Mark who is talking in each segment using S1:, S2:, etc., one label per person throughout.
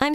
S1: I'm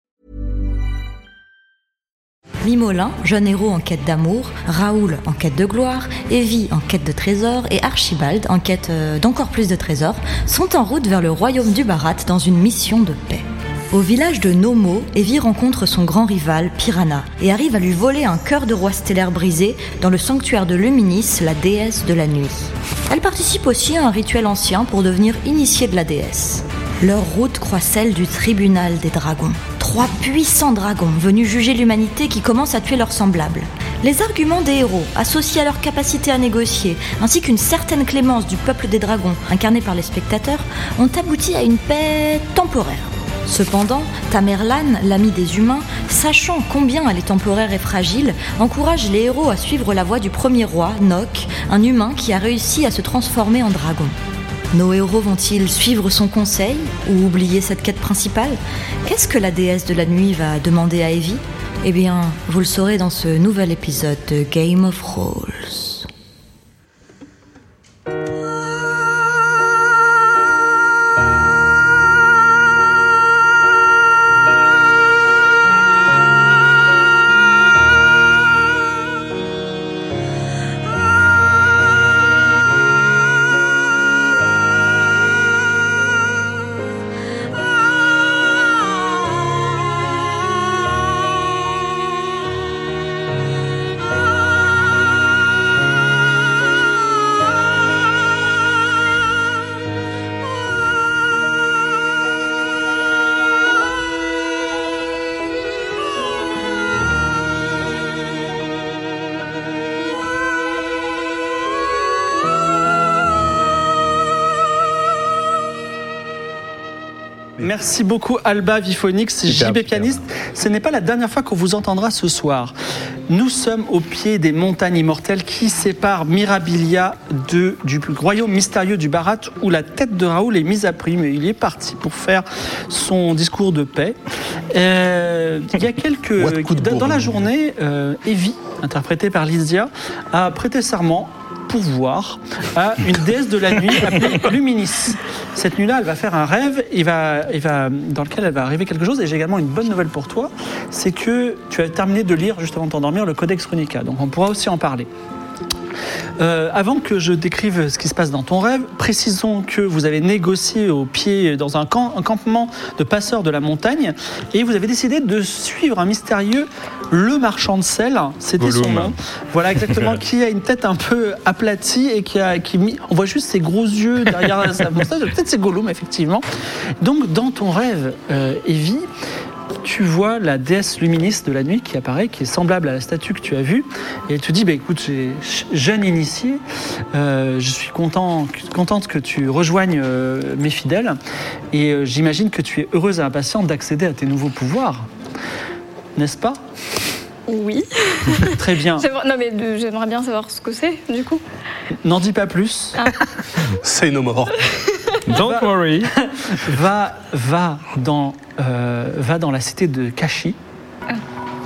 S2: Mimolin, jeune héros en quête d'amour, Raoul en quête de gloire, Evie en quête de trésor et Archibald en quête euh, d'encore plus de trésors sont en route vers le royaume du Barat dans une mission de paix. Au village de Nomo, Evie rencontre son grand rival, Piranha, et arrive à lui voler un cœur de roi stellaire brisé dans le sanctuaire de Luminis, la déesse de la nuit. Elle participe aussi à un rituel ancien pour devenir initiée de la déesse. Leur route croit celle du tribunal des dragons. Trois puissants dragons venus juger l'humanité qui commence à tuer leurs semblables. Les arguments des héros, associés à leur capacité à négocier, ainsi qu'une certaine clémence du peuple des dragons, incarnée par les spectateurs, ont abouti à une paix temporaire. Cependant, Tamerlan, l'ami des humains, sachant combien elle est temporaire et fragile, encourage les héros à suivre la voie du premier roi, Nok, un humain qui a réussi à se transformer en dragon. Nos héros vont-ils suivre son conseil ou oublier cette quête principale Qu'est-ce que la déesse de la nuit va demander à Evie Eh bien, vous le saurez dans ce nouvel épisode de Game of Rolls.
S3: Merci beaucoup Alba Vifonix,
S4: Super,
S3: JB
S4: super.
S3: Pianiste. Ce n'est pas la dernière fois qu'on vous entendra ce soir. Nous sommes au pied des montagnes immortelles qui séparent Mirabilia de, du royaume mystérieux du Barat où la tête de Raoul est mise à prix. Mais il est parti pour faire son discours de paix. Euh, il y a
S4: What
S3: quelques...
S4: coup de
S3: dans- dans la
S4: bourre.
S3: journée, euh, Evie, interprétée par Lysia, a prêté serment pouvoir à une déesse de la nuit appelée Luminis. Cette nuit-là, elle va faire un rêve il va, il va, dans lequel elle va arriver quelque chose. Et j'ai également une bonne nouvelle pour toi, c'est que tu as terminé de lire, juste avant de t'endormir, le Codex Runica. Donc on pourra aussi en parler. Euh, avant que je décrive ce qui se passe dans ton rêve, précisons que vous avez négocié au pied dans un, camp- un campement de passeurs de la montagne et vous avez décidé de suivre un mystérieux le marchand de sel, c'était son
S4: Gollum.
S3: nom. Voilà exactement qui a une tête un peu aplatie et qui a qui mis- on voit juste ses gros yeux derrière sa moustache. Peut-être c'est Gollum effectivement. Donc dans ton rêve, euh, Evie, tu vois la déesse luministe de la nuit qui apparaît, qui est semblable à la statue que tu as vue, et elle te dit, bah, écoute, j'ai- jeune initié, euh, je suis content, contente que tu rejoignes euh, mes fidèles, et euh, j'imagine que tu es heureuse et impatiente d'accéder à tes nouveaux pouvoirs, n'est-ce pas
S5: Oui.
S3: Très bien.
S5: J'aimerais- Non, mais de- j'aimerais bien savoir ce que c'est, du coup.
S3: N'en dis pas plus.
S6: Say no more.
S4: Don't worry.
S3: Va, va, dans, euh, va dans la cité de Kashi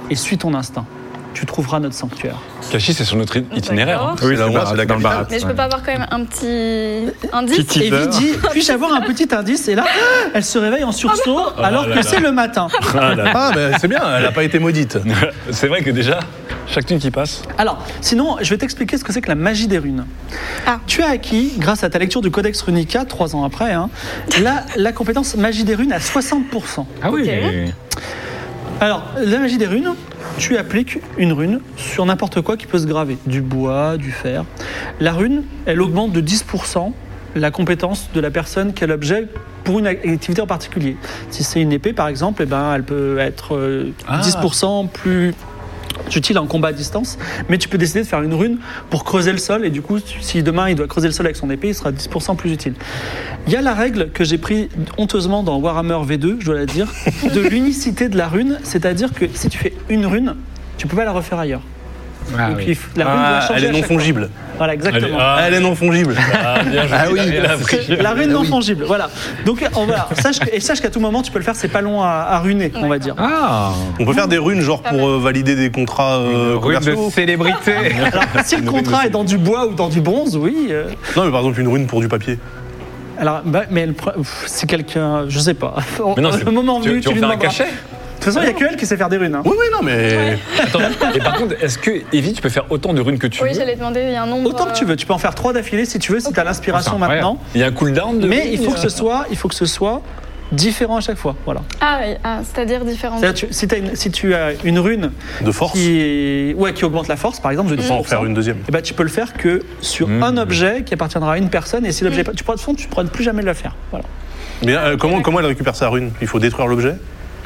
S3: et suis ton instinct. Tu trouveras notre sanctuaire.
S6: Kashi, c'est sur notre itinéraire. hein.
S5: D'accord.
S4: Oui,
S6: là où
S4: c'est
S6: on-
S4: pas-
S6: c'est la
S4: dans le
S6: capitale.
S4: barat.
S5: Mais je peux
S4: Ouais.
S5: pas avoir quand même un petit indice
S4: Petit
S3: Et
S4: Teaser.
S3: lui dit, puis-je avoir un petit indice Et là, elle se réveille en sursaut alors
S4: Oh là là.
S3: que c'est le matin.
S6: Ah, mais c'est bien, elle n'a pas été maudite.
S4: C'est vrai que déjà,
S6: Chaque tune qui passe.
S3: Alors, sinon, je vais t'expliquer ce que c'est que la magie des runes.
S5: Ah.
S3: Tu as acquis, grâce à ta lecture du Codex Runica, trois ans après, hein, la, la compétence magie des runes à 60%.
S4: ah oui.
S3: Alors, la magie des runes, tu appliques une rune sur n'importe quoi qui peut se graver, du bois, du fer. La rune, elle augmente de 10% la compétence de la personne qu'elle objet pour une activité en
S4: Ah.
S3: particulier. Si c'est une épée, par exemple, eh ben, elle peut être euh,
S6: Ah.
S3: 10% plus utile en combat à distance, mais tu peux décider de faire une rune pour creuser le sol, et du coup, si demain il doit creuser le sol avec son épée, il sera 10% plus utile. Il y a la règle que j'ai pris honteusement dans Warhammer V2, je dois la dire, de l'unicité de la rune, c'est-à-dire que si tu fais une rune, tu peux pas la refaire ailleurs.
S7: Ah,
S3: Donc,
S7: oui.
S3: il f- la rune doit
S4: Ah,
S3: changer
S4: elle
S3: à
S4: est non
S3: chaque fois.
S4: fongible.
S3: Voilà, exactement.
S7: Ah.
S4: Elle est non fongible.
S7: Ah, bien joué.
S4: Ah oui,
S7: il a appris.
S3: C'est La
S4: Ah
S3: rune non fongible, voilà. Donc on va, sache que- et sache qu'à tout moment tu peux le faire, c'est pas long à, à runer, on va dire.
S7: Ah,
S4: On peut faire des runes genre pour euh, valider des contrats euh,
S7: rune de
S4: commerciaux.
S7: célébrité.
S3: Alors si le contrat est dans du bois ou dans du bronze, oui. euh,
S4: Non mais par exemple une rune pour du papier.
S3: alors, bah, mais le pro- pff, c'est quelqu'un, je sais pas.
S7: Mais non,
S3: le
S7: c'est-
S3: moment
S7: tu-
S3: venu,
S7: tu
S3: tu,
S7: veux
S3: lui
S7: faire un
S3: demanderas.
S7: cachet
S3: De toute façon, il y a que elle qui sait faire des runes. hein.
S4: Oui oui non mais
S7: Attends, et par contre, est-ce que, Evie, tu peux faire autant de runes que tu
S5: Oui,
S7: veux
S5: j'allais demander, il y a un nombre.
S3: Autant que tu veux, tu peux en faire trois d'affilée si tu veux, si tu as l'inspiration
S7: Ah, c'est incroyable.
S3: maintenant.
S7: Il y a un cooldown de
S3: Mais il faut que ce
S7: runes,
S3: soit, il faut que ce soit différent à chaque fois. Voilà.
S5: euh, Ah oui, ah, c'est-à-dire différents.
S3: C'est-à-dire, tu- si, t'as une- si tu as une rune
S4: de force.
S3: qui, est- ouais, qui augmente la force, par exemple, je
S4: On
S3: dis
S4: peut en faire une deuxième.
S3: eh ben, tu peux le faire que sur
S7: Mmh.
S3: un objet qui appartiendra à une personne. Et si l'objet, est pas- tu pourras de fond, tu pourras ne plus jamais le faire. Voilà.
S4: Mais euh, comment comment elle récupère sa rune Il faut détruire l'objet.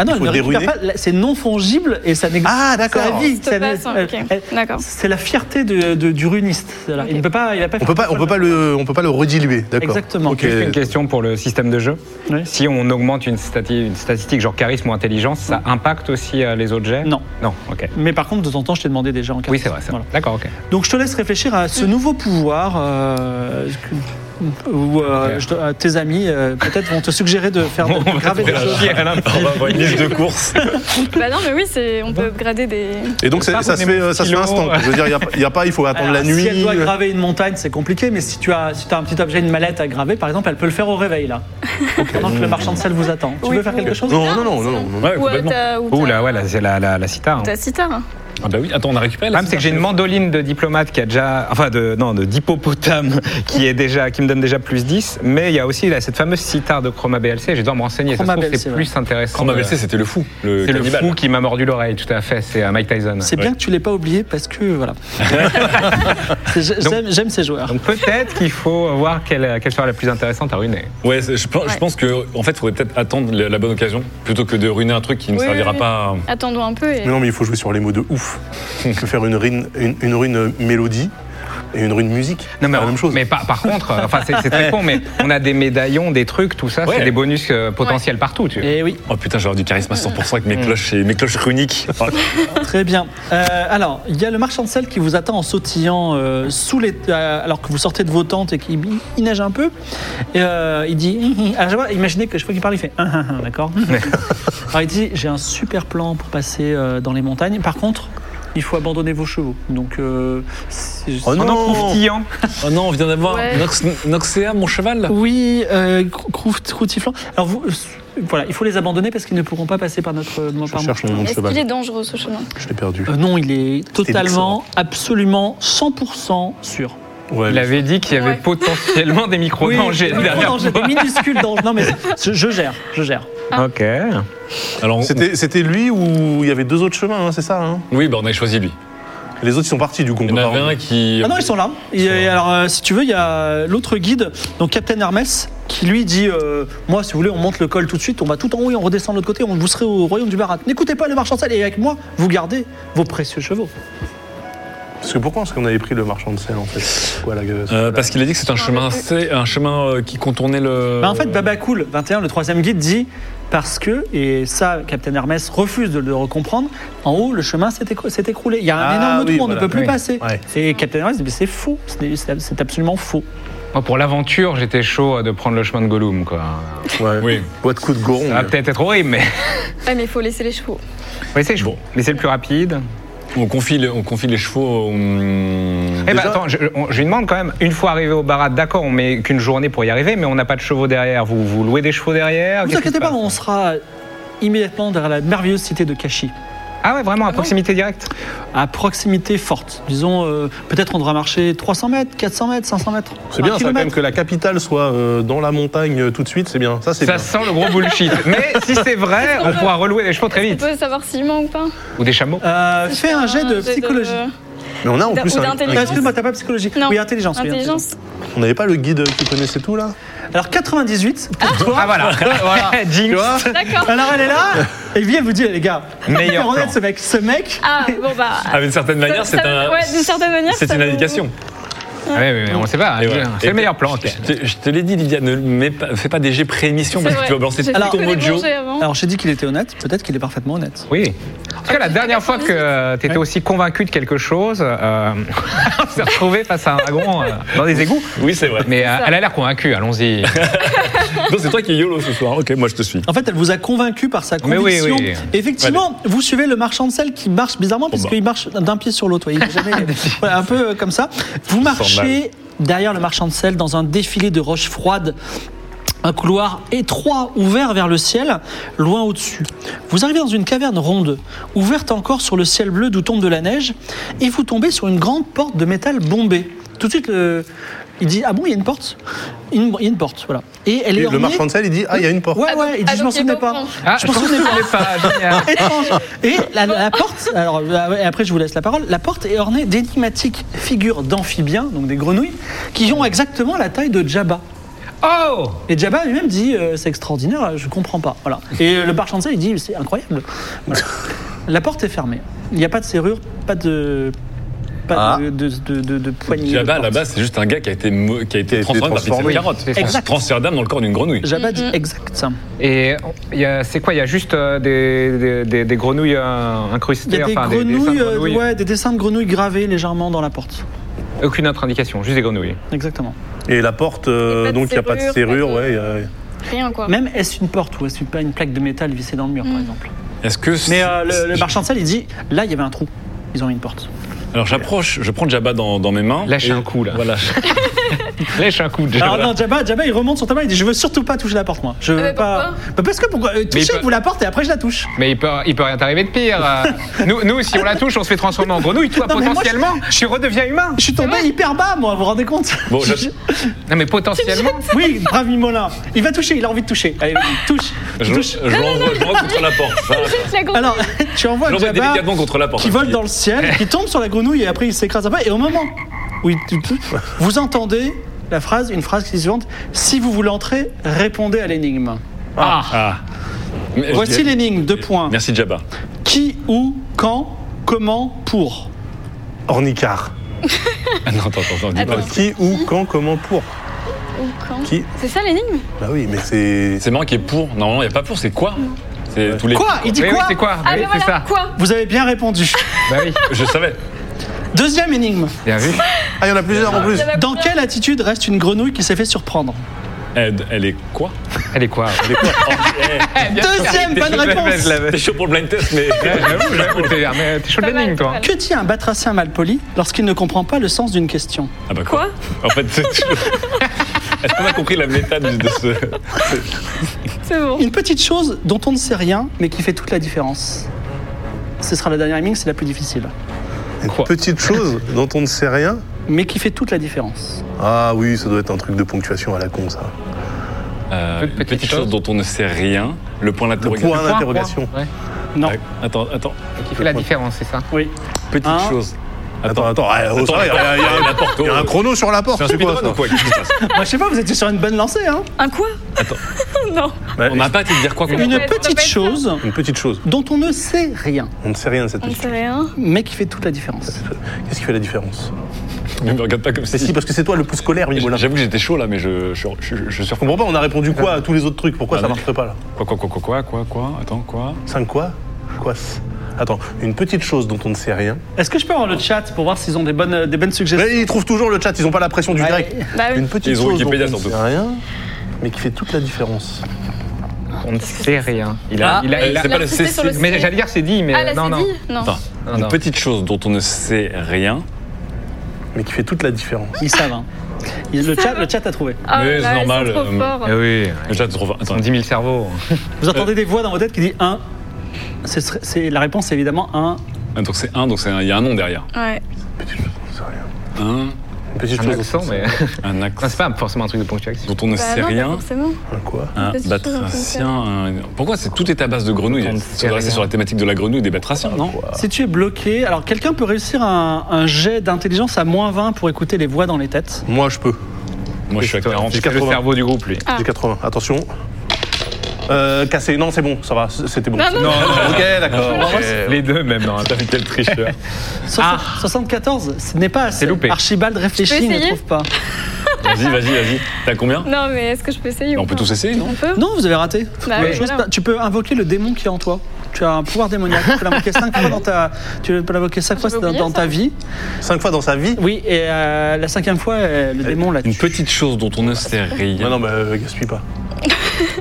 S3: Ah
S4: Il
S3: non, elle
S4: faut
S3: ne récupère
S4: déruiner.
S3: pas. la- C'est non fongible et ça n'existe.
S4: Ah,
S3: c'est
S4: d'accord.
S3: la vie,
S5: Ça
S3: ça
S5: passe,
S3: n'existe-
S5: hein, ok.
S3: elle-
S5: D'accord.
S3: C'est la fierté de- de- du runiste. celle-là. Il ne peut pas. Il va pas
S4: On peut pas on peut pas le on peut pas le rediluer. D'accord.
S3: Exactement.
S4: Ok.
S6: Juste une question pour le système de jeu.
S3: Oui.
S6: Si on augmente une, stati- une statistique genre charisme ou intelligence, ça impacte aussi euh, les autres jets
S3: Non.
S6: Non, ok.
S3: Mais par contre, de temps en temps, je t'ai demandé déjà en cas.
S6: Oui, c'est vrai, c'est vrai.
S3: Voilà.
S6: D'accord, ok.
S3: Donc je te laisse réfléchir à
S5: Mm.
S3: ce nouveau pouvoir. euh, que- ou euh,
S6: Ok.
S3: je te- euh, tes amis euh, peut-être vont te suggérer de faire de, de graver des
S7: trouver la-
S3: choses.
S7: On va avoir une liste de courses.
S5: Bah non, mais oui, c'est- on peut upgrader des.
S4: Et donc c'est-
S6: Ça,
S4: ça
S6: vous
S4: se fait
S6: aimez
S4: euh, ça se fait
S6: kilo.
S4: instant. Je veux dire il y a pas- il y a pas il faut attendre la
S3: Alors,
S4: nuit. euh.
S3: Si elle doit graver une montagne, c'est compliqué, mais si tu as, si as un petit objet, une mallette à graver, par exemple, elle peut le faire au réveil, là. Pendant que le marchand de sel vous attend. Tu
S5: Oui,
S3: veux faire
S5: oui.
S3: quelque chose
S4: Non non non non, non. non.
S7: Ouais,
S5: Ou euh,
S7: complètement.
S5: t'as.
S6: Ouh là, ouais, là, c'est la, la, la cita. hein.
S5: T'as sitar. hein.
S7: Ah bah oui, attends, on a récupéré
S6: Le
S7: la
S6: problème, c'est que j'ai une mandoline de diplomate qui a déjà. Enfin, de, non, de d'hippopotame qui, est déjà, qui me donne déjà plus 10. Mais il y a aussi là, cette fameuse sitar de Chroma BLC. Je dois me renseigner. Ça se
S3: Chroma
S6: trouve,
S3: BLC,
S6: c'est plus intéressant.
S7: Quand on m'avait
S6: Euh,
S7: laissé, c'était le fou, le
S6: c'est le
S7: cannibale.
S6: fou qui m'a mordu l'oreille, tout à fait. C'est euh, Mike Tyson.
S3: C'est bien que tu l'aies pas oublié parce que voilà. C'est- j'ai-
S6: Donc-
S3: J'aime j'aime ces joueurs.
S6: Donc peut-être qu'il faut voir quelle, quelle sera la plus intéressante à ruiner.
S7: Ouais, c'est- je, pense- je pense que en fait, il faudrait peut-être attendre la, la bonne occasion plutôt que de ruiner un truc qui ne
S5: Oui,
S7: servira
S5: oui, oui.
S7: pas.
S5: Attendons un peu et.
S4: Mais non mais il faut jouer sur les mots de ouf.
S6: Hmm.
S4: Il faut faire une rune une, une rune euh, mélodie et une rune musique.
S6: Non mais,
S4: C'est la même chose.
S6: mais par, par contre, euh, enfin c'est c'est très con, mais on a des médaillons, des trucs, tout ça,
S7: Ouais.
S6: c'est des bonus euh, potentiels partout. Tu vois.
S3: Et Eh oui,
S7: Oh putain, j'aurais du charisme à 100% avec mes cloches et mes cloches runiques. Oh,
S3: très bien. Euh, alors, il y a le marchand de sel qui vous attend en sautillant euh, sous les, euh, alors que vous sortez de vos tentes et qu'il il- il neige un peu. Et, euh, il dit, hum, hum. alors, je vois, imaginez que je fois qu'il parle, il fait, hum, hum, hum, d'accord. Alors il dit, j'ai un super plan pour passer euh, dans les montagnes. Par contre, il faut abandonner vos chevaux. Donc, euh, c'est-
S4: Oh non.
S6: En en croustillant.
S7: oh non, on vient d'avoir
S5: Ouais.
S7: Nox- Noxea, mon cheval. là.
S3: Oui, euh, crou- crouf- croustiflant. Alors vous, euh, voilà, il faut les abandonner parce qu'ils ne pourront pas passer par notre. euh,
S4: Je
S3: par
S4: cherche mon nom de
S5: Est-ce qu'il
S4: cheval.
S5: est dangereux ce chemin
S4: Je l'ai perdu.
S3: Euh, non, il est totalement,
S4: excellent.
S3: absolument, 100% sûr.
S4: Ouais,
S6: Il avait dit qu'il y avait
S5: Ouais.
S6: potentiellement des micro dangers.
S3: le gros danger, des minuscules dangers. Non mais je, je gère, je gère.
S6: Ok.
S7: Alors, on-
S4: C'était c'était lui ou il y avait deux autres chemins, hein, c'est ça hein
S7: oui, bah, on a choisi lui.
S4: Les autres ils sont partis du coup. Bah, on
S7: Il y en
S4: peut
S7: avait
S4: pas-
S7: un qui.
S3: Ah non, ils sont là. Et, euh, alors euh, si tu veux, il y a euh, l'autre guide, donc Captain Hermès, qui lui dit, euh, moi si vous voulez, on monte le col tout de suite, on va tout en haut et on redescend de l'autre côté, on vous serez au royaume du Barat. N'écoutez pas le marchand de sel et avec moi, vous gardez vos précieux chevaux.
S4: Parce que pourquoi est-ce qu'on avait pris le marchand de sel en fait Quoi, la gueule
S7: Euh, parce qu'il a dit que c'était un chemin, c'est un chemin euh, qui contournait le.
S3: Bah, en fait, Babacool, 21, le troisième guide, dit parce que, et ça, Captain Hermès refuse de le comprendre, en haut, le chemin s'est écrou- s'est écroulé. Il y a un
S4: Ah
S3: énorme
S4: oui,
S3: trou, on ne
S4: voilà,
S3: peut plus
S6: oui.
S3: passer.
S4: Ouais.
S3: Et Captain Hermès dit mais c'est faux, ce n'est- c'est c'est absolument faux.
S4: Ah,
S6: Moi, Ah, pour l'aventure, j'étais chaud de prendre le chemin de Gollum. Quoi.
S4: Ouais.
S7: Oui. Ah.
S4: Boîte coup de goron.
S6: Ça va
S4: là.
S6: peut-être être horrible, mais,
S5: Ouais, mais il faut laisser les chevaux.
S6: mais c'est chaud. Mais c'est le plus rapide.
S7: On confie, le- on confie les chevaux. on-
S6: Eh ben,
S4: Déjà-
S6: attends, je, on- je lui demande quand même, une fois arrivé au barat, d'accord, on met qu'une journée pour y arriver, mais on n'a pas de chevaux derrière. Vous, vous louez des chevaux derrière
S3: Ne vous
S6: Qu'est-ce qui
S3: inquiétez
S6: se
S3: pas,
S6: passe
S3: on sera immédiatement derrière la merveilleuse cité de Kashi,
S6: Ah ouais, vraiment, à proximité directe
S3: à proximité forte. Disons, euh, peut-être on devra marcher 300 mètres, 400 mètres, 500 mètres.
S4: C'est
S3: un
S4: bien ça quand
S3: kilomètre.
S4: même que la capitale soit euh, dans la montagne euh, tout de suite, c'est bien. Ça c'est
S6: Ça
S4: bien.
S6: sent le gros bullshit. Mais si c'est vrai, on pourra relouer les chevaux très
S5: On
S6: vite.
S5: peut savoir s'il ment ou pas
S6: Ou des chameaux.
S3: Euh, fais un jet de
S5: jet
S3: psychologie.
S4: Mais on a en
S5: Ou
S4: plus un, un
S5: d'intelligence.
S3: Ah,
S4: guide.
S3: Excuse-moi, t'as pas psychologie
S5: Non.
S3: Oui, intelligence. oui,
S5: Intelligence.
S4: On n'avait pas le guide euh, qui connaissait tout là
S3: Alors 98 pour toi.
S6: Ah voilà, voilà.
S3: Tu vois
S5: D'accord.
S3: Alors elle est là, et bien elle vous dit, les gars,
S6: Meilleur
S3: super honnête,
S6: plan.
S3: ce mec, ce mec,
S5: Ah, bon bah.
S7: Ah, mais d'une certaine manière,
S5: ça-
S7: c'est un.
S5: ouais, d'une certaine manière,
S7: C'est
S5: ça
S7: une
S5: nous-
S7: indication.
S6: Ah ouais, ouais, ouais, on sait pas.
S7: Et
S6: je-
S7: ouais.
S6: C'est
S7: Et
S6: le meilleur plan. ok.
S7: Je te, je te l'ai dit, Lydia, ne mets pas- fais pas des jets pré-émission
S5: C'est
S7: parce que
S5: vrai.
S7: tu vas balancer
S5: J'ai
S7: tout
S5: fait
S7: ton
S5: que des
S7: mojo.
S5: plongées avant.
S3: alors j'ai dit qu'il était honnête, peut-être qu'il est parfaitement honnête.
S6: Oui. En tout cas, la dernière fois que tu étais aussi convaincu de quelque chose, euh, on s'est retrouvé face à un dragon euh, dans des égouts.
S7: Oui, c'est vrai.
S6: Mais euh, elle a l'air convaincue, allons-y.
S7: Donc, c'est toi qui es YOLO ce soir. Ok, moi je te suis.
S4: Mmh.
S3: En fait, elle vous a convaincu par sa
S6: Mais oui,
S3: conviction.
S6: oui.
S3: Effectivement, vous suivez le marchand de sel qui marche bizarrement, parce
S7: bah.
S3: qu'il marche d'un pied sur l'autre. vous voyez, il est jamais- voilà, un peu euh, comme ça. Vous marchez derrière le marchand de sel dans un défilé de roches froides. Un couloir étroit ouvert vers le ciel, loin au-dessus. Vous arrivez dans une caverne ronde, ouverte encore sur le ciel bleu d'où tombe de la neige, et vous tombez sur une grande porte de métal bombée. Tout de suite, le- il dit Ah bon, il y a une porte Une- Il y a une porte, voilà. Et elle
S4: Et
S3: est
S4: le
S3: ornée-
S4: marchand de sel, il dit Ah, il y a une porte.
S3: Ouais,
S5: Ah, donc-
S3: ouais, il dit,
S5: ah,
S3: je
S5: donc
S3: m'en
S5: il est
S3: souvenais pas.
S5: bon.
S6: Ah,
S3: je m'en souvenais pas.
S6: pas. génial.
S3: Étrange. Et la, la porte, alors euh, après je vous laisse la parole, la porte est ornée d'énigmatiques figures d'amphibiens, donc des grenouilles, qui ont exactement la taille de Jabba.
S6: Oh
S3: Et Jabba lui-même dit euh, c'est extraordinaire, je comprends pas. Voilà. Et euh, le marchand de sel, il dit c'est incroyable. Voilà. La porte est fermée. Il n'y a pas de serrure, pas de. Pas de, de, de, de- de poignée.
S7: Jabba,
S3: de porte.
S7: là-bas, c'est juste un gars qui a été, mo- qui a
S4: Qui a été
S7: été transformé par pizza
S4: transformé.
S7: de carotte.
S6: C'est ça.
S3: Exact.
S7: Transfert d'âme dans le corps d'une grenouille.
S3: Jabba
S5: Mm-hmm.
S3: dit exact.
S6: Et il y a- c'est quoi Il y a juste euh, des, des- des- des grenouilles euh, incrustées
S3: Il y a des
S6: enfin,
S3: grenouilles,
S6: dessins de
S3: euh, ouais, des dessins de grenouilles gravés légèrement dans la porte.
S6: Aucune autre indication, juste des grenouilles.
S3: Exactement.
S4: Et la porte, euh,
S5: Y a pas de
S4: donc il n'y a pas de
S5: serrure,
S4: serrure,
S5: pas de-
S4: ouais. il y a-
S5: Rien quoi.
S3: Même est-ce une porte ou est-ce pas une plaque de métal vissée dans le mur, par exemple
S7: Est-ce que. c'est-
S3: Mais euh, le, le marchand de sel, il dit là, il y avait un trou. Ils ont mis une porte.
S7: Alors j'approche, je prends Jabba dans, dans mes mains.
S6: Lâche
S7: et-
S6: un coup, là.
S7: Voilà.
S6: Lèche un coup déjà.
S3: Alors non, Jabba, Jabba, il remonte sur ta main, il dit je veux surtout pas toucher la porte, moi. Je veux
S5: mais
S3: pas. Bah, parce que pourquoi euh,
S6: Mais il
S3: Touchez
S6: peut-
S3: vous la porte et après je la touche.
S6: Mais il peut, il peut rien t'arriver de pire. euh. nous, nous, si on la touche, on se fait transformer en grenouille. Toi,
S3: Non, mais moi,
S6: potentiellement, tu redeviens humain.
S3: Je suis tombé hyper bas, moi. Vous vous rendez compte
S7: Bon, je-
S3: Je-
S6: Non, mais potentiellement.
S3: Oui, brave Mimolin. Il va toucher, il a envie de toucher. Allez, vas-y, touche.
S7: Je
S3: touche.
S7: je l'envoie je l'envoie contre la porte. ça.
S5: La grande-
S3: Alors, tu envoies
S7: Je l'envoie
S3: Jabba
S7: délicatement contre la porte.
S3: qui vole dans le ciel, qui tombe sur la grenouille et après il s'écrase après. Et au moment où il tu- tu- vous entendez la phrase, une phrase qui est suivante si vous voulez entrer, répondez à l'énigme.
S7: Ah. Mais-
S3: Voici l'énigme, deux points.
S7: Merci Jabba.
S3: Qui, où, quand, comment, pour
S4: Ornicard.
S7: Ah non, attends, attends, attends, dis pas.
S5: Attends.
S4: Qui, où, quand, comment, pour
S5: Ou quand
S4: Qui
S5: C'est ça l'énigme
S4: Bah oui, mais c'est.
S7: C'est marrant qu'il y ait pour. Normalement, il n'y a pas pour, c'est quoi C'est tous les.
S3: Quoi Il dit
S6: Mais oui,
S3: quoi
S6: c'est quoi
S5: Ah,
S6: Oui,
S5: mais
S6: C'est
S5: voilà,
S6: ça.
S5: quoi
S3: Vous avez bien répondu.
S6: Bah oui,
S7: Je savais.
S3: Deuxième énigme.
S6: bien vu.
S4: Ah, il y en a plusieurs en plus.
S3: Dans quelle attitude reste une grenouille qui s'est fait surprendre
S7: Elle, elle est quoi
S6: Elle est quoi
S7: Elle est quoi Oh, eh,
S3: Deuxième bonne réponse.
S7: T'es chaud pour le blind test, mais.
S6: J'avoue, j'avoue, t'es mais t'es chaud de
S5: Pas mal,
S6: l'énigme,
S5: pas
S6: toi.
S5: mal.
S3: Que dit un batracien malpoli lorsqu'il ne comprend pas le sens d'une question
S7: Ah bah
S5: Quoi
S7: En fait, c'est toujours- Est-ce qu'on a compris la méta de de ce.
S5: C'est bon.
S3: Une petite chose dont on ne sait rien, mais qui fait toute la différence. Ce sera la dernière énigme, c'est la plus difficile.
S6: Quoi
S4: Petite chose dont on ne sait rien.
S3: Mais qui fait toute la différence.
S4: Ah oui, ça doit être un truc de ponctuation à la con, ça.
S7: Euh,
S6: Toute
S7: une
S6: petite
S7: petite chose
S6: chose.
S7: dont on ne sait rien, le point
S4: Le
S7: d'interrogation.
S4: point d'interrogation.
S6: Ouais.
S3: Non.
S7: Attends, attends. Hein?
S6: Qui fait la différence, c'est ça
S3: Oui.
S7: Petite
S3: Un.
S7: chose.
S4: Attends, attends, ah, oh, ça va, il y a- il y a-
S7: la porte.
S4: il y a un chrono sur la porte,
S7: C'est un
S4: c'est quoi
S7: speedrun
S4: ça
S7: ou quoi Qu'est-ce qui se passe
S3: Moi, je sais pas, vous étiez sur une bonne lancée, hein
S5: Un quoi
S7: Attends.
S5: Non.
S4: Bah,
S7: On n'a pas été de dire quoi
S3: Une
S5: Ouais, ça doit
S3: petite
S5: pas être
S3: chose
S4: Une petite chose.
S3: dont on ne sait rien,
S4: On ne sait rien de cette
S5: On ne
S4: petite
S5: sait
S4: chose.
S5: rien.
S3: mais qui fait toute la différence.
S4: Qu'est-ce qui fait la différence
S7: Ne me regarde pas comme
S4: C'est si,
S7: si.
S4: parce que c'est toi le plus scolaire, Mimolin. Je
S7: J'avoue que j'étais chaud là, mais je, je, je, je, je surprends.
S4: comprends pas, on a répondu quoi à tous les autres trucs Pourquoi
S7: Ah,
S4: ça
S7: mais-
S4: marcherait pas là
S7: Quoi, quoi, quoi, quoi, quoi, quoi, quoi Attends, quoi
S4: 5 quoi Quoi c- Attends, une petite chose dont on ne sait rien.
S3: Est-ce que je peux avoir le chat pour voir s'ils ont des bonnes, des bonnes suggestions
S4: Mais ils trouvent toujours le chat, ils ont pas la pression du
S3: Ouais.
S4: direct.
S5: Bah oui.
S4: Une petite
S7: Ils ont
S4: chose dont on
S7: Wikipédia,
S4: ne
S7: surtout.
S4: sait rien, mais qui fait toute la différence.
S6: On ne sait rien. Il
S7: a- il a- il a-
S5: Il a insisté
S7: Ah, euh, c'est-
S5: sur le
S6: Mais
S5: CD.
S6: j'allais dire c'est dit, mais
S5: Ah, là,
S6: euh, non,
S5: c'est
S6: non.
S5: dit Non.
S7: Attends.
S6: Non,
S7: Une
S6: non.
S7: petite chose dont on ne sait rien.
S4: Mais qui fait toute la différence.
S3: Ils savent. hein. Ils- Le, chat, le chat a trouvé.
S5: Ah, là,
S7: Mais c'est
S5: ils sont
S7: normal,
S5: trop
S7: euh,
S5: forts.
S6: Eh oui,
S7: Déjà, tu trouves.
S6: on
S7: Attends.
S6: 10 000 cerveaux.
S3: Vous entendez des voix dans vos têtes qui disent 1. C'est la réponse, c'est évidemment 1.
S7: Ah, Donc c'est un, donc c'est un- il y a un nom derrière.
S5: Ouais.
S4: Petite chose dont on ne sait rien.
S7: Un.
S4: Une petite
S6: Un
S4: chose.
S6: accent, mais.
S7: Un
S6: Non,
S7: accent
S6: c'est pas forcément un truc de ponctuation.
S7: dont on ne
S5: Bah non,
S7: sait
S5: pas
S7: rien.
S5: forcément.
S4: Un quoi
S7: Un
S5: Parce que je trouve un
S7: batracien. un- Pourquoi c'est tout est à base de grenouilles
S6: Autant de
S7: Ça devrait rester
S6: rien.
S7: sur la thématique de la grenouille des batraciens, non
S3: Si tu es bloqué, alors quelqu'un peut réussir un, un jet d'intelligence à moins 20 pour écouter les voix dans les têtes.
S4: Moi, je peux.
S7: Moi, je suis à 40.
S6: C'est le
S4: 80.
S6: cerveau du groupe, lui.
S5: Ah.
S4: J'ai 80. Attention. Euh, cassé. Non, c'est bon, ça va, c- c'était bon.
S5: Bah Non, non, non.
S4: Ok, d'accord. ok.
S6: Les deux, même. non.
S7: Quel tricheur.
S3: Soix- 74, ce n'est pas assez.
S6: Ah. loupé.
S3: Archibald réfléchit, ne
S5: essayer
S3: trouve pas.
S7: Vas-y, vas-y, vas-y. T'as combien
S5: Non, mais est-ce que je peux essayer
S7: On
S5: ou
S7: peut
S5: pas
S7: tous essayer, non
S5: On peut
S3: Non, vous avez raté.
S5: Bah
S3: Mais
S5: oui,
S3: chose
S5: voilà.
S3: pas- Tu peux invoquer le démon qui est en toi. Tu as un pouvoir démoniaque. Tu peux l'invoquer 5 fois dans ta, tu peux l'invoquer cinq fois
S5: J'avais
S3: dans,
S5: oublié
S3: dans
S5: ça.
S3: ta vie.
S4: Cinq fois dans sa vie
S3: Oui, et euh, la cinquième fois, euh, le démon l'a
S7: Une
S3: tué.
S7: petite chose dont
S5: Bah,
S7: on ne sait
S4: Non,
S7: rien.
S4: non, mais euh, gaspille pas.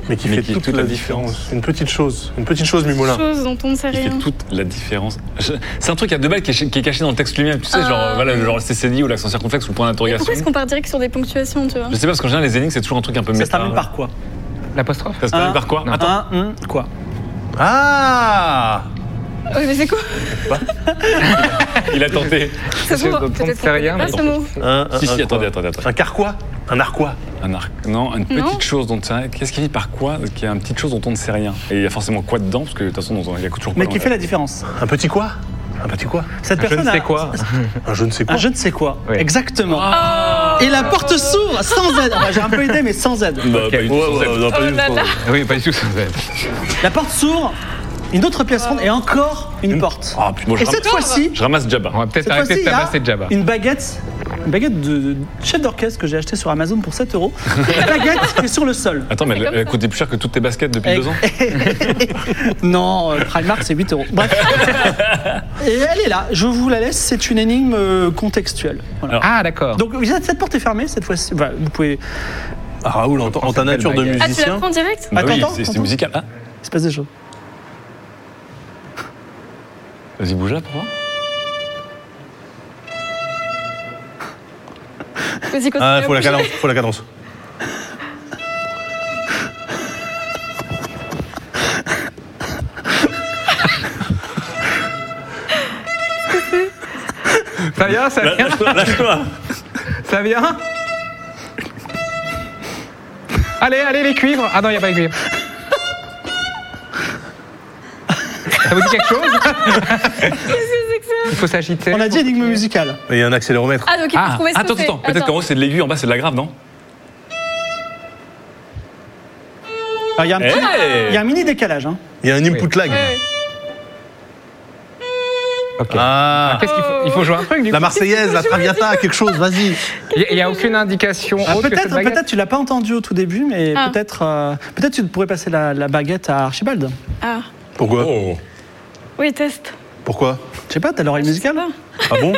S4: Mais qui
S7: Mais
S4: fait
S7: qui-
S4: toute, la différence. Une petite chose, une petite chose, Mimolin.
S5: Chose dont on ne sait
S7: Il fait
S5: rien.
S7: toute la différence. Je- C'est un truc à deux balles qui est, ch- qui est caché dans le texte lui-même. Tu sais, genre, euh, voilà, genre le CCD ou l'accent circonflexe ou le point
S5: Ah. Mais
S7: d'interrogation.
S5: pourquoi est-ce qu'on part direct sur des ponctuations, tu vois
S7: Je sais pas, parce qu'en général, les énigmes, c'est toujours un truc un peu
S3: Ça
S7: méta.
S3: se termine par quoi
S6: L'apostrophe
S7: Ça se termine
S3: Un-
S7: par quoi
S6: Non.
S7: Attends,
S3: Un, un, quoi
S4: Ah
S5: Oui, mais c'est quoi
S7: il a tenté.
S5: Ça
S6: Chose
S5: se voit,
S6: dont on ne
S5: peut-être
S6: sait
S5: qu'on connaît
S6: rien,
S5: pas
S6: mais
S5: ce mot.
S4: un, un-
S7: Si,
S4: un
S7: si,
S4: quoi
S7: attendez, attendez, attendez.
S4: Un carquois Un arquois
S7: Un arc. Non, une petite
S5: Non.
S7: chose dont. Qu'est-ce qu'il dit par quoi Qu'il y a une petite chose dont on ne sait rien. Et il y a forcément quoi dedans Parce que de toute façon, on- il y a toujours pas.
S3: Mais qui fait la différence
S4: Un petit quoi Un petit quoi
S3: Cette
S6: Je ne
S3: personne
S6: sais
S3: a-
S6: quoi.
S4: Un je ne sais quoi.
S3: Un je ne sais quoi.
S6: Oui.
S3: Exactement.
S5: Oh.
S3: Et la porte s'ouvre sans aide. Enfin, J'ai un peu aidé, mais sans aide.
S7: Bah, pas
S6: Ok.
S7: du tout,
S4: Ouais,
S7: sans
S4: ouais,
S7: être-
S4: non, pas du
S5: là
S4: tout.
S5: là.
S6: Oui, pas du tout. ça.
S3: La porte s'ouvre, une autre pièce ronde et encore une porte.
S6: Oh,
S7: Ah, putain, moi, je
S3: Et cette
S7: ramasse-
S3: fois-ci,
S7: je ramasse Jabba.
S6: On va peut-être
S3: cette
S6: arrêter
S3: fois-ci, il
S6: de
S3: y a
S6: tabasser Jabba.
S3: une baguette, une baguette de de chef d'orchestre que j'ai acheté sur Amazon pour 7 euros. La baguette est sur le sol.
S7: Attends, mais
S5: C'est
S7: elle,
S5: comme
S7: elle
S5: ça.
S7: coûtait plus cher que toutes tes baskets depuis
S3: Et-
S7: deux ans
S3: non, euh, Primark c'est 8 euros. Bref. Et elle est là, je vous la laisse, c'est une énigme euh, contextuelle. Voilà.
S7: Alors-
S6: Ah, d'accord.
S3: Donc vous êtes- cette porte est fermée cette fois-ci. Voilà, vous pouvez.
S4: Ah, Raoul, en, ta- en ta nature de
S6: Ah, tu
S5: Ah, tu la
S4: musicien.
S5: prends direct
S7: Bah oui,
S3: attends,
S7: c'est- c'est
S3: attends.
S7: musical. Ah,
S3: Il se passe des choses.
S7: vas-y, bouge là pour voir.
S5: Vas-y, continue.
S4: Ah, faut la cadence, faut la cadence.
S6: Ça vient, ça vient,
S4: Lâche-toi
S6: ça vient. Allez, allez, les cuivres. Ah non, il n'y a pas les cuivres. Ça vous dit quelque chose Il faut s'agiter.
S3: On a dit énigme musicale.
S4: Il y a un accéléromètre.
S5: Ah, donc il faut
S7: Ah,
S5: trouver ce
S7: attends,
S5: que c'est.
S7: attends, peut-être qu'en haut c'est de l'aiguille, en bas c'est de la grave, non
S3: Alors, Il y a un petit- Ah. il y a
S7: Eh
S3: un mini décalage. hein.
S4: Il y a un input lag.
S5: Ouais, ouais.
S6: Ok.
S4: Ah
S6: Qu'est-ce qu'il faut Il faut jouer un truc, du
S4: La
S6: coup.
S4: Marseillaise, la Traviata, quelque chose, vas-y.
S6: Il n'y a, aucune indication
S3: Ah,
S6: autre que cette
S3: peut-être,
S6: baguette.
S3: peut-être tu l'as pas entendu au tout début, mais
S5: Ah.
S3: peut-être, euh, peut-être tu pourrais passer la, la baguette à Archibald.
S5: Ah,
S4: Pourquoi
S7: Oh
S5: oui, test.
S4: Pourquoi
S3: Je sais pas, t'as l'oreille musicale là
S4: Ah bon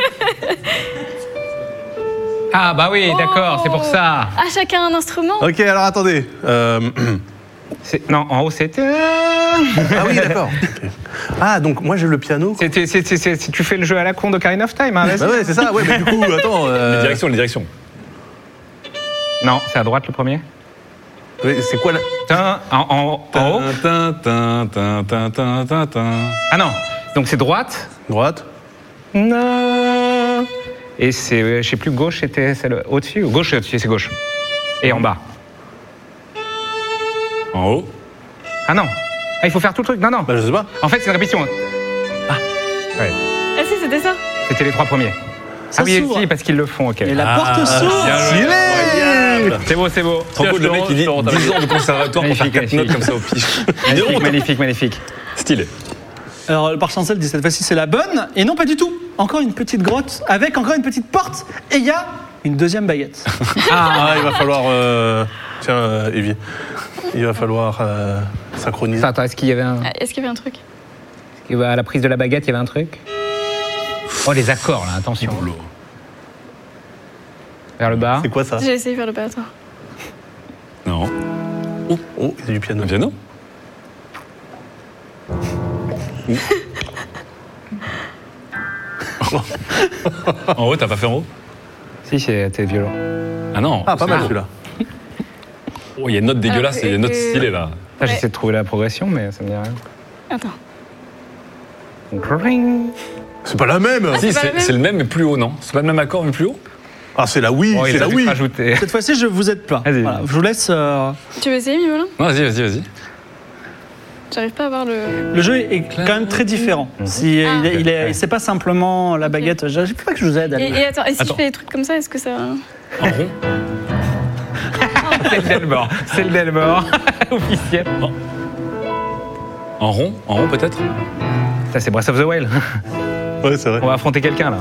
S6: Ah bah oui, d'accord, c'est pour ça.
S5: Ah, chacun un instrument
S4: Ok, alors attendez. Euh,
S6: C'est- Non, en haut c'était.
S4: ah oui, d'accord. Ok. Ah, donc moi j'ai le piano. quoi.
S6: C'était- c'est- c'est- c'est- c'est- tu fais le jeu à la con de Karine of Time, hein, vas-y.
S4: Bah ouais, c'est ça, ouais, mais du coup, attends. euh,
S7: Les directions, les directions.
S6: Non, c'est à droite le premier.
S4: ouais, C'est quoi la.
S6: Tin, en, en- en haut.
S7: Tin, tin, tin, tin, tin, tin, tin.
S6: Ah non, donc c'est droite.
S4: Droite
S6: Non. Et c'est, euh, je sais plus, gauche c'était celle au-dessus ou gauche au-dessus, c'est gauche. Et en bas.
S7: En haut
S6: Ah non. Ah, il faut faire tout le truc. Non, non.
S4: Bah je sais pas.
S6: En fait, c'est une répétition. hein.
S5: Ah, si, c'était ça.
S6: C'était les trois premiers.
S3: Ça
S6: ah oui,
S3: s'ouvre.
S6: si, parce Ah, qu'ils le font, ok.
S3: Et la porte
S7: Ah,
S3: s'ouvre.
S4: Stylé
S6: C'est beau, c'est beau.
S7: Trop beau, le mec qui dit 10 ans de conservatoire pour faire
S6: Magnifique,
S7: 4 notes comme
S6: magnifique.
S7: ça au pif.
S6: Magnifique, magnifique, magnifique.
S7: Stylé.
S3: Alors le chancel dit cette fois-ci c'est la bonne, et non pas du tout. Encore une petite grotte avec encore une petite porte, et il y a une deuxième baguette.
S4: Ah, il va falloir. euh, Tiens, euh, Evie. Il va falloir euh, synchroniser.
S6: Attends, attends, est-ce qu'il y avait un.
S5: Ah, Est-ce qu'il y avait un truc
S6: est-ce qu'il y avait- À la prise de la baguette, il y avait un truc Oh, les accords, là, attention. Vers le bas.
S4: C'est quoi ça
S5: J'ai essayé de faire le pas à toi.
S7: Non.
S4: Oh, il y a du piano.
S7: Un piano Ou- En haut, t'as pas fait en haut
S6: Si, c'est t'es violent.
S7: Ah non.
S4: Ah, pas mal celui-là.
S7: Oh, il y a une note dégueulasse et il y a une note
S5: Ah,
S6: euh,
S5: et-
S7: stylée là.
S6: Là, j'essaie de trouver la progression, mais ça me dit rien.
S5: Attends.
S6: Donc, ring.
S4: C'est pas la même
S7: Si,
S5: pas la
S7: c'est
S5: même
S7: c'est le même mais plus haut, non C'est pas le même accord mais plus haut
S4: Ah, c'est la oui,
S6: Oh, il
S4: c'est
S6: a
S4: la
S6: dû
S4: oui.
S6: rajouter.
S3: Cette fois-ci, je vous aide pas.
S6: Vas-y.
S3: Voilà, je vous laisse. euh,
S5: Tu veux essayer, Mimolin
S7: Non, vas-y, vas-y, vas-y.
S5: J'arrive pas à voir le.
S3: Le jeu est quand même très différent. Si,
S5: Ah.
S3: il est- il est- c'est pas simplement la baguette. Je ne pas que je vous aide.
S5: Et,
S3: allez.
S5: et attends, et si
S7: Attends.
S5: je fais des trucs comme ça, est-ce que ça.
S7: En rond.
S6: C'est le Delmore. C'est le Delmore officiel.
S7: En rond, en rond peut-être
S6: Ça, c'est Breath of the Wild.
S4: Ouais, c'est vrai.
S6: On va affronter quelqu'un, là.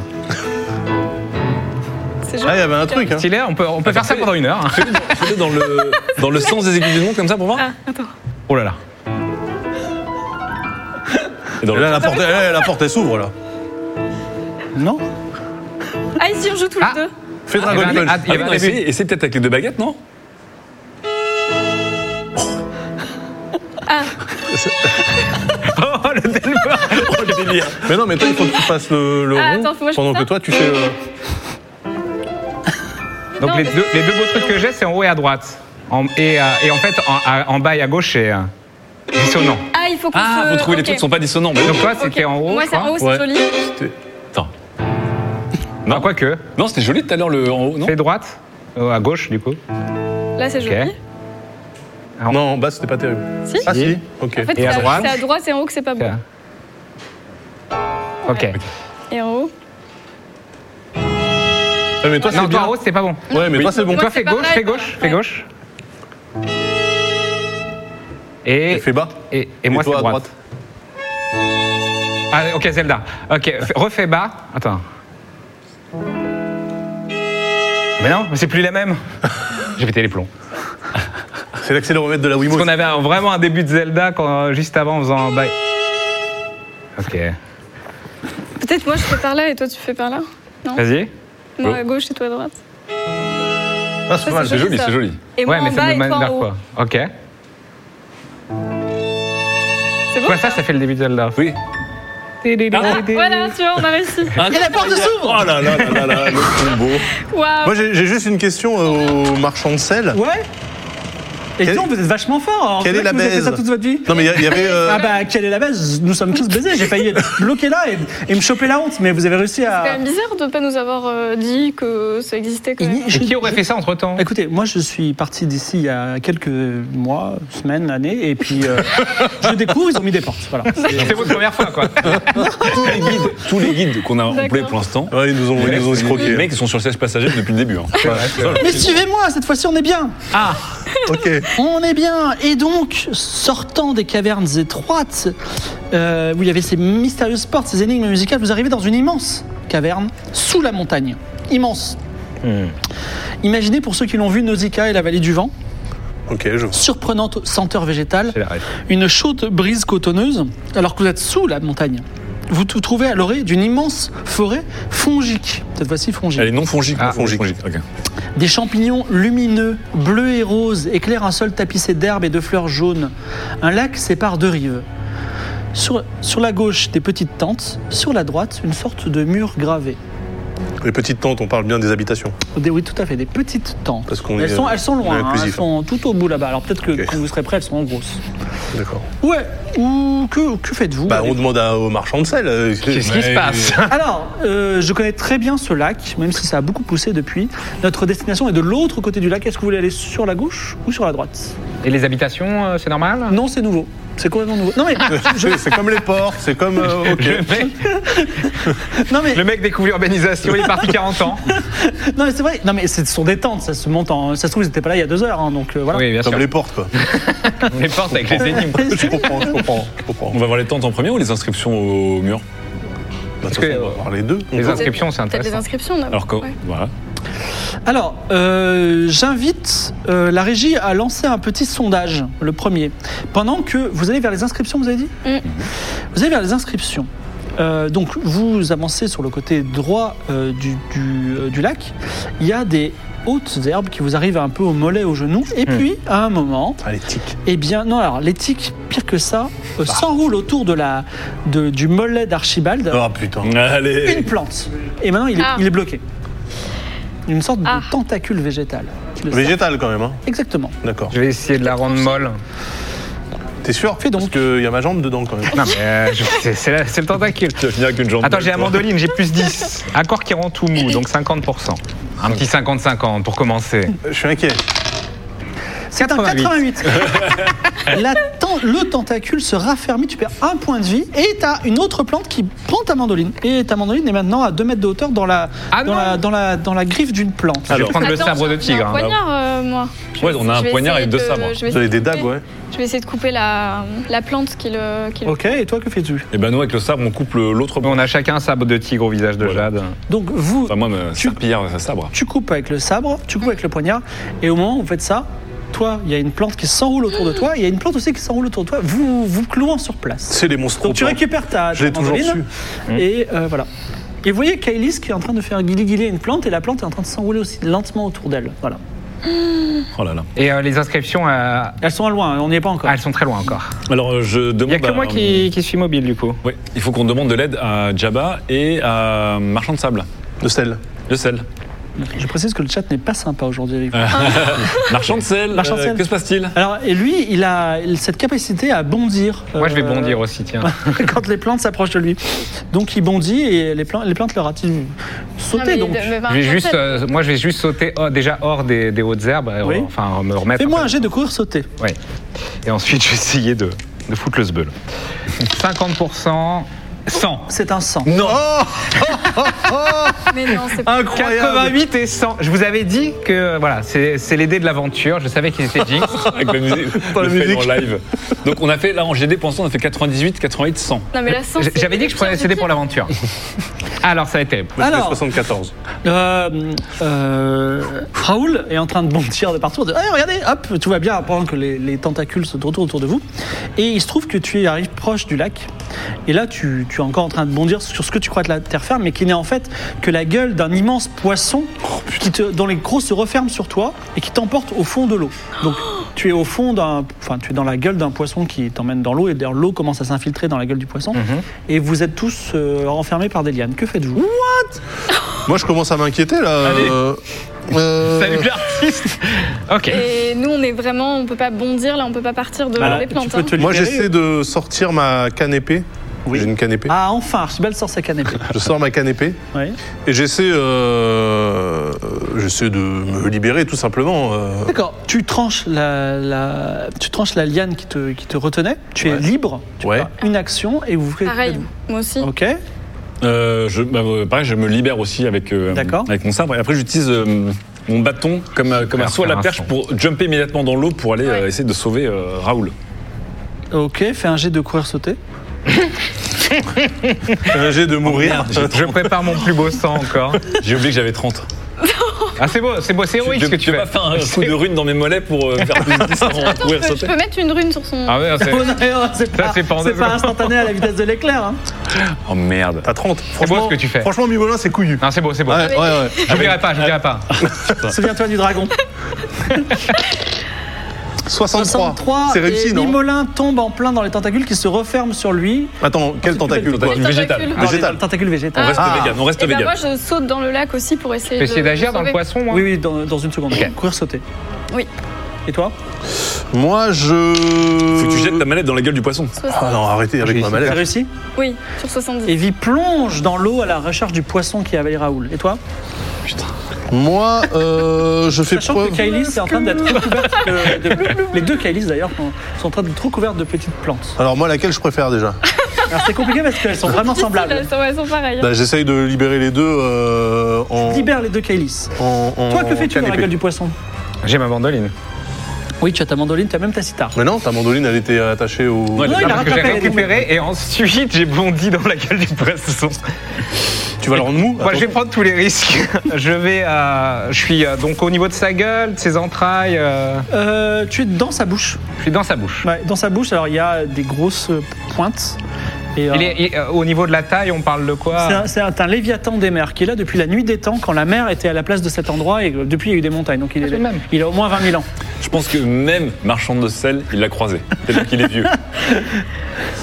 S5: C'est
S4: Ah, il y avait un truc, hein.
S6: Stylé, on peut, on peut faire ça pendant une heure.
S7: Fais-le dans le, dans le sens des aiguilles du monde comme ça pour voir
S5: Ah, attends.
S6: Oh là là.
S7: Et dans
S4: Et
S7: le-
S4: Là, la porte, là, la porte, elle s'ouvre, là.
S3: Non
S5: Ah, ici, on joue tous
S6: Ah.
S5: les deux.
S4: Fais
S6: Ah,
S4: Dragon
S6: il y avait un-
S4: Ball.
S6: ah,
S7: Ah oui, non,
S6: début.
S7: essayez, essayez peut-être avec les deux baguettes, non
S6: Oh, le Delmore.
S4: Mais non, mais toi, il faut que tu fasses le, le
S5: Ah,
S4: rond
S5: attends, faut que je
S4: pendant
S5: fasse
S4: que toi,
S5: ça
S4: tu fais. euh,
S6: Donc,
S5: Non,
S6: les
S5: mais-
S6: deux, les deux beaux trucs que j'ai, c'est en haut et à droite. En- et, euh, et en fait, en, à- en bas et à gauche, c'est euh, dissonant.
S5: Ah, il faut qu'on
S7: Ah,
S5: se.
S7: vous trouvez les
S5: ok.
S7: trucs ne sont pas dissonants. Mais
S6: Donc, toi,
S5: Ok.
S6: c'était en haut.
S5: Moi, c'est en haut, c'est
S7: Ouais.
S5: joli.
S7: Attends.
S6: Non, quoique.
S7: Non, c'était joli tout à l'heure le en haut, non
S6: C'est droite. Euh, à gauche, du coup.
S5: Là, c'est joli.
S6: Ok. Ah.
S4: Non, en bas, c'était pas terrible.
S5: Si.
S4: Ah, si Ok.
S5: En fait,
S6: Et
S5: c'est
S6: à droite
S5: c'est à droite, c'est en haut que c'est pas
S6: C'est
S5: bon.
S6: là. Ok.
S5: Et en haut.
S4: Ouais, mais toi, c'est
S6: Non, toi,
S4: bien.
S6: en haut, c'était pas bon.
S4: Ouais, mais
S6: Oui.
S4: toi, c'est bon.
S5: Moi,
S6: Toi,
S5: c'est
S6: fais
S5: pas
S6: gauche,
S5: mal,
S6: fais gauche, fais
S5: ouais.
S6: gauche. Et,
S4: Et fais bas.
S6: et, et moi, c'est
S4: toi, à
S6: droite.
S4: droite.
S6: Ah, ok, Zelda. Ok, f- refais bas. Attends. Mais non, mais c'est plus la même. J'ai pété les plombs.
S4: C'est l'accéléromètre de la
S6: Parce
S4: Wiimote.
S6: qu'on avait un- vraiment un début de Zelda quand, euh, juste avant en faisant bas. Ok.
S5: Peut-être moi, je fais par là et toi, tu fais par là.
S6: Vas-y.
S5: Moi, à gauche et toi, à droite.
S4: Ah, c'est pas
S5: Ça,
S4: mal.
S7: C'est joli,
S5: ça.
S7: c'est joli.
S5: Et moi,
S6: Ouais, mais
S5: en
S6: ça
S5: bas
S6: me
S5: et
S6: mène
S5: toi,
S6: vers
S5: en haut.
S6: quoi Ok.
S5: C'est bon
S6: Quoi, ça, ça fait le début de Zelda
S7: Oui. hein
S5: Ah, Voilà, tu vois, on a réussi.
S7: Et la porte s'ouvre
S4: Oh là là là là là, le combo. Moi,
S5: Waouh.
S4: j'ai j'ai juste une question au marchand de sel.
S3: Ouais Et
S4: Quelle-
S3: non, vous êtes vachement fort. alors.
S4: Quelle est
S3: C'est
S4: la
S3: vrai que Vous avez fait ça
S4: baise
S3: toute votre vie
S4: Non, mais il y a- il y, avait. euh,
S3: Ah bah, quelle est la base Nous sommes tous baisés. J'ai failli être bloqué là et, et me choper la honte, mais vous avez réussi
S5: C'est quand
S3: à.
S5: même bizarre de pas nous avoir euh, dit que ça existait quand même.
S6: Et qui aurait fait ça entre temps
S3: Écoutez, moi je suis parti d'ici il y a quelques mois, semaines, années, et puis euh, je découvre, ils ont mis des portes. Voilà.
S6: C'est votre première fois, quoi.
S7: tous les guides, tous les guides qu'on a employés
S5: D'accord.
S7: pour l'instant.
S4: Ouais, ils nous ont, ils nous ont
S7: Les
S4: escroqués.
S7: mecs, ils sont sur Ah. le siège passager depuis le début. hein.
S3: Mais suivez-moi, cette fois-ci on est bien.
S4: Ok.
S3: Ah. On est bien Et donc, sortant des cavernes étroites, euh, où il y avait ces mystérieuses portes, ces énigmes musicales, vous arrivez dans une immense caverne sous la montagne. Immense. Imaginez pour ceux qui l'ont vu Nausicaa et la vallée du vent,
S4: Ok, je vois.
S3: surprenante senteur végétale,
S6: C'est la ref.
S3: une chaude brise cotonneuse, alors que vous êtes sous la montagne. Vous vous trouvez à l'orée d'une immense forêt fongique. Cette fois-ci fongique.
S7: Elle est non fongique.
S6: Ah,
S7: non fongique. ok.
S3: Des champignons lumineux, bleus et roses éclairent un sol tapissé d'herbes et de fleurs jaunes. Un lac sépare deux rives. Sur, sur la gauche, des petites tentes. Sur la droite, une sorte de mur gravé.
S4: Les petites tentes, on parle bien des habitations.
S3: Des- oui, tout à fait, des petites tentes.
S4: Parce qu'on
S3: elles,
S4: est- euh,
S3: sont, elles sont
S4: on est
S3: loin, hein, elles
S4: inclusif, hein.
S3: sont tout au bout là-bas. Alors peut-être que
S4: Ok.
S3: quand vous serez prêts, elles seront grosses.
S4: D'accord.
S3: Ouais, ou que, que faites-vous
S4: Bah,
S3: Allez.
S4: on demande à- au marchand de sel. euh,
S6: Qu'est-ce qui se
S7: Ouais.
S6: passe
S3: Alors, euh, je connais très bien ce lac, même si ça a beaucoup poussé depuis. Notre destination est de l'autre côté du lac. Est-ce que vous voulez aller sur la gauche ou sur la droite
S6: Et les habitations, euh, c'est normal
S3: Non, c'est nouveau. C'est complètement nouveau. Non mais,
S4: C'est c'est comme les porcs, c'est comme. euh, ok.
S6: Le mec,
S3: non mais,
S6: le mec découvre l'urbanisation, il est parti 40 ans.
S3: non mais c'est vrai. Non mais ce sont des tentes. Ça se monte en. Ça se trouve, ils n'étaient pas là il y a deux heures. hein, donc euh, voilà.
S6: Oui, bien
S4: Comme
S6: sûr.
S4: les portes, quoi.
S6: Les portes avec les énigmes.
S4: Je comprends, je comprends, je comprends.
S7: On va voir les tentes en premier ou les inscriptions au mur
S4: Bah, de toute
S6: que-
S4: façon, on va voir les deux.
S6: Les
S4: On peut-
S6: inscriptions, c'est
S5: Peut-être des
S6: intéressant.
S5: inscriptions, d'abord.
S7: Alors que
S5: Ouais.
S7: voilà.
S3: Alors, euh, j'invite euh, la régie à lancer un petit sondage, le premier. Pendant que vous allez vers les inscriptions, vous avez dit Mhm.
S5: Mm.
S3: Vous allez vers les inscriptions. Euh, donc, vous avancez sur le côté droit euh, du, du, euh, du lac. Il y a des hautes herbes qui vous arrivent un peu au mollet, au genou. Et puis, à un moment,
S4: Ah, les tics.
S3: eh bien, non, alors, les tiques, pire que ça, euh, s'enroulent autour de la, de- du mollet d'Archibald
S4: Oh putain.
S3: une
S7: Allez.
S3: plante. Et maintenant, il est,
S5: Ah.
S3: il est bloqué. Une sorte
S5: Ah.
S3: de tentacule végétal. qui le
S4: Végétal quand même, hein.
S3: sert. Exactement.
S4: D'accord.
S6: Je vais essayer de la rendre molle.
S4: T'es sûr
S3: Fais donc.
S4: Parce qu'il y a ma jambe dedans quand même.
S6: Non, mais euh, je- c'est- c'est la- c'est le tentacule.
S7: Tu vas finir avec une jambe.
S6: Attends, j'ai la
S7: toi.
S6: mandoline, j'ai plus 10. Accord qui rend tout mou, donc 50%. Un petit 50-50 pour commencer.
S4: Je suis inquiet.
S3: C'est un 88.
S6: 88.
S3: La ten- le tentacule se raffermit, tu perds un point de vie et t'as une autre plante qui prend ta mandoline. Et ta mandoline est maintenant à 2 mètres de hauteur dans la,
S6: Ah
S3: dans
S6: non.
S3: la, dans la, dans la griffe d'une plante.
S6: Je vais prendre le
S5: Attends,
S6: sabre de
S5: j'ai un
S6: tigre. hein.
S5: poignard, euh, moi. Je
S7: Ouais,
S5: vais-
S7: on a
S5: je
S7: un
S5: vais
S7: poignard
S5: essayer
S7: et deux
S5: de-
S7: sabres.
S5: je vais
S4: Vous avez
S5: essayer
S4: des
S5: de
S4: dagues,
S5: couper-
S4: ouais.
S5: Je vais essayer de couper la, la plante qui le. Qui le-
S3: Ok, et toi que fais-tu
S7: Et ben nous, avec le sabre, on coupe le- l'autre bout.
S6: On a chacun un sabre de tigre au visage de
S7: Voilà.
S6: Jade.
S3: Donc vous,
S7: Enfin, moi, me
S3: Tu-
S7: serpillard, ça sabre.
S3: tu coupes avec le sabre, tu coupes avec le poignard, et au moment où vous faites ça, toi, il y a une plante qui s'enroule autour
S5: Ah.
S3: de toi, il y a une plante aussi qui s'enroule autour de toi, vous vous clouant sur place.
S4: C'est les monstres.
S3: Donc tu
S4: plantes.
S3: récupères ta,
S4: Je
S3: ta
S4: l'ai toujours
S3: mandoline, et
S6: Mm.
S3: euh, voilà. Et vous voyez Kailis qui est en train de faire guili-guili une plante, et la plante est en train de s'enrouler aussi lentement autour d'elle. Voilà.
S7: Oh là là.
S6: Et euh, les inscriptions, euh,
S3: Elles sont à loin, on n'y est pas encore.
S6: ah, elles sont très loin encore.
S7: Alors, euh, je
S6: Il n'y
S7: demande.
S6: a que
S3: Bah,
S7: à-
S6: moi qui, qui suis mobile du coup.
S7: Oui, il faut qu'on demande de l'aide à Jabba et à Marchand de Sable.
S4: De sel.
S7: De sel.
S3: Je précise que le chat n'est pas sympa aujourd'hui avec vous.
S6: Ah.
S7: Marchand de sel.
S3: Marchand de
S7: euh,
S3: sel.
S7: Que se passe-t-il
S3: Alors, et lui, il a cette capacité à bondir.
S6: Moi je vais
S3: euh,
S6: bondir aussi, tiens.
S5: Bah,
S3: quand les plantes s'approchent de lui. Donc il bondit et les plantes, les plantes leur attirent.
S5: Non, mais
S3: Sauter
S5: il-
S3: donc.
S5: mais
S6: Je vais
S5: Vincent,
S6: juste,
S5: c'est-
S6: euh, moi, je vais juste sauter oh, déjà hors des, des hautes herbes, et
S3: Oui.
S6: re- enfin me remettre.
S3: Fais-moi
S6: un
S3: un jet de courir sauter.
S6: peu. Ouais. Et ensuite, je vais essayer de, de foutre le sbeul. 50%, 100.
S3: C'est un 100.
S6: Non
S5: Mais non, c'est pas.
S4: Incroyable.
S6: 88 et 100. Je vous avais dit que voilà, c'est c'est les dés de l'aventure. Je savais qu'ils étaient jinx.
S7: Avec la musique.
S4: Pas
S7: le
S4: la
S7: fail
S4: musique.
S7: en live. Donc, on a fait, là, en GD, pour l'instant, on a fait 98, 88, 100.
S5: Non, mais la cent, c'est-
S6: J'avais dit que je prenais
S5: c'est
S6: les CD pour
S5: pire.
S6: l'aventure. Ah, Alors, ça a été terrible.
S4: Moi, j'ai fait
S3: Alors.
S4: 74.
S3: Euh, euh, Raoul est en train de bondir de partout. De, Hey, regardez, hop, tout va bien pendant que les, les tentacules se tournent autour de vous. Et il se trouve que tu arrives proche du lac. Et là, tu, tu es encore en train de bondir sur ce que tu crois être la terre ferme, mais qui n'est en fait que la gueule d'un immense poisson
S4: Oh,
S3: qui te, dont les crocs se referment sur toi et qui t'emporte au fond de l'eau. Donc, tu es au fond d'un, enfin, tu es dans la gueule d'un poisson qui t'emmène dans l'eau et d'ailleurs l'eau commence à s'infiltrer dans la gueule du poisson.
S4: Mhm.
S3: Et vous êtes tous euh, enfermés par des lianes. Que faites-vous
S4: Moi, je commence à m'inquiéter là.
S6: Allez.
S4: Euh, euh,
S6: Salut l'artiste Ok.
S5: Et nous, on est vraiment. On peut pas bondir là, on peut pas partir devant
S3: Bah,
S5: les
S3: tu
S5: plantes.
S3: peux
S5: hein.
S3: te
S4: Moi,
S3: libérer.
S4: j'essaie de sortir ma canne épée.
S3: Oui.
S4: J'ai une canne épée.
S3: Ah, enfin, Archibald sort sa canne épée.
S4: Je sors ma canne épée
S3: Ouais.
S4: et j'essaie, euh, j'essaie de me libérer tout simplement. euh.
S3: D'accord. Tu tranches la, la- tu tranches la liane qui te, qui te retenait. Tu es libre. Tu
S4: Ouais.
S3: as une action et vous faites.
S5: Pareil, moi aussi.
S3: Ok.
S7: Euh, je, bah, euh, pareil, je me libère aussi avec, euh,
S3: D'accord.
S7: avec mon sabre. Et après, j'utilise euh, mon bâton comme, euh, comme un
S6: Alors,
S7: saut à la
S6: faire un
S7: perche
S6: saut.
S7: pour jumper immédiatement dans l'eau pour aller euh, essayer de sauver euh, Raoul.
S3: Ok. Fais un jet de courir sauter.
S4: Un jet de mourir.
S6: Je prépare mon plus beau sang encore.
S7: Oh, J'ai oublié que j'avais 30.
S6: Ah, c'est beau, c'est beau, c'est héroïque
S7: je
S6: ce que tu
S7: peux
S6: fais.
S7: pas faire un coup de rune dans mes mollets pour euh, faire plus de 10 en
S5: Attends, je
S7: courir
S5: peux, je
S7: sauter.
S5: peux mettre une rune sur son.
S6: Ah ouais, c'est
S3: Oh non, oh, c'est pas,
S6: c'est pas en
S3: c'est
S6: deux
S3: pas
S6: secondes.
S3: instantané à la vitesse de l'éclair. hein.
S7: Oh merde.
S4: T'as 30. Franchement,
S6: beau ce que tu fais. Ah
S4: Franchement, Mimolin, c'est couillu.
S6: Non, c'est beau, c'est beau.
S4: Ouais, ouais, ouais.
S6: Je n'oublierai pas, je n'oublierai pas.
S3: Souviens-toi du dragon.
S4: 63.
S3: 63.
S4: C'est réussi,
S3: et
S4: non
S3: Nimolin tombe en plein dans les tentacules qui se referment sur lui.
S4: Attends, quel tentacule toi
S7: Tentacule
S5: Les
S7: végétal.
S5: tentacules.
S4: Végétal.
S3: Ah, les tentacules
S7: On
S3: végétales.
S7: reste
S4: Ah.
S7: vegan. On reste
S5: Et ben
S7: vegan.
S5: moi, je saute dans le lac aussi pour
S6: Je
S5: essayer.
S6: vais
S5: de
S6: essayer d'agir dans le
S5: sauver.
S6: poisson, moi.
S3: Oui, oui, dans, dans une seconde. Courir sauter.
S5: Oui.
S3: Et toi
S4: Moi, je.
S7: Faut que tu jettes ta mallette dans la gueule du poisson.
S4: Ah non, arrêtez avec
S6: J'ai
S4: ma
S3: T'as
S4: mallette.
S3: réussi
S5: Oui, sur 70.
S3: Evie plonge dans l'eau à la recherche du poisson qui avait Raoul. Et toi
S4: Moi, euh, je fais
S3: Sachant
S4: preuve.
S3: que Kailis est en train d'être recouverte de, de- Les deux Kailis d'ailleurs sont, sont en train d'être recouvertes de petites plantes.
S4: Alors, moi, laquelle je préfère déjà
S3: Alors c'est compliqué parce qu'elles sont vraiment semblables.
S5: Elles sont, elles sont pareilles. hein.
S4: Bah, J'essaye de libérer les deux euh, en,
S3: Libère les deux Kailis.
S4: en- en-
S3: Toi, que
S4: en
S3: fais-tu dans la
S4: Oh, canapé.
S3: gueule du poisson
S6: J'ai ma mandoline.
S3: Oui, tu as ta mandoline, tu as même ta sitar.
S4: Mais non, ta mandoline, elle était attachée au.
S7: Ouais,
S3: Non, il
S6: Ah,
S3: a
S6: parce que j'ai
S3: rattrapé. elle est tombée.
S6: récupéré et ensuite j'ai bondi dans la gueule du poisson.
S4: tu vas le rendre mou
S6: Moi, je vais prendre tous les risques. Je vais, euh, je suis euh, donc au niveau de sa gueule, de ses entrailles. euh,
S3: Euh, tu es dans sa bouche.
S6: je suis dans sa bouche.
S3: Ouais, dans sa bouche, alors il y a des grosses euh, pointes. Et, euh,
S6: Il est- Ah. il- euh, au niveau de la taille, on parle de
S3: C'est
S6: quoi
S3: un- C'est un, un léviathan des mers qui est là depuis la nuit des temps quand la mer était à la place de cet endroit et euh, depuis il y a eu des montagnes. Donc il,
S6: Ah, c'est
S3: est,
S6: le même.
S3: il a au moins 20 000 ans.
S7: Je pense que même marchand de sel, il l'a croisé. C'est-à-dire qu'il est vieux.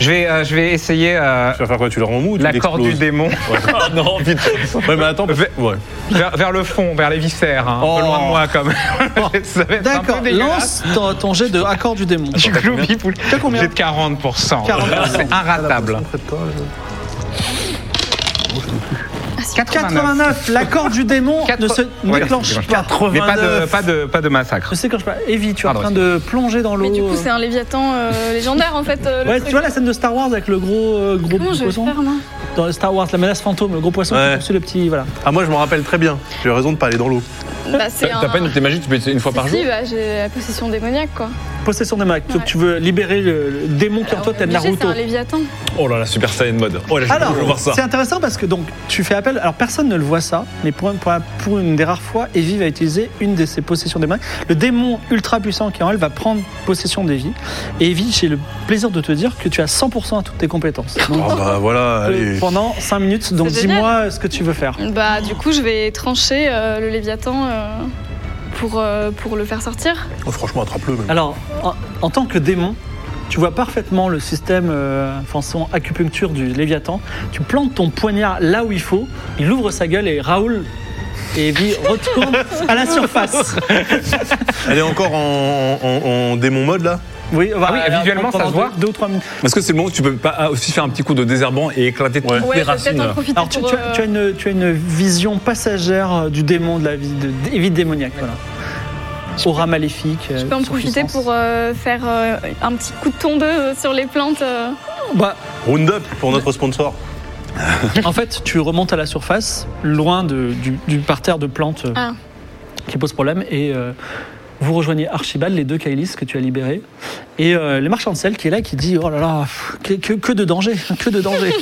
S6: Je vais, euh, je vais essayer euh,
S4: Tu vas faire quoi Tu le rends mou ou tu
S6: la corde du
S4: l'exploses
S6: démon
S7: Ah non, vite.
S4: Ouais, mais attends. parce- Ouais.
S6: vers, vers le fond, vers les viscères, hein, un peu
S4: Oh.
S6: loin de moi comme. Ça va être un peu
S3: D'accord,
S6: dégueulasse.
S3: lance ton, ton jet de accord du démon.
S6: Du gloubi poule.
S3: T'as combien
S6: J'ai de 40%.
S3: 40%.
S6: C'est inratable. 89.
S3: 89, l'accord du démon
S6: Quatre-
S3: ne se
S6: Ouais,
S3: déclenche pas.
S6: Mais pas de, pas, de, pas de massacre.
S3: Ne se déclenche pas. Evie, tu es en
S6: Pardon,
S3: train de plonger dans l'eau.
S5: Mais du coup, c'est un Léviathan euh, légendaire en fait. euh, le
S3: Ouais,
S5: truc.
S3: tu vois la scène de Star Wars avec le gros, euh, gros
S5: Comment je vais
S3: poisson
S5: faire moi
S3: Dans Star Wars, la menace fantôme, le gros poisson
S4: Ouais.
S3: qui poursuit le petit. Voilà.
S4: Ah, moi, je m'en rappelle très bien. Tu as raison de pas aller dans l'eau.
S5: Bah, c'est
S7: T'as
S5: un.
S7: t'as pas une de tes magies, tu peux utiliser une fois
S5: Si,
S7: par jour
S5: si, bah, j'ai la possession démoniaque quoi.
S3: Possession des macs.
S5: Ouais. Ah
S3: Tu veux libérer le, le démon qui est en toi,
S5: Alors,
S3: t'as de
S5: Euh, obligé, C'est
S3: Naruto.
S5: un Léviathan.
S7: Oh là là, Super Saiyan mode. Oh là, je
S3: Alors,
S7: veux voir ça.
S3: c'est intéressant parce que donc tu fais appel. Alors personne ne le voit ça, mais pour, pour- pour une des rares fois, Evie va utiliser une de ses possessions démoniaques. Le démon ultra puissant qui est en elle va prendre possession d'Evie. Et Evie, j'ai le plaisir de te dire que tu as 100% à toutes tes compétences. Donc,
S4: Ah, bah voilà,
S3: euh,
S4: allez.
S3: pendant 5 minutes, donc
S5: C'est génial.
S3: dis-moi ce que tu veux faire.
S5: Bah, du coup, je vais trancher euh, le Léviathan euh, pour, euh, pour le faire sortir.
S4: Oh, franchement, attrape-le. même.
S3: Alors, en, en tant que démon, tu vois parfaitement le système euh, façon acupuncture du Léviathan. Tu plantes ton poignard là où il faut, il ouvre sa gueule et Raoul et Evie retournent à la surface.
S4: Elle est encore en, en- en démon mode, là
S3: Oui, bah,
S6: Ah oui,
S3: euh,
S6: visuellement,
S3: pendant
S6: ça se voit
S3: deux, deux ou trois minutes.
S7: Est-ce que c'est le moment où tu peux pas ah, aussi faire un petit coup de désherbant et éclater toutes
S5: Ouais,
S7: les
S5: je vais peut-être
S7: racines
S5: en profiter
S3: Alors, tu,
S5: pour.
S3: tu as,
S5: euh,
S3: tu as une, tu as une vision passagère euh, du démon, de la vie, de, des vies démoniaque. Voilà. Aura maléfique.
S5: Je peux en profiter pour euh, faire euh, un petit coup de tombeux sur les plantes. euh.
S3: Bah,
S4: Roundup pour notre sponsor.
S3: en fait, tu remontes à la surface, loin de- du, du parterre de plantes euh,
S5: Ah.
S3: qui pose problème, et euh, vous rejoignez Archibald, les deux Kailis que tu as libérés, et euh, le marchand de sel qui est là, qui dit Oh là là, pff, que, que- que de danger, que de danger.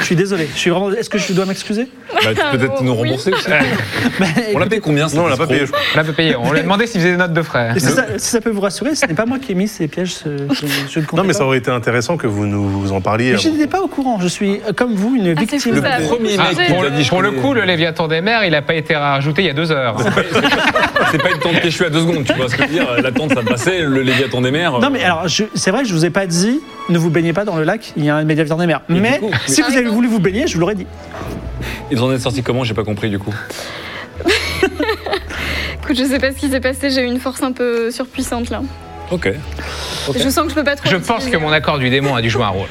S3: je suis désolé, je suis vraiment. Est-ce que je dois m'excuser
S7: Bah, tu peux Peut-être nous
S5: Euh, Oui.
S7: rembourser aussi.
S3: Bah,
S7: On l'a payé combien cet
S4: Non, on l'a pas
S7: escroc
S4: payé. je crois.
S6: On l'a fait payer. On lui a demandé s'il faisait des notes de frais.
S3: Et si, ça, si ça peut vous rassurer, ce n'est pas moi qui ai mis ces pièges. ce- je, je ne comptais
S4: Non, mais
S3: pas.
S4: ça aurait été intéressant que vous nous en parliez.
S3: Mais Je n'étais pas au courant. Je suis, euh, comme vous, une
S5: Ah, c'est
S3: victime.
S5: fou,
S7: Le
S5: ça.
S7: premier
S6: Ah,
S7: mec
S5: J'ai-
S7: qui
S6: pour,
S7: t'a dit je
S6: pour le
S7: connais-
S6: coup, le Léviathan des mers, il n'a pas été rajouté il y a deux heures.
S7: C'est pas une tente échouée à deux secondes, tu vois ce que je veux dire La tente, ça passait, le Léviathan des mers.
S3: Non, mais alors, je- c'est vrai que je vous ai pas dit, ne vous baignez pas dans le lac, il y a un médiateur des mers.
S7: du
S3: Mais
S7: coup,
S3: si vous avez voulu vous baigner, je vous l'aurais dit.
S7: Ils en est sorti comment J'ai pas compris du coup.
S5: Écoute, je sais pas ce qui s'est passé, j'ai eu une force un peu surpuissante là.
S7: Ok. Ok.
S5: Je sens que je peux pas trop.
S6: Je pense que
S5: l'utiliser.
S6: mon accord du démon a dû jouer un rôle.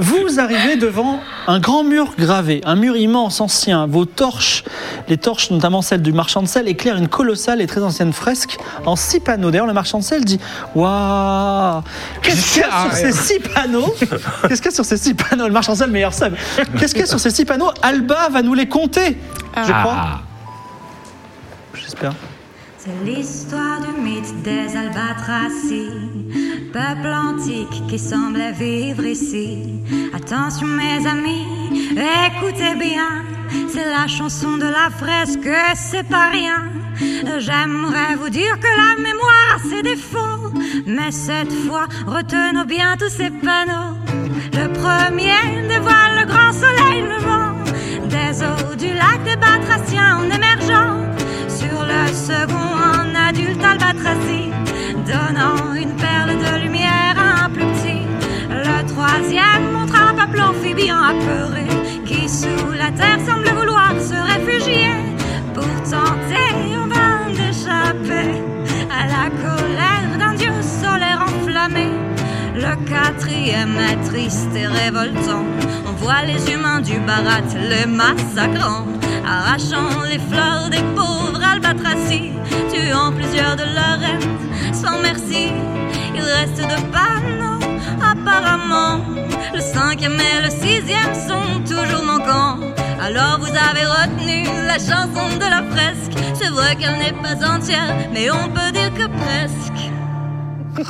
S3: Vous arrivez devant un grand mur gravé, un mur immense, ancien. Vos torches, les torches notamment celle du marchand de sel, éclairent une colossale et très ancienne fresque en six panneaux. D'ailleurs, le marchand de sel dit Waouh Qu'est-ce qu'il y a sur ces six panneaux Qu'est-ce qu'il y a sur ces six panneaux Le marchand de sel, meilleur sable. Qu'est-ce qu'il y a sur ces six panneaux Alba va nous les compter, je crois.
S6: Ah.
S3: J'espère.
S2: C'est l'histoire du mythe des albatracies, peuple antique qui semblait vivre ici. Attention mes amis, écoutez bien, c'est la chanson de la fresque, c'est pas rien. J'aimerais vous dire que la mémoire a ses défauts, mais cette fois, retenons bien tous ces panneaux. Le premier dévoile le grand soleil levant, des eaux du lac des Batraciens en émergeant. Sur le second, un adulte albatraci donnant une perle de lumière à un plus petit. Le troisième montre un peuple amphibien apeuré qui, sous la terre, semble vouloir se réfugier. Pour tenter en vain d'échapper Mmh. à la colère d'un dieu solaire enflammé. Le quatrième est triste et révoltant. On voit les humains du barat les massacrant, arrachant les fleurs des pauvres albatracis, tuant plusieurs de leurs reines sans merci. Il reste deux panneaux, apparemment. Le cinquième et le sixième sont toujours manquants. Alors vous avez retenu la chanson de la fresque. C'est vrai qu'elle n'est pas entière, mais on peut dire que presque.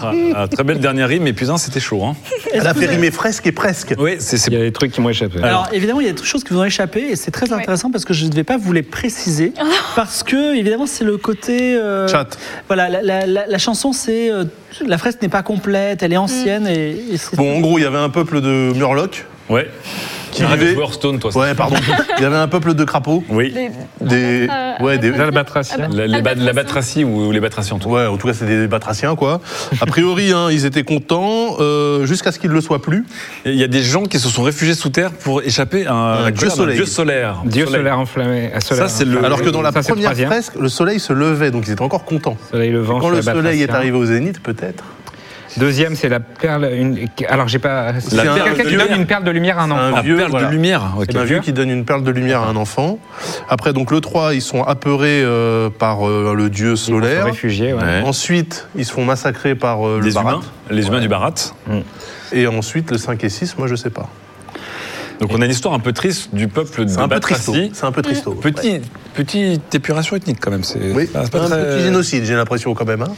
S7: Ah, ah, très belle dernière rime, mais putain, c'était chaud. Hein.
S4: Elle a fait rimer fresque et presque.
S7: Oui, c'est. c'est-
S6: y a des trucs qui m'ont échappé.
S3: Alors évidemment, il y a des choses qui vous ont échappé et c'est très
S5: Ouais.
S3: intéressant parce que je ne vais pas vous les préciser parce que évidemment c'est le côté euh,
S4: Chat.
S3: Voilà, la, la- la- la chanson c'est euh, la fresque n'est pas complète, elle est ancienne et, et c'est-
S4: Bon, en gros, il y avait un peuple de murlocs.
S7: Ouais.
S4: Qui
S7: Arrête de
S4: vivait-
S7: jouer Hearthstone, toi. ça.
S4: Ouais, pardon. Il y avait un peuple de crapauds.
S7: Oui.
S4: Des.
S5: Euh,
S4: Ouais, des.
S5: Ah bah.
S6: L'albatracien.
S7: La, les ba- la batracie ou, ou les batraciens, en tout cas.
S4: Ouais, en tout cas, c'est des batraciens, quoi. A priori, hein, ils étaient contents euh, jusqu'à ce qu'ils ne le soient plus.
S7: Il y a des gens qui se sont réfugiés sous terre pour échapper à un,
S4: Un
S7: la
S4: dieu
S7: colère d'un
S4: soleil.
S7: dieu solaire.
S6: Dieu
S7: Soleil.
S6: solaire enflammé. Ah, solaire
S7: Ça, c'est le-
S6: enflammé.
S4: Alors que dans la
S6: Ça, c'est le
S4: première
S6: troisième.
S4: fresque, le soleil se levait, donc ils étaient encore contents.
S6: Soleil levant
S4: Quand
S6: sur
S4: le
S6: les
S4: soleil est
S6: batraciens.
S4: arrivé au zénith, peut-être.
S6: Deuxième, c'est la perle. Une... Alors, j'ai pas. C'est
S4: perle
S6: quelqu'un
S4: de
S6: qui donne
S4: lumière.
S6: une perle de lumière à un enfant.
S4: Un
S7: Ah,
S4: vieux,
S7: perle
S4: voilà.
S7: de lumière. ok.
S4: C'est un vieux qui ben, donne une perle de lumière à un enfant. Après, donc le 3, ils sont apeurés euh, par euh, le dieu
S6: Un
S4: solaire.
S6: réfugié, ouais.
S7: Ouais.
S4: Ensuite, ils se font massacrer par euh, le
S7: Les
S4: Barat.
S7: humains, les humains du Barat.
S4: Et ensuite, le 5 et 6, moi, je sais pas.
S7: Donc on a une histoire un peu triste du peuple de
S4: C'est un peu tristo.
S7: Batracie.
S4: C'est un peu tristo.
S7: Petit, Petite épuration ethnique quand même.
S4: Ouais.
S7: C'est
S4: Oui,
S7: Ah,
S4: un
S7: c'est pas très-
S4: petit génocide, j'ai l'impression quand même. hein.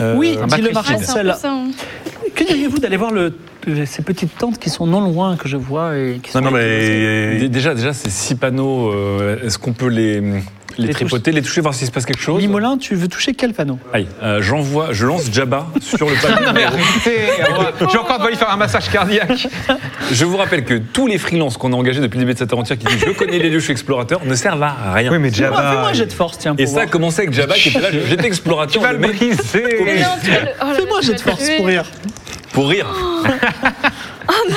S7: euh,
S3: oui,
S6: un
S3: dit le
S6: Patricide.
S5: Ouais, c'est un peu
S3: marcel.
S5: ça. hein.
S3: Que diriez-vous d'aller voir le- ces petites tentes qui sont non loin que je vois et
S5: Ah bah,
S3: qui sont
S4: Non,
S7: Dé-
S4: mais
S7: Déjà, déjà, ces six panneaux, euh, est-ce qu'on peut les, les,
S3: toucher.
S7: tripoter, les toucher, voir s'il se passe quelque chose
S3: Limolin, tu veux toucher quel panneau
S4: Ah
S7: Aïe, euh, j'envoie, je lance Jabba sur le
S6: Non, mais
S7: panneau.
S6: arrêtez euh, J'ai encore de lui faire un massage cardiaque.
S7: je vous rappelle que tous les freelances qu'on a engagés depuis le début de cette aventure qui disent je connais les lieux, je suis explorateur, ne servent à rien.
S6: Oui, mais
S3: Fais-moi
S4: bah,
S6: Jabba.
S3: fais-moi un jet de force, tiens. Pour
S7: Et ça a
S3: voir.
S7: commencé avec Jabba qui était là, j'étais
S6: Tu
S7: explorateur,
S6: vas
S7: le
S6: le
S7: mec,
S5: Mais
S6: briser.
S5: non, tu vas le- oh là là,
S3: Fais-moi un
S5: tu
S3: jet de
S5: vas le
S3: force
S5: tuer.
S3: pour rire.
S7: pour rire.
S5: Oh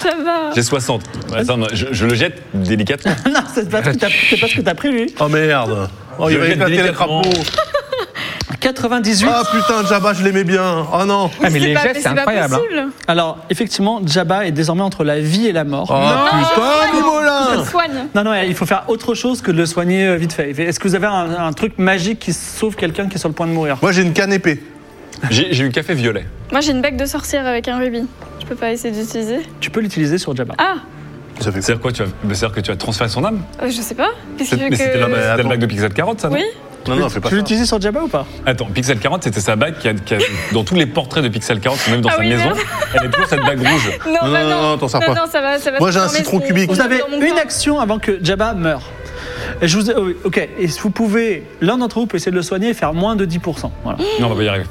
S5: Ça va.
S7: J'ai 60. Attends, non, je, je le jette délicatement.
S3: Non, c'est pas, ce que t'as- c'est pas ce que t'as prévu.
S4: Oh merde Oh,
S7: Je
S4: il va
S7: jette
S4: éclater les
S7: délicatement.
S4: crapauds
S3: 98.
S4: Ah putain, Jabba, je l'aimais bien Oh non
S6: Ah, mais les
S5: pas-
S6: gestes, c'est
S5: pas
S6: incroyable. hein.
S5: possible.
S3: Alors, effectivement, Jabba est désormais entre la vie et la mort.
S4: Oh
S6: Ah,
S4: putain,
S5: Ça
S3: Ah.
S4: Limolin
S5: te soigne.
S3: Non, non, il faut faire autre chose que de le soigner euh, vite fait. Est-ce que vous avez un, un truc magique qui sauve quelqu'un qui est sur le point de mourir
S4: Moi, j'ai une canne épée.
S7: J'ai j'ai eu café violet.
S5: Moi, j'ai une bague de sorcière avec un rubis. Je peux pas essayer d'utiliser.
S3: Tu peux l'utiliser sur Jabba.
S5: Ah,
S4: Ça fait
S7: C'est-à-dire quoi tu as, mais C'est-à-dire que tu as transféré son âme
S5: euh, je sais pas. Qu'est-ce
S7: C'est-
S5: qui fait
S7: Mais c'était la,
S5: que.
S4: mais
S7: c'était la
S4: attends.
S7: blague de Pixel Carotte, ça non
S5: Oui.
S4: Non, non, fais pas
S3: tu
S4: ça.
S3: l'utilises sur Jabba ou pas
S7: Attends, Pixel Carotte, c'était sa bague qui a, qui a- dans tous les portraits de Pixel Carotte, même dans
S5: Ah
S7: sa
S5: oui,
S7: maison,
S5: merde.
S7: elle a toujours cette bague rouge.
S5: Non,
S4: Non,
S5: bah
S4: non,
S5: non,
S4: non, t'en sers
S5: non,
S4: pas.
S5: non, ça va, ça va.
S4: Moi, j'ai un
S5: Non, mais
S4: citron
S5: c'est-
S4: cubique.
S5: c'est
S3: Vous avez
S5: dans mon
S3: une
S5: corps.
S3: action avant que Jabba meure. Et je vous ai- oh oui, ok, et si vous pouvez, l'un d'entre vous peut essayer de le soigner et faire moins de 10%. Voilà.
S7: Non, on va pas y arriver.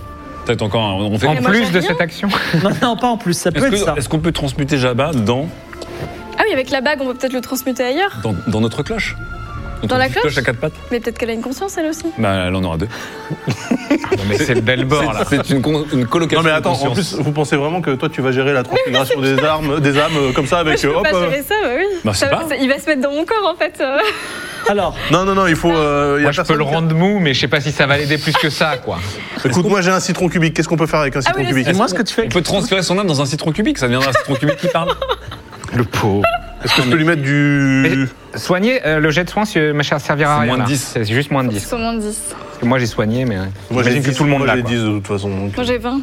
S7: Peut-être encore un- on fait.
S6: En
S5: moi,
S6: plus
S5: j'en
S6: de
S5: viens.
S6: cette action.
S3: Non, non, pas en plus, ça peut
S7: Est-ce
S3: être
S7: que-
S3: ça.
S7: est-ce qu'on peut transmuter Jabba dans,
S5: Ah oui, avec la bague, on peut peut-être le transmuter ailleurs.
S7: dans, dans notre cloche Notre
S5: Dans la
S7: petite
S5: cloche
S7: à quatre pattes
S5: Mais peut-être qu'elle a une conscience, elle aussi.
S7: Bah, elle en aura deux.
S6: Non, mais c'est le bel bord, là.
S7: C'est une, con- une colocation.
S4: Non mais
S7: de
S4: attends, en
S7: conscience.
S4: plus, vous pensez vraiment que toi, tu vas gérer la transfiguration des armes, des âmes euh, comme ça
S5: Moi,
S4: avec...
S5: je
S4: euh,
S5: peux
S4: hop,
S5: pas
S4: euh,
S5: gérer ça, bah oui.
S7: Bah,
S5: Ça
S7: c'est
S5: va,
S7: pas.
S5: ça- il va se mettre dans mon corps, en fait. euh.
S3: Alors,
S4: Non, non, non, il faut... euh, y a
S6: Moi, je peux
S4: personne
S6: le
S4: qui-
S6: rendre mou, mais je sais pas si ça va l'aider plus que ça, quoi.
S4: Écoute, moi, j'ai un citron cubique. Qu'est-ce qu'on peut faire avec un
S5: Ah
S4: citron
S5: oui, le
S4: cubique
S3: dis-moi ce que tu fais.
S7: On peut transférer son âme dans un citron cubique, ça deviendra un citron cubique qui parle.
S6: Le pauvre.
S4: Est-ce que je peux lui mettre
S6: Mais-
S4: du...
S6: Soigner, euh, le jet de soin, si, euh, ma chère, servira à
S7: C'est
S6: rien.
S7: moins
S6: là.
S7: 10.
S6: C'est juste moins de 10.
S5: Sur moins 10.
S6: Parce que moi, j'ai soigné, mais.
S4: Moi, j'ai
S6: J'imagine que tout le monde
S4: moi,
S6: l'a.
S4: j'ai
S6: quoi.
S4: 10 de toute façon. donc.
S5: Moi, j'ai 20.
S6: Moi,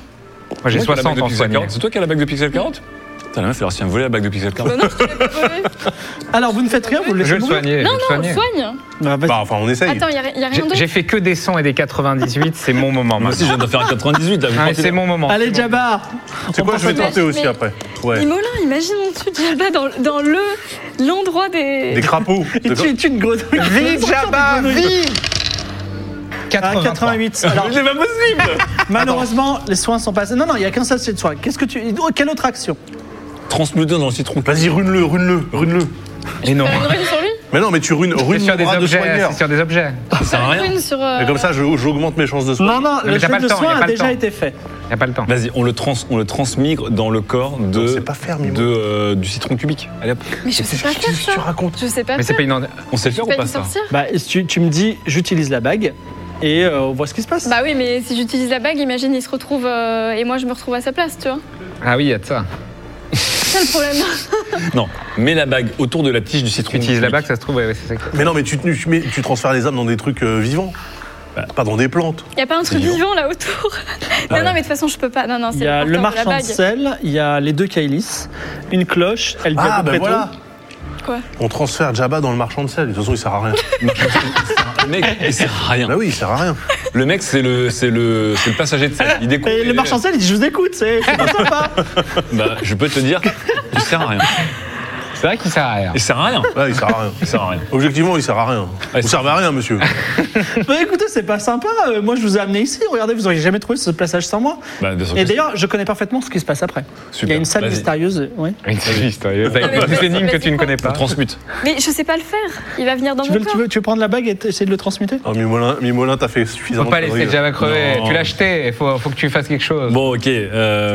S6: j'ai
S7: C'est toi qui as la
S6: 60
S7: bague de
S6: en
S7: Pixel
S6: soigné.
S7: Carotte C'est toi qui as la bague de Pixel Carotte Mmh. Putain, la meuf, elle a réussi à me voler la bague de Pixel Carotte.
S5: Bah non, je te l'ai pas volé.
S3: alors vous ne faites rien, vous le
S6: Je
S3: laissez
S6: le
S3: mourir
S6: soignais. je
S5: Non,
S6: le
S5: non, on
S6: soignais.
S5: le soigne.
S3: Bah, vas-y.
S4: Bah, enfin, on essaye.
S5: Attends, il y a, y a rien
S6: J'ai-
S5: d'autre.
S6: J'ai fait que des 100 et des 98, c'est mon moment.
S7: Moi aussi,
S6: maintenant.
S7: je viens de faire un 98, là. vous
S6: Hein,
S7: pensez-
S6: c'est mon moment.
S3: Allez
S6: c'est mon-
S3: Jabba
S4: C'est
S3: On
S4: quoi
S3: pense
S4: Je vais
S3: à toi.
S4: tenter aussi
S5: Mais-
S4: après. Ouais.
S5: Imolin, imagine mon truc là-bas dans, dans le l'endroit des.
S4: Des crapauds.
S3: Il
S4: D'accord.
S3: tue tue une grenouille.
S6: Vive Jabba, vive
S3: 88. 88. Alors,
S7: Mais C'est pas possible
S3: malheureusement, les soins sont passés. Non, non, il n'y a qu'un seul set de soins. Qu'est-ce que tu. oh, Quelle autre action
S7: Transmuter dans le citron
S4: Vas-y, rune-le, rune-le, rune-le.
S6: Et non,
S5: Une rune sur lui
S4: Mais non, mais tu runes,
S6: c'est
S4: runes
S6: sur
S4: mon
S6: des
S4: bras de
S6: objets.
S4: soigneur.
S6: C'est sur des objets.
S7: ça sert à
S5: Une
S7: rien.
S5: rune sur. euh,
S4: Et comme ça, je- j'augmente mes chances de soin.
S3: Non, non, le
S6: mais t'as
S3: jet
S6: pas le
S3: de
S6: temps, y a
S3: soin
S6: pas
S3: a
S6: le
S3: déjà
S6: temps.
S3: été fait.
S6: Y a pas le temps.
S7: Vas-y, on le, trans, on le transmigre dans le corps de,
S4: c'est pas faire, Mimo.
S7: de, euh, du citron cubique. Allez hop.
S5: Mais je sais pas faire ça. Je sais pas
S6: Mais c'est
S5: faire.
S6: pas une.
S7: On sait
S5: Je
S7: le
S5: suis
S7: faire ou
S5: pas
S7: pas
S5: une
S7: ça
S5: sorcière.
S3: Bah, si tu, tu me dis, j'utilise la bague et euh, on voit ce qui se passe.
S5: Bah oui, mais si j'utilise la bague, imagine, il se retrouve euh, et moi je me retrouve à sa place, tu vois.
S6: Ah oui, y a de ça.
S5: C'est ça le problème.
S7: Non, mets la bague autour de la tige du citron.
S6: Tu utilises
S7: cubique.
S6: la bague, ça se trouve, ouais, ouais, c'est ça.
S4: Mais non, mais tu, tu, mets- tu transfères les âmes dans des trucs euh, vivants.
S7: Bah.
S4: Pas dans des plantes.
S5: Y a pas un truc
S7: Mignon.
S5: vivant là autour
S4: Ah
S5: Non, non, mais de toute façon, je peux pas. Non, non,
S3: Il
S5: c'est
S3: y a
S5: le
S3: le
S5: porteur de
S3: marchand de
S5: la bague.
S3: sel, il y a les deux Kailis, une cloche, elle dit
S4: Ah,
S3: à peu
S4: ben
S3: près
S4: voilà.
S3: tout.
S5: Quoi
S4: On transfère Jabba dans le marchand de sel. De toute façon, il sert à rien.
S7: Le mec, il sert à rien.
S4: Bah oui, il sert à rien.
S7: Le mec, c'est le, c'est le, c'est le passager de scène. Il découvre.
S3: Et le marchand de sel, il dit, je vous écoute, c'est c'est pas sympa.
S7: Bah, je peux te dire, il sert à rien.
S6: C'est vrai qu'il sert à rien.
S7: Il sert à rien.
S4: Ouais, il sert à rien.
S7: Il sert à rien.
S4: Objectivement, il sert à rien.
S7: Ouais,
S4: Vous servez à rien, monsieur.
S3: Bah écoutez, c'est pas sympa, euh, moi je vous ai amené ici, regardez, vous auriez jamais trouvé ce passage sans moi.
S7: Bah, bien sûr que
S3: Et
S7: si.
S3: d'ailleurs, je connais parfaitement ce qui se passe après. Il y a
S7: Super.
S3: une salle
S7: Vas-y.
S3: mystérieuse, oui.
S6: Une sérieuse.
S5: mais
S6: Avec des
S5: c'est-
S6: énigmes que tu ne connais
S7: On
S6: pas.
S7: transmute.
S5: Mais je sais pas le faire. Il va venir dans
S3: Tu
S5: mon
S3: veux,
S5: corps.
S3: tu, veux, tu veux prendre la bague et t- essayer de le transmuter
S4: Oh, Mimolin, Mimolin t'as fait
S6: Faut
S4: suffisamment
S6: pas laisser
S4: conneries.
S6: Java crever.
S7: Non.
S6: Tu l'as acheté. Faut, faut que tu fasses quelque chose.
S7: Bon, ok. euh,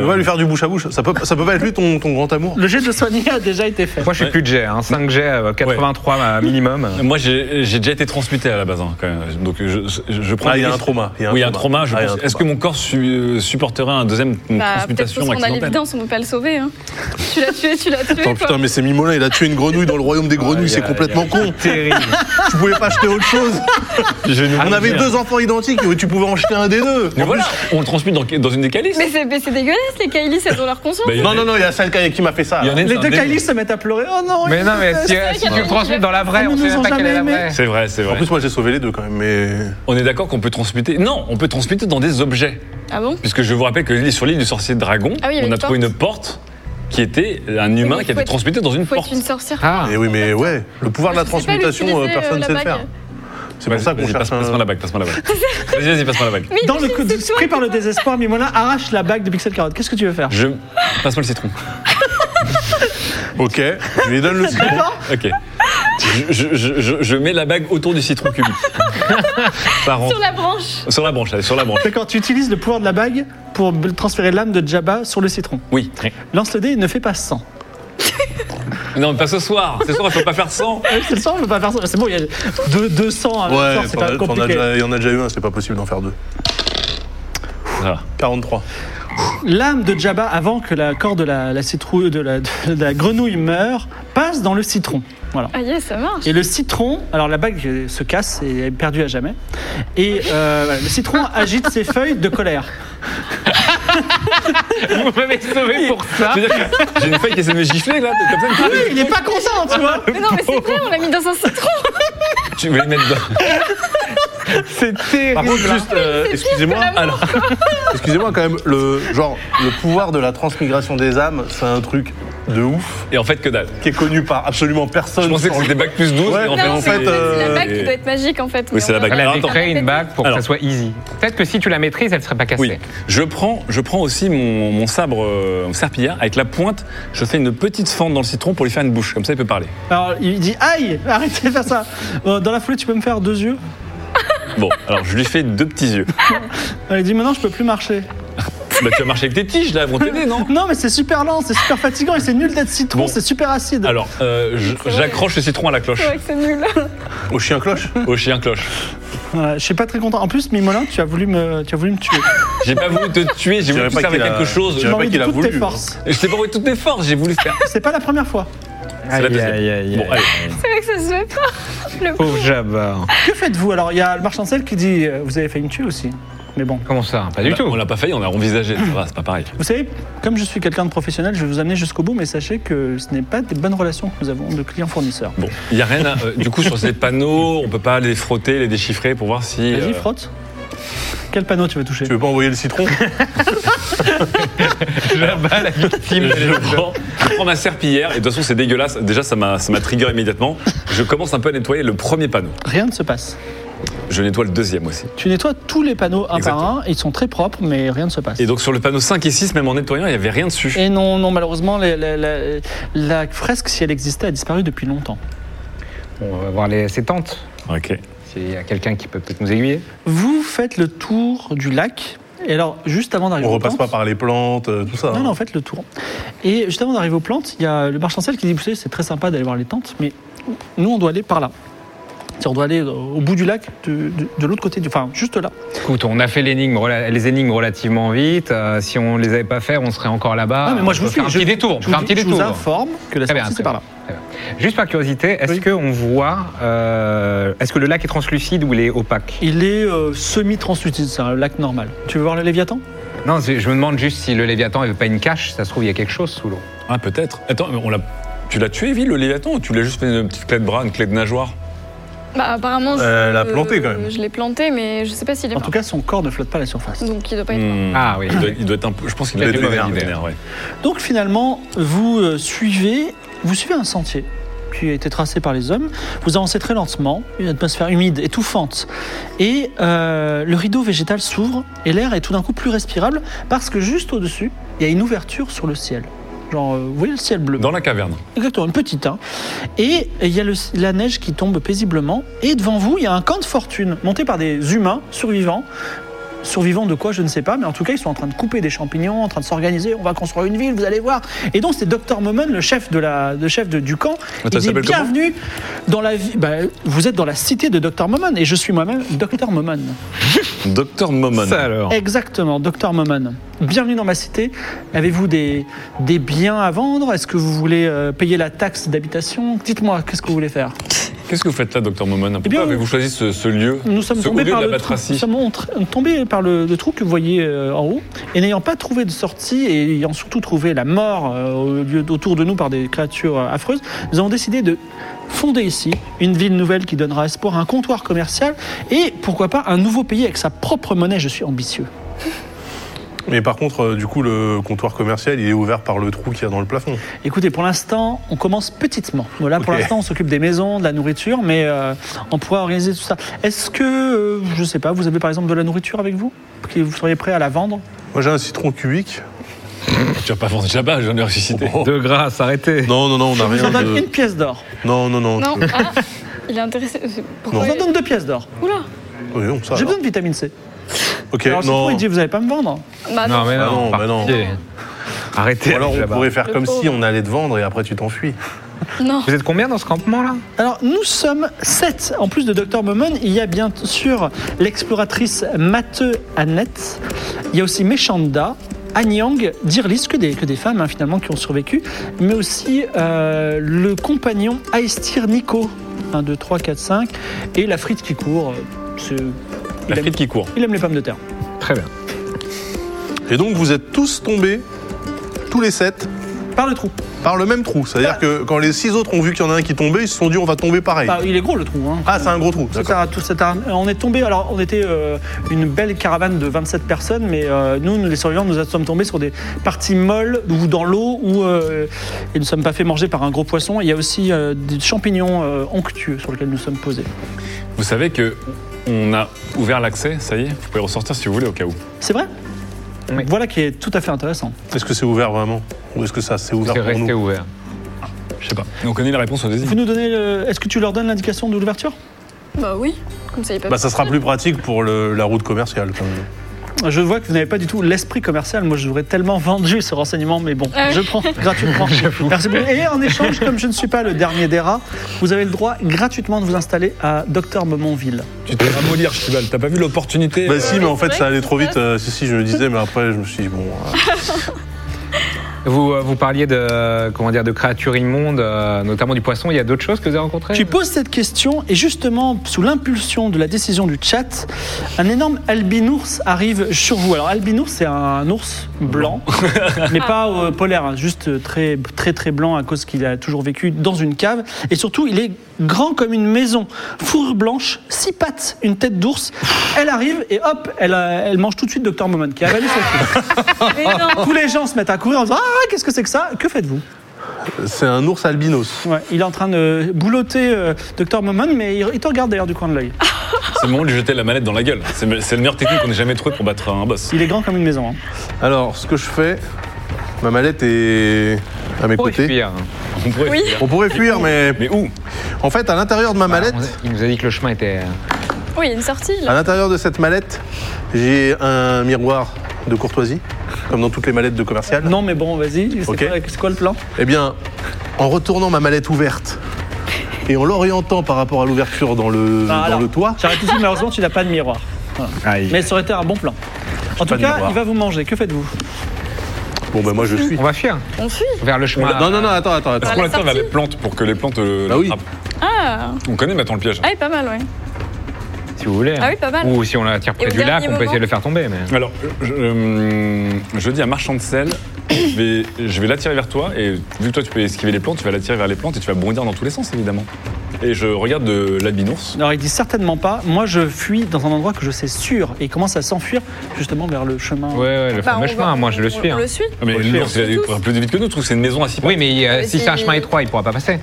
S4: Tu vas lui faire du bouche à bouche. Ça peut, ça peut pas être lui ton, ton grand amour.
S3: Le jet de soigner a déjà été fait.
S6: Moi, je suis
S7: Ouais.
S6: plus de jet, hein, 5 jets, euh, 83 ma- minimum.
S7: Moi, j'ai j'ai déjà été transmuté à la base, hein, quand même. Donc, je, je- je prends.
S4: Ah,
S7: le
S4: il y a
S7: risque.
S4: un trauma.
S7: Oui, il y a un trauma. je
S4: Ah, il y a
S7: pense.
S4: un
S7: Est-ce que
S4: trauma.
S7: mon corps su- euh, supporterait un deuxième une
S5: Bah, peut-être
S7: transmutation
S5: faut se rendre à
S7: accidentelle
S5: l'évidence, on peut pas le sauver. hein. Tu l'as tué, tu l'as tué.
S4: Attends,
S5: quoi.
S4: putain, mais c'est Mimolin, il a tué une grenouille dans le royaume des grenouilles, c'est complètement con.
S6: Terrible.
S4: Tu pouvais pas acheter autre chose.
S7: Je vais nous
S4: On avait
S7: dire.
S4: deux enfants identiques, tu pouvais en jeter un des deux.
S7: Ah, Mais voilà, on le transmute dans, dans une des calices.
S5: Mais c'est mais c'est dégueulasse, les Kailis, elles ont leur conscience.
S7: Bah, il y en
S4: Non,
S7: a-
S4: non, non, il y a celle qui m'a fait ça.
S7: il y en a une,
S3: Les
S7: c'est un
S3: deux
S7: démon.
S3: Kailis se mettent à pleurer. Oh non
S6: Mais
S3: il-
S6: non, mais si,
S3: c'est vrai
S6: si
S5: qu'il y a
S6: tu
S5: des-
S6: le transmets dans la vraie,
S3: Ils
S6: on
S3: nous
S6: sait
S3: ont
S6: même pas quelle
S3: jamais
S6: est la vraie.
S3: aimés.
S7: C'est vrai, c'est
S4: En
S7: vrai.
S4: plus, moi, j'ai sauvé les deux quand même, mais.
S7: On est d'accord qu'on peut transmuter. Non, on peut transmuter dans des objets.
S5: Ah bon
S7: Puisque je vous rappelle que l'île- sur l'île du sorcier dragon,
S5: Ah oui, il y avait
S7: on a
S5: une
S7: trouvé une porte qui était un humain
S5: mais
S7: qui a
S5: faut
S7: été
S5: être-
S7: transmuté dans une
S5: Faut être
S7: porte.
S5: une sorcière.
S6: Ah,
S4: Et Eh oui, mais ouais, le pouvoir de la
S5: Je sais pas
S4: transmutation,
S5: l'utiliser,
S4: euh, personne ne
S5: euh,
S4: sait
S5: la
S4: le faire.
S5: bague.
S4: C'est pour ça qu'on
S7: Vas-y,
S4: cherche
S7: passe- Passe-moi
S4: un.
S7: la bague, passe-moi la bague. Vas-y, vas-y, passe-moi la bague.
S5: Mais
S3: Dans le
S5: je
S3: coup
S5: sais
S3: pris
S5: tout.
S3: par le désespoir, Mimona arrache la bague de Pixel Carotte. Qu'est-ce que tu veux faire
S7: Je... Passe-moi le citron.
S4: Ok, je lui donne le citron.
S7: Ok. Je, je- je- je- je mets la bague autour du citron cubique. Par an.
S5: Sur la branche.
S7: Sur la branche, allez, sur la branche.
S3: D'accord, tu utilises le pouvoir de la bague pour b- transférer l'âme de Jabba sur le citron.
S7: Oui.
S3: Lance le dé et ne fais pas 100.
S7: Non, mais pas ce soir. Ce soir, il faut pas faire 100.
S3: C'est 100, on peut pas faire 100. C'est bon, il y a deux- 200 à
S4: Ouais,
S3: 100, c'est
S4: t'en
S3: pas
S4: as- t'en as
S3: compliqué.
S4: déjà- il y en a déjà eu un, c'est pas possible d'en faire deux.
S7: Voilà.
S4: 43.
S3: L'âme de Jabba, avant que la corps de la, la citrouille- de la, de la grenouille meure, passe dans le citron. Voilà.
S5: Ah yes, ça marche.
S3: Et le citron, alors la bague euh, se casse et est perdue à jamais. Et euh, voilà, le citron agite ses feuilles de colère.
S6: vous m'avez sauvé pour ça.
S7: C'est-à-dire que j'ai une feuille qui essaie de me gifler, là. Comme ça, une feuille.
S3: Il est pas content, tu vois.
S4: Oh.
S5: Mais non, mais c'est vrai, on l'a mis dans un citron.
S7: Tu veux les mettre dans...
S6: C'est terrible.
S4: Par contre,
S5: Ah
S4: juste, euh, excusez-moi, alors, excusez-moi quand même, le genre, le pouvoir de la transmigration des âmes, c'est un truc de ouf
S7: Et en fait, que dalle.
S4: qui est connu par absolument personne.
S7: Je pensais que
S4: sur le-
S7: c'était bac plus 12.
S4: Ouais,
S7: et en
S4: mais
S7: fait,
S4: en
S7: c'est-
S4: fait, euh,
S5: C'est la bague
S7: et-
S5: qui doit être magique en fait. mais
S7: c'est la
S5: on
S7: bague.
S5: va-
S6: Elle
S7: Alors,
S6: avait
S7: attends.
S6: créé une bague pour
S7: Alors.
S6: que ça soit easy. Peut-être que si tu la maîtrises, elle serait pas cassée.
S7: Oui. Je prends, je prends aussi mon, mon sabre euh, serpillard. Avec la pointe, je fais une petite fente dans le citron pour lui faire une bouche. Comme ça, il peut parler.
S3: Alors il dit aïe, arrêtez de faire ça. Euh, Dans la foulée, tu peux me faire deux yeux.
S7: Bon, alors je lui fais deux petits yeux.
S3: Elle dit maintenant, je peux plus marcher.
S7: Bah, tu vas marcher avec tes tiges, là, elles vont t'aider, non
S3: Non, mais c'est super lent, c'est super fatigant et c'est nul d'être citron,
S7: Bon.
S3: c'est super acide.
S7: Alors, euh, je- j'accroche le citron à la cloche,
S5: C'est vrai que c'est nul.
S4: Au chien cloche
S7: au chien cloche.
S3: Voilà, je suis pas très content. En plus, Mimolin, tu as voulu me, tu as voulu me tuer.
S7: J'ai pas voulu te tuer,
S4: Je
S7: j'ai
S4: dirais
S7: voulu te
S4: pas
S7: faire
S4: qu'il a-
S7: quelque chose.
S4: je
S3: Tu
S4: dirais
S3: m'as
S4: pas
S3: envie
S4: qu'il
S3: de
S4: a
S3: toutes
S4: voulu,
S3: tes forces.
S7: Je t'ai pas envoyé toutes mes forces, j'ai voulu faire.
S3: C'est pas la première fois.
S7: C'est la
S6: Aïe,
S7: deuxième.
S6: aïe, aïe, aïe.
S7: Bon, allez.
S5: C'est vrai que ça se fait pas. Le
S6: Pauvre Jabba.
S3: Que faites-vous alors Il y a le marchand de sel qui dit euh, vous avez failli me tuer aussi. Mais bon,
S6: Comment ça Pas du
S7: Bah,
S6: tout.
S7: On l'a pas failli, on a envisagé. Ça va, c'est pas pareil.
S3: vous savez, comme je suis quelqu'un de professionnel, je vais vous amener jusqu'au bout, mais sachez que ce n'est pas des bonnes relations que nous avons de clients fournisseurs.
S7: Bon, il y a rien. à- euh, du coup, sur ces panneaux, on peut pas les frotter, les déchiffrer pour voir si.
S3: Vas-y,
S7: euh,
S3: frotte. Quel panneau tu veux toucher
S4: Tu veux pas envoyer le citron
S3: Ah bah,
S6: Jabba, la victime.
S7: Je prends, je prends ma serpillière et de toute façon c'est dégueulasse. Déjà ça m'a ça m'a trigger immédiatement. Je commence un peu à nettoyer le premier panneau.
S3: Rien ne se passe.
S7: Je nettoie le deuxième aussi.
S3: Tu nettoies tous les panneaux un par
S7: Exactement.
S3: un, ils sont très propres, mais rien ne se passe.
S7: Et donc sur le panneau 5 et 6, même en nettoyant, il y avait rien dessus.
S3: Et non, non, malheureusement, la, la- la- la fresque, si elle existait, a disparu depuis longtemps.
S6: On va voir les, ses tentes.
S7: Ok.
S6: S'il y a quelqu'un qui peut peut-être nous aiguiller.
S3: Vous faites le tour du lac. Et alors, juste avant d'arriver
S4: On
S3: aux
S4: repasse pas
S3: plantes-
S4: par les plantes, euh, tout ça.
S3: Non,
S4: hein.
S3: non, en fait, le tour. Et juste avant d'arriver aux plantes, il y a le marchand de sel qui dit Vous savez, c'est très sympa d'aller voir les tentes, mais nous, on doit aller par là. C'est-à-dire, On doit aller euh, au bout du lac, de, de- de l'autre côté, du, enfin, juste là.
S6: Écoute, on a fait l'énigme, rela- les énigmes relativement vite. Euh, si on les avait pas fait, on serait encore là-bas.
S3: Ah, mais moi, je
S6: On
S3: vous
S6: peut
S3: suis.
S6: faire
S3: je-
S6: un petit détour. on
S3: je
S6: peut faire
S3: vous-
S6: un petit
S3: Je vous
S6: détour.
S3: informe que la
S6: Très bien,
S3: sortie, c'est par
S6: très
S3: là.
S6: bien. Juste par curiosité, est-ce
S3: Oui.
S6: qu'on voit, euh, est-ce que le lac est translucide ou il est opaque
S3: Il est euh, semi-translucide, c'est un lac normal. Tu veux voir le Léviathan
S6: Non, c'est- je me demande juste si le Léviathan n'avait pas une cache. Ça se trouve, il y a quelque chose sous l'eau.
S7: Ah peut-être. Attends, mais on l'a. Tu l'as tué, Ville, le Léviathan, ou tu l'as juste fait une petite clé de bras, une clé de nageoire
S5: Bah apparemment. je-
S4: Euh, elle l'a planté, quand même.
S5: Je l'ai planté, mais je sais pas s'il est
S3: En tout
S5: mort.
S3: cas, son corps ne flotte pas à la surface.
S5: Donc il doit pas être mort.
S4: Mm.
S7: Hmm.
S6: Ah oui.
S7: Il doit, il doit être un peu. Je pense qu'il a
S4: Il
S7: été
S4: doit être
S7: vénère,
S4: vénère.
S7: vénère, ouais.
S3: Donc finalement, vous euh, suivez, vous suivez un sentier qui a été tracé par les hommes. Vous avancez très lentement, une atmosphère humide, étouffante, et euh, le rideau végétal s'ouvre et l'air est tout d'un coup plus respirable parce que juste au-dessus, il y a une ouverture sur le ciel. Genre, euh, vous voyez le ciel bleu
S7: Dans la caverne.
S3: Exactement, une petite. hein. Et il y a le- la neige qui tombe paisiblement. Et devant vous, il y a un camp de fortune monté par des humains survivants survivants de quoi, je ne sais pas, mais en tout cas, ils sont en train de couper des champignons, en train de s'organiser. On va construire une ville, vous allez voir. Et donc, c'est Dr. Momon, le chef, de la, le chef de- du camp.
S7: Attends,
S3: il
S7: ça
S3: dit
S7: s'appelle comment
S3: Bienvenue dans la vie. Bah, vous êtes dans la cité de Dr. Momon, et je suis moi-même Dr. Momon.
S7: Docteur Momon.
S6: Ça alors.
S3: Exactement, Dr. Momon. Bienvenue dans ma cité. Avez-vous des, des biens à vendre Est-ce que vous voulez euh, payer la taxe d'habitation Dites-moi, qu'est-ce que vous voulez faire
S7: Qu'est-ce que vous faites là, docteur Momon Pourquoi
S3: Eh bien,
S7: avez-vous choisi ce, ce lieu
S3: Nous sommes
S7: ce haut
S3: tombés
S7: lieu
S3: par,
S7: de la
S3: le trou, nous
S7: Batracie
S3: sommes entr- tombés par le, le trou que vous voyez euh, en haut, et n'ayant pas trouvé de sortie, et ayant surtout trouvé la mort euh, au lieu, autour de nous par des créatures euh, affreuses, nous avons décidé de fonder ici une ville nouvelle qui donnera espoir à un comptoir commercial, et pourquoi pas un nouveau pays avec sa propre monnaie. Je suis ambitieux.
S4: Mais par contre, euh, du coup, le comptoir commercial, il est ouvert par le trou qu'il y a dans le plafond.
S3: Écoutez, pour l'instant, on commence petitement. Voilà, pour
S4: Ok.
S3: l'instant, on s'occupe des maisons, de la nourriture, mais euh, on pourra organiser tout ça. Est-ce que, euh, je sais pas, vous avez par exemple de la nourriture avec vous Que vous seriez prêt à la vendre
S4: Moi, j'ai un citron cubique.
S7: Tu vas pas vendre là-bas, j'en ai ressuscité.
S4: Oh.
S3: Oh.
S6: De grâce, arrêtez.
S4: Non, non, non, on n'a
S3: Je vous
S4: rien
S3: en donne
S4: de...
S3: une pièce d'or.
S4: Non, non, non.
S5: Non,
S4: Euh,
S5: ah, il est intéressé.
S3: Je
S5: Pourquoi
S3: vous en donne deux pièces d'or.
S5: Oula
S4: voyons, ça,
S3: J'ai
S4: alors.
S3: besoin de vitamine C.
S4: Ok,
S3: Alors, c'est
S4: Bah non.
S3: pour, il dit, vous allez pas me vendre
S5: Bah non.
S6: mais
S4: Ah non, bah
S6: par
S4: non.
S6: pitié. Arrêtez.
S4: Ou alors,
S6: avec
S4: on
S6: la barre.
S4: pourrait faire
S5: Le
S4: comme si
S5: pauvre.
S4: on allait te vendre et après, tu t'enfuis.
S5: Non.
S6: Vous êtes combien dans ce campement là
S3: Alors, nous sommes sept. En plus de Dr. Momon, il y a bien sûr l'exploratrice Mateu Annette. Il y a aussi Méchanda, Anyang, Dirlis, que des, que des femmes hein, finalement qui ont survécu. Mais aussi euh, le compagnon Aestir Nico. 1, 2, 3, 4, 5. Et la frite qui court. euh, c'est- il,
S7: La
S3: aime,
S7: frite qui court.
S3: il aime les pommes de terre.
S6: Très bien.
S4: Et donc, vous êtes tous tombés, tous les sept,
S3: Par le trou.
S4: par le même trou. C'est-à-dire que quand les six autres ont vu qu'il y en a un qui tombait, ils se sont dit, on va tomber pareil.
S3: Ah, il est gros le trou. Hein.
S4: Ah, c'est un gros trou.
S3: Tout
S4: D'accord.
S3: ça, tout ça, t'as- on est tombé, alors on était euh, une belle caravane de 27 personnes, mais euh, nous, nous, les survivants, nous sommes tombés sur des parties molles ou dans l'eau où euh, et nous ne sommes pas fait manger par un gros poisson. Il y a aussi euh, des champignons euh, onctueux sur lesquels nous sommes posés.
S7: Vous savez que on a ouvert l'accès, ça y est, vous pouvez ressortir si vous voulez au cas où.
S3: C'est vrai
S6: Oui.
S3: Voilà qui est tout à fait intéressant.
S4: Est-ce que c'est ouvert vraiment Ou est-ce que ça, c'est ouvert
S6: C'est
S4: pour
S6: resté
S4: nous
S6: ouvert.
S7: Je sais pas. Mais On connaît la réponse au désir.
S3: Vous nous donnez le- Est-ce que tu leur donnes l'indication de l'ouverture
S5: Bah oui. Comme ça, il est pas.
S4: Bah, ça sera plus pratique pour le- la route commerciale. quand même.
S3: Je vois que vous n'avez pas du tout l'esprit commercial. Moi, je vous aurais tellement vendu ce renseignement, mais bon,
S5: Ah oui.
S3: je prends gratuitement. Merci beaucoup. Et en échange, comme je ne suis pas le dernier des rats, vous avez le droit gratuitement de vous installer à Docteur Beaumontville.
S7: Tu te fais ramollir, Chibal. T'as pas vu l'opportunité euh,
S4: Bah si, mais en fait,
S5: c'est
S4: ça
S5: vrai
S4: allait
S5: que
S4: trop
S5: c'est
S4: vite. euh, si, si, je me disais, mais après, je me suis dit, bon... euh,
S6: Vous, euh, vous parliez de, euh, comment dire, de créatures immondes, euh, notamment du poisson. Il y a d'autres choses que vous avez rencontrées
S3: Tu poses cette question et justement, sous l'impulsion de la décision du chat, un énorme albinours arrive sur vous. Alors albinours, c'est un ours blanc, mais pas euh, polaire, hein, juste euh, très très très blanc à cause qu'il a toujours vécu dans une cave. Et surtout, il est grand comme une maison, fourrure blanche, six pattes, une tête d'ours. Elle arrive et hop, elle, euh, elle mange tout de suite Dr Momon qui a avalé son
S5: Mais non.
S3: Tous les gens se mettent à courir en disant ah qu'est-ce que c'est que ça Que faites-vous
S4: C'est un ours albinos.
S3: Ouais, Il est en train de boulotter euh, Dr Momon, mais il- il te regarde d'ailleurs du coin de l'œil.
S7: C'est le moment de lui jeter la manette dans la gueule. C'est c'est le meilleur technique qu'on ait jamais trouvé pour battre un boss.
S3: Il est grand comme une maison. hein.
S4: Alors, ce que je fais, ma mallette est à mes
S6: Oh,
S4: côtés.
S6: fuir.
S7: On pourrait.
S5: Oui.
S4: On pourrait fuir, mais
S7: Mais où
S4: en fait, à l'intérieur de ma
S6: Bah,
S4: mallette,
S6: on- Il nous a dit que le chemin était.
S5: Oui, Oh, il y a une sortie
S4: à
S5: là.
S4: l'intérieur de cette mallette, j'ai un miroir de courtoisie, comme dans toutes les mallettes de commercial.
S3: Non, mais bon, vas-y. C'est
S4: Ok.
S3: quoi- c'est quoi le plan
S4: Eh bien, en retournant ma mallette ouverte et en l'orientant par rapport à l'ouverture dans le,
S3: Ah,
S4: dans
S3: alors,
S4: le toit,
S3: J'arrête ici, malheureusement, tu n'as pas de miroir. Voilà. Mais ça aurait été un bon plan. En tout
S4: pas de
S3: cas,
S4: miroir.
S3: il va vous manger. Que faites-vous
S4: bon ben moi je fuis.
S6: On va fuir
S5: On fuit.
S6: vers le
S3: Ah.
S6: chemin.
S4: Non, non, non, attends, attends, attends.
S7: Est-ce
S5: À
S7: qu'on
S5: la
S7: l'attend vers
S5: sortie.
S7: les plantes pour que les plantes euh,
S4: Bah oui.
S7: l'attrapent
S5: Ah.
S6: bah.
S7: On connaît maintenant le piège.
S5: Ah, il est pas mal, ouais.
S6: si vous voulez.
S5: Ah oui, pas mal.
S6: Ou si on la tire près
S5: au
S6: du lac,
S5: dernier
S6: on peut essayer
S5: moment-
S6: de le faire tomber. Mais...
S7: Alors, je, euh, je dis à marchand de sel, je vais, je vais l'attirer vers toi, et vu que toi tu peux esquiver les plantes, tu vas l'attirer vers les plantes et tu vas bondir dans tous les sens évidemment. Et je regarde de l'albinours.
S3: Alors, il dit certainement pas. Moi, je fuis dans un endroit que je sais sûr. Et il commence à s'enfuir, justement, vers le chemin.
S6: Ouais, ouais, le
S5: Bah,
S6: fameux
S5: on
S6: chemin,
S5: va-
S6: moi je
S5: on-
S6: le suis.
S5: On
S6: hein.
S5: le suit.
S7: Ah, Mais
S4: Ok.
S7: l'ours il a couru plus vite que nous, je trouve que c'est une maison à six pattes.
S6: Oui, mais euh,
S5: Mais
S6: si c'est un
S5: c'est-
S6: chemin étroit, il pourra pas passer.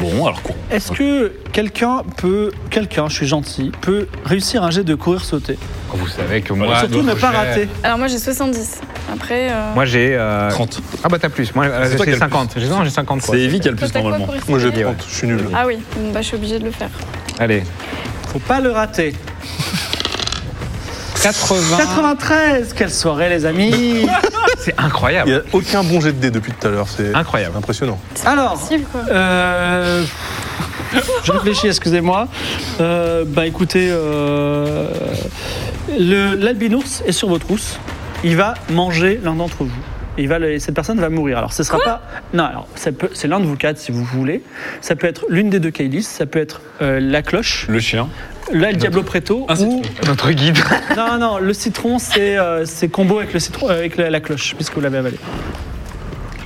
S7: Bon, alors quoi
S3: Est-ce que quelqu'un peut, quelqu'un, je suis gentil, peut réussir un jet de courir sauter
S6: Vous savez que
S7: Voilà,
S6: moi.
S3: Bah, Surtout ne
S6: notre
S3: pas
S6: jet-
S3: rater.
S5: Alors moi j'ai 70. Après. euh,
S6: Moi j'ai. euh,
S7: 30.
S6: Ah bah t'as plus. Moi euh,
S7: C'est toi qui as
S6: j'ai
S7: le
S6: 50. J'ai- Non, j'ai 50 quoi.
S7: C'est Evie qui a le
S5: toi,
S7: plus
S5: t'as quoi
S7: normalement.
S5: pour
S4: Moi j'ai
S5: essayer
S4: 30, je suis nul.
S5: Ah oui, bon, bah, je suis obligée de le faire.
S6: Allez.
S3: Faut pas le rater.
S6: 80.
S3: 93 Quelle soirée, les amis
S6: C'est
S4: Il n'y
S6: incroyable.
S4: a aucun bon jet de dés depuis tout à l'heure. C'est
S3: Ah.
S6: Incroyable.
S4: Impressionnant.
S3: Alors,
S6: Ah.
S5: Possible, quoi.
S3: euh, je réfléchis, excusez-moi. Euh, bah écoutez, euh, le- l'albinours est sur vos trousses. Il va manger l'un d'entre vous. Il va, le- cette personne va mourir. Alors, ce sera pas. Non, alors, ça peut- c'est l'un de vous quatre si vous voulez. Ça peut être l'une des deux Kailis, ça peut être euh, la cloche,
S7: Le chien.
S3: là, le Diablo Preto,
S7: Un
S3: ou.
S7: citron.
S6: Notre guide.
S3: Non, non, le citron, c'est euh, c'est combo avec, le citron, euh, avec la, la cloche, puisque vous l'avez avalé.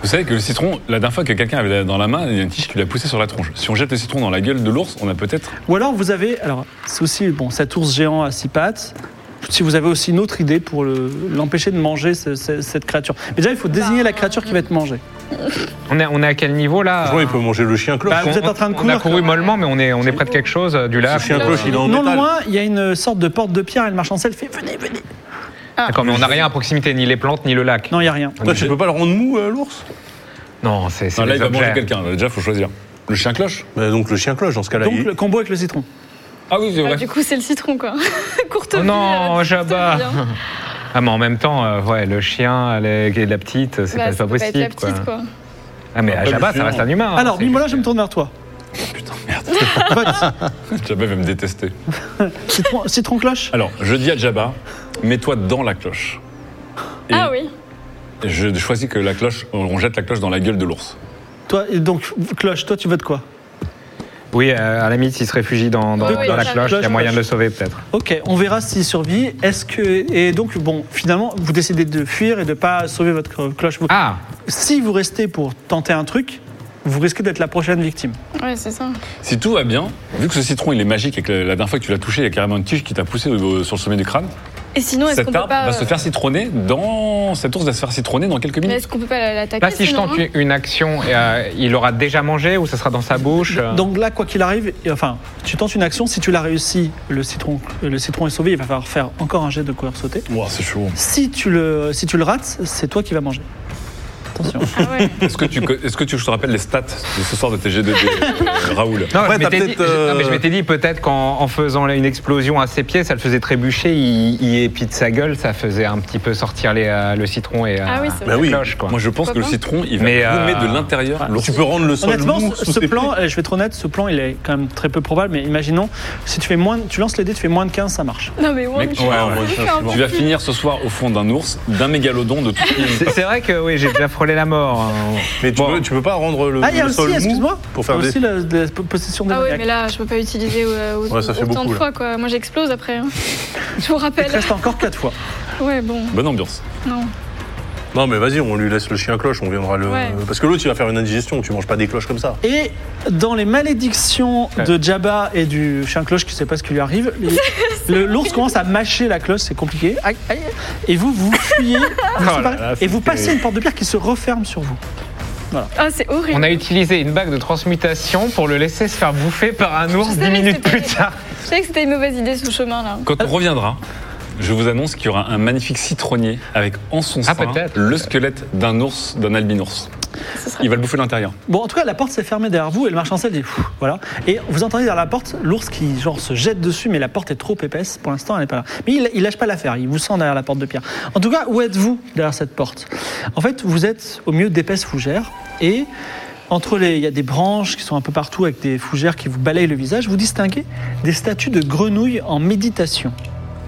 S7: Vous savez que le citron, la dernière fois que quelqu'un avait dans la main, il y a une tige qui lui a poussé sur la tronche. Si on jette le citron dans la gueule de l'ours, on a peut-être.
S3: Ou alors vous avez, alors c'est aussi bon, cet ours géant à six pattes. Si vous avez aussi une autre idée pour le- l'empêcher de manger ce- ce- cette créature. Mais déjà, il faut désigner la créature qui va être mangée.
S6: On est, on est à quel niveau là
S4: Franchement, il peut manger le chien cloche.
S3: Bah,
S6: On-
S3: vous êtes en train de
S6: on- On
S3: courir,
S6: a couru
S3: quoi.
S6: mollement, mais on est, on est près de quelque chose, euh, du
S4: le
S6: lac.
S4: chien cloche, il est en
S3: Ah. non
S4: métal.
S3: loin, il y a une sorte de porte de pierre et le marchand de sel fait venez, venez.
S5: Ah.
S6: D'accord, mais on n'a rien à proximité, ni les plantes, ni le lac.
S3: Non, il n'y a rien.
S4: Toi, tu peux pas le rendre mou, euh, l'ours
S6: Non, c'est c'est
S7: Non, Ah, là,
S6: des
S7: il va manger
S6: objets.
S7: quelqu'un. Là, Déjà, faut choisir. Le chien cloche
S4: Bah, Donc le chien cloche, dans ce cas-là.
S3: Donc
S4: il-
S3: le combo avec le citron.
S7: Ah oui, c'est
S5: Bah,
S7: vrai.
S5: du coup, c'est le citron, quoi. Courte
S6: Oh
S5: vie,
S6: non,
S5: euh,
S6: Jabba
S5: courte vie, hein.
S6: Ah, mais en même temps, euh, ouais, le chien, les- et la petite, c'est
S5: Bah,
S6: pas,
S5: ça
S6: c'est pas
S5: peut
S6: possible.
S5: être la petite,
S6: quoi.
S5: quoi.
S6: Ah, mais à
S7: Pas
S6: Jabba,
S7: le
S6: ça reste
S7: chien.
S6: un humain. hein,
S3: alors,
S6: Ah, c'est
S3: Mimola,
S6: juste-
S3: je me tourne vers toi.
S7: Putain, merde.
S3: Vote.
S7: Jabba va me détester.
S3: citron, citron cloche
S7: Alors, je dis à Jabba, mets-toi dans la cloche. Et
S5: Ah oui.
S7: Je choisis que la cloche, on jette la cloche dans la gueule de l'ours.
S3: Toi, et donc, cloche, toi, tu votes quoi
S6: Oui, euh, à la limite, il se réfugie dans, dans-
S5: Oui,
S6: dans
S5: oui,
S6: la
S5: cloche,
S6: cloche, il y a
S3: cloche,
S6: moyen de le
S3: cloche.
S6: sauver peut-être.
S3: Ok, on verra s'il survit. Est-ce que. Et donc, bon, finalement, vous décidez de fuir et de pas sauver votre cloche. Vous-
S6: Ah,
S3: Si vous restez pour tenter un truc, vous risquez d'être la prochaine victime.
S5: Ouais, c'est ça.
S7: Si tout va bien, vu que ce citron il est magique et que la la dernière fois que tu l'as touché, il y a carrément une tige qui t'a poussé au- sur le sommet du crâne,
S5: Et sinon, est-ce
S7: cet
S5: qu'on peut
S7: arbre
S5: pas.
S7: va se
S5: euh,
S7: faire citronner dans. Cet ours va se faire citronner dans quelques
S5: Mais
S7: minutes.
S5: est-ce qu'on peut pas l'attaquer
S6: là, si je
S5: sinon,
S6: tente
S5: hein
S6: une- une action, euh, il aura déjà mangé ou ça sera dans sa bouche euh
S3: Donc là, quoi qu'il arrive, et- enfin, tu tentes une action. Si tu l'as réussi, le citron, euh, le citron est sauvé. Il va falloir faire encore un jet de courir sauter.
S7: Ouah, c'est chaud.
S3: Si tu le, si tu le rates, c'est toi qui vas manger. Attention.
S5: Ah ouais.
S7: Est-ce que, tu, co- est-ce que tu, je te rappelle les stats de ce soir de tes G2D, euh, Raoul
S6: Non,
S4: Après,
S6: je
S4: t'as
S6: m'étais dit,
S4: peut-être,
S6: je- non, mais je
S4: euh,
S6: m'étais dit peut-être qu'en en faisant une explosion à ses pieds, ça le faisait trébucher, il, il épie de sa gueule, ça faisait un petit peu sortir les, euh, le citron et euh,
S5: Ah oui, c'est
S6: la
S7: Bah
S4: vrai.
S6: cloche. Quoi.
S7: Moi, je pense que le citron, il va
S6: Mais, euh,
S7: gommer de l'intérieur
S3: ouais.
S7: l'ours.
S4: Tu peux rendre le sol
S3: Honnêtement,
S4: mou
S3: ce,
S4: sous
S3: ce
S4: ses
S3: plan,
S4: pieds.
S3: euh, je vais être honnête, ce plan, il est quand même très peu probable. Mais imaginons, si tu fais moins, tu lances les dés, tu fais moins de 15, ça marche.
S5: Non, mais ouais,
S7: Mec,
S5: mais
S7: ouais,
S5: je-
S7: ouais,
S5: je fais un
S7: Tu vas finir ce soir au fond d'un ours, d'un mégalodon, de tout ce qui-
S6: C'est c'est vrai que oui, j'ai déjà frôlé la mort. hein.
S4: Mais tu,
S6: Bon.
S4: peux, tu peux pas rendre le,
S3: Ah, il y a
S4: le
S3: aussi,
S4: sol mou
S3: excuse-moi,
S4: pour
S3: il y a
S4: faire des.
S3: aussi la, la possession des
S5: Ah ouais, mais là, je peux pas utiliser euh, autant,
S4: Ouais, ça fait
S5: autant
S4: beaucoup,
S5: de
S4: là.
S5: fois, quoi. Moi, j'explose après. hein. Je vous
S3: Il te
S5: rappelle.
S3: reste encore 4 fois.
S5: Ouais, bon,
S7: Bonne ambiance.
S5: non.
S4: Non, mais vas-y, on lui laisse le chien cloche, on viendra le.
S5: Ouais.
S4: Parce que l'autre, il va faire une indigestion, tu manges pas des cloches comme ça.
S3: Et dans les malédictions de Jabba et du chien cloche qui ne sait pas ce qui lui arrive, les- le- l'ours commence à mâcher la cloche, c'est compliqué. Aïe, aïe. Et vous, vous fuyez, vous séparez,
S4: Oh là,
S3: et vous
S4: c'est
S3: passez
S4: terrible.
S3: une porte de pierre qui se referme sur vous.
S5: Ah, c'est horrible.
S6: On a utilisé une bague de transmutation pour le laisser se faire bouffer par un
S5: Je
S6: ours
S5: savais
S6: dix
S5: que
S6: minutes
S5: c'était-
S6: plus tard.
S5: Je savais que c'était une mauvaise idée, ce chemin-là.
S7: Quand
S3: Ah.
S7: on reviendra, je vous annonce qu'il y aura un magnifique citronnier avec en son
S6: Ah,
S7: sein
S6: peut-être.
S7: le squelette d'un ours, d'un albinours.
S5: Ce serait-
S7: Il va le bouffer de l'intérieur.
S3: Bon, en tout cas, la porte s'est fermée derrière vous et le marchand de sel dit Pfff voilà. Et vous entendez derrière la porte l'ours qui genre se jette dessus, mais la porte est trop épaisse. Pour l'instant, elle n'est pas là. Mais il, il lâche pas l'affaire. Il vous sent derrière la porte de pierre. En tout cas, où êtes-vous derrière cette porte En fait, vous êtes au milieu d'épaisses fougères et entre les, il y a des branches qui sont un peu partout avec des fougères qui vous balayent le visage. Vous distinguez des statues de grenouilles en méditation,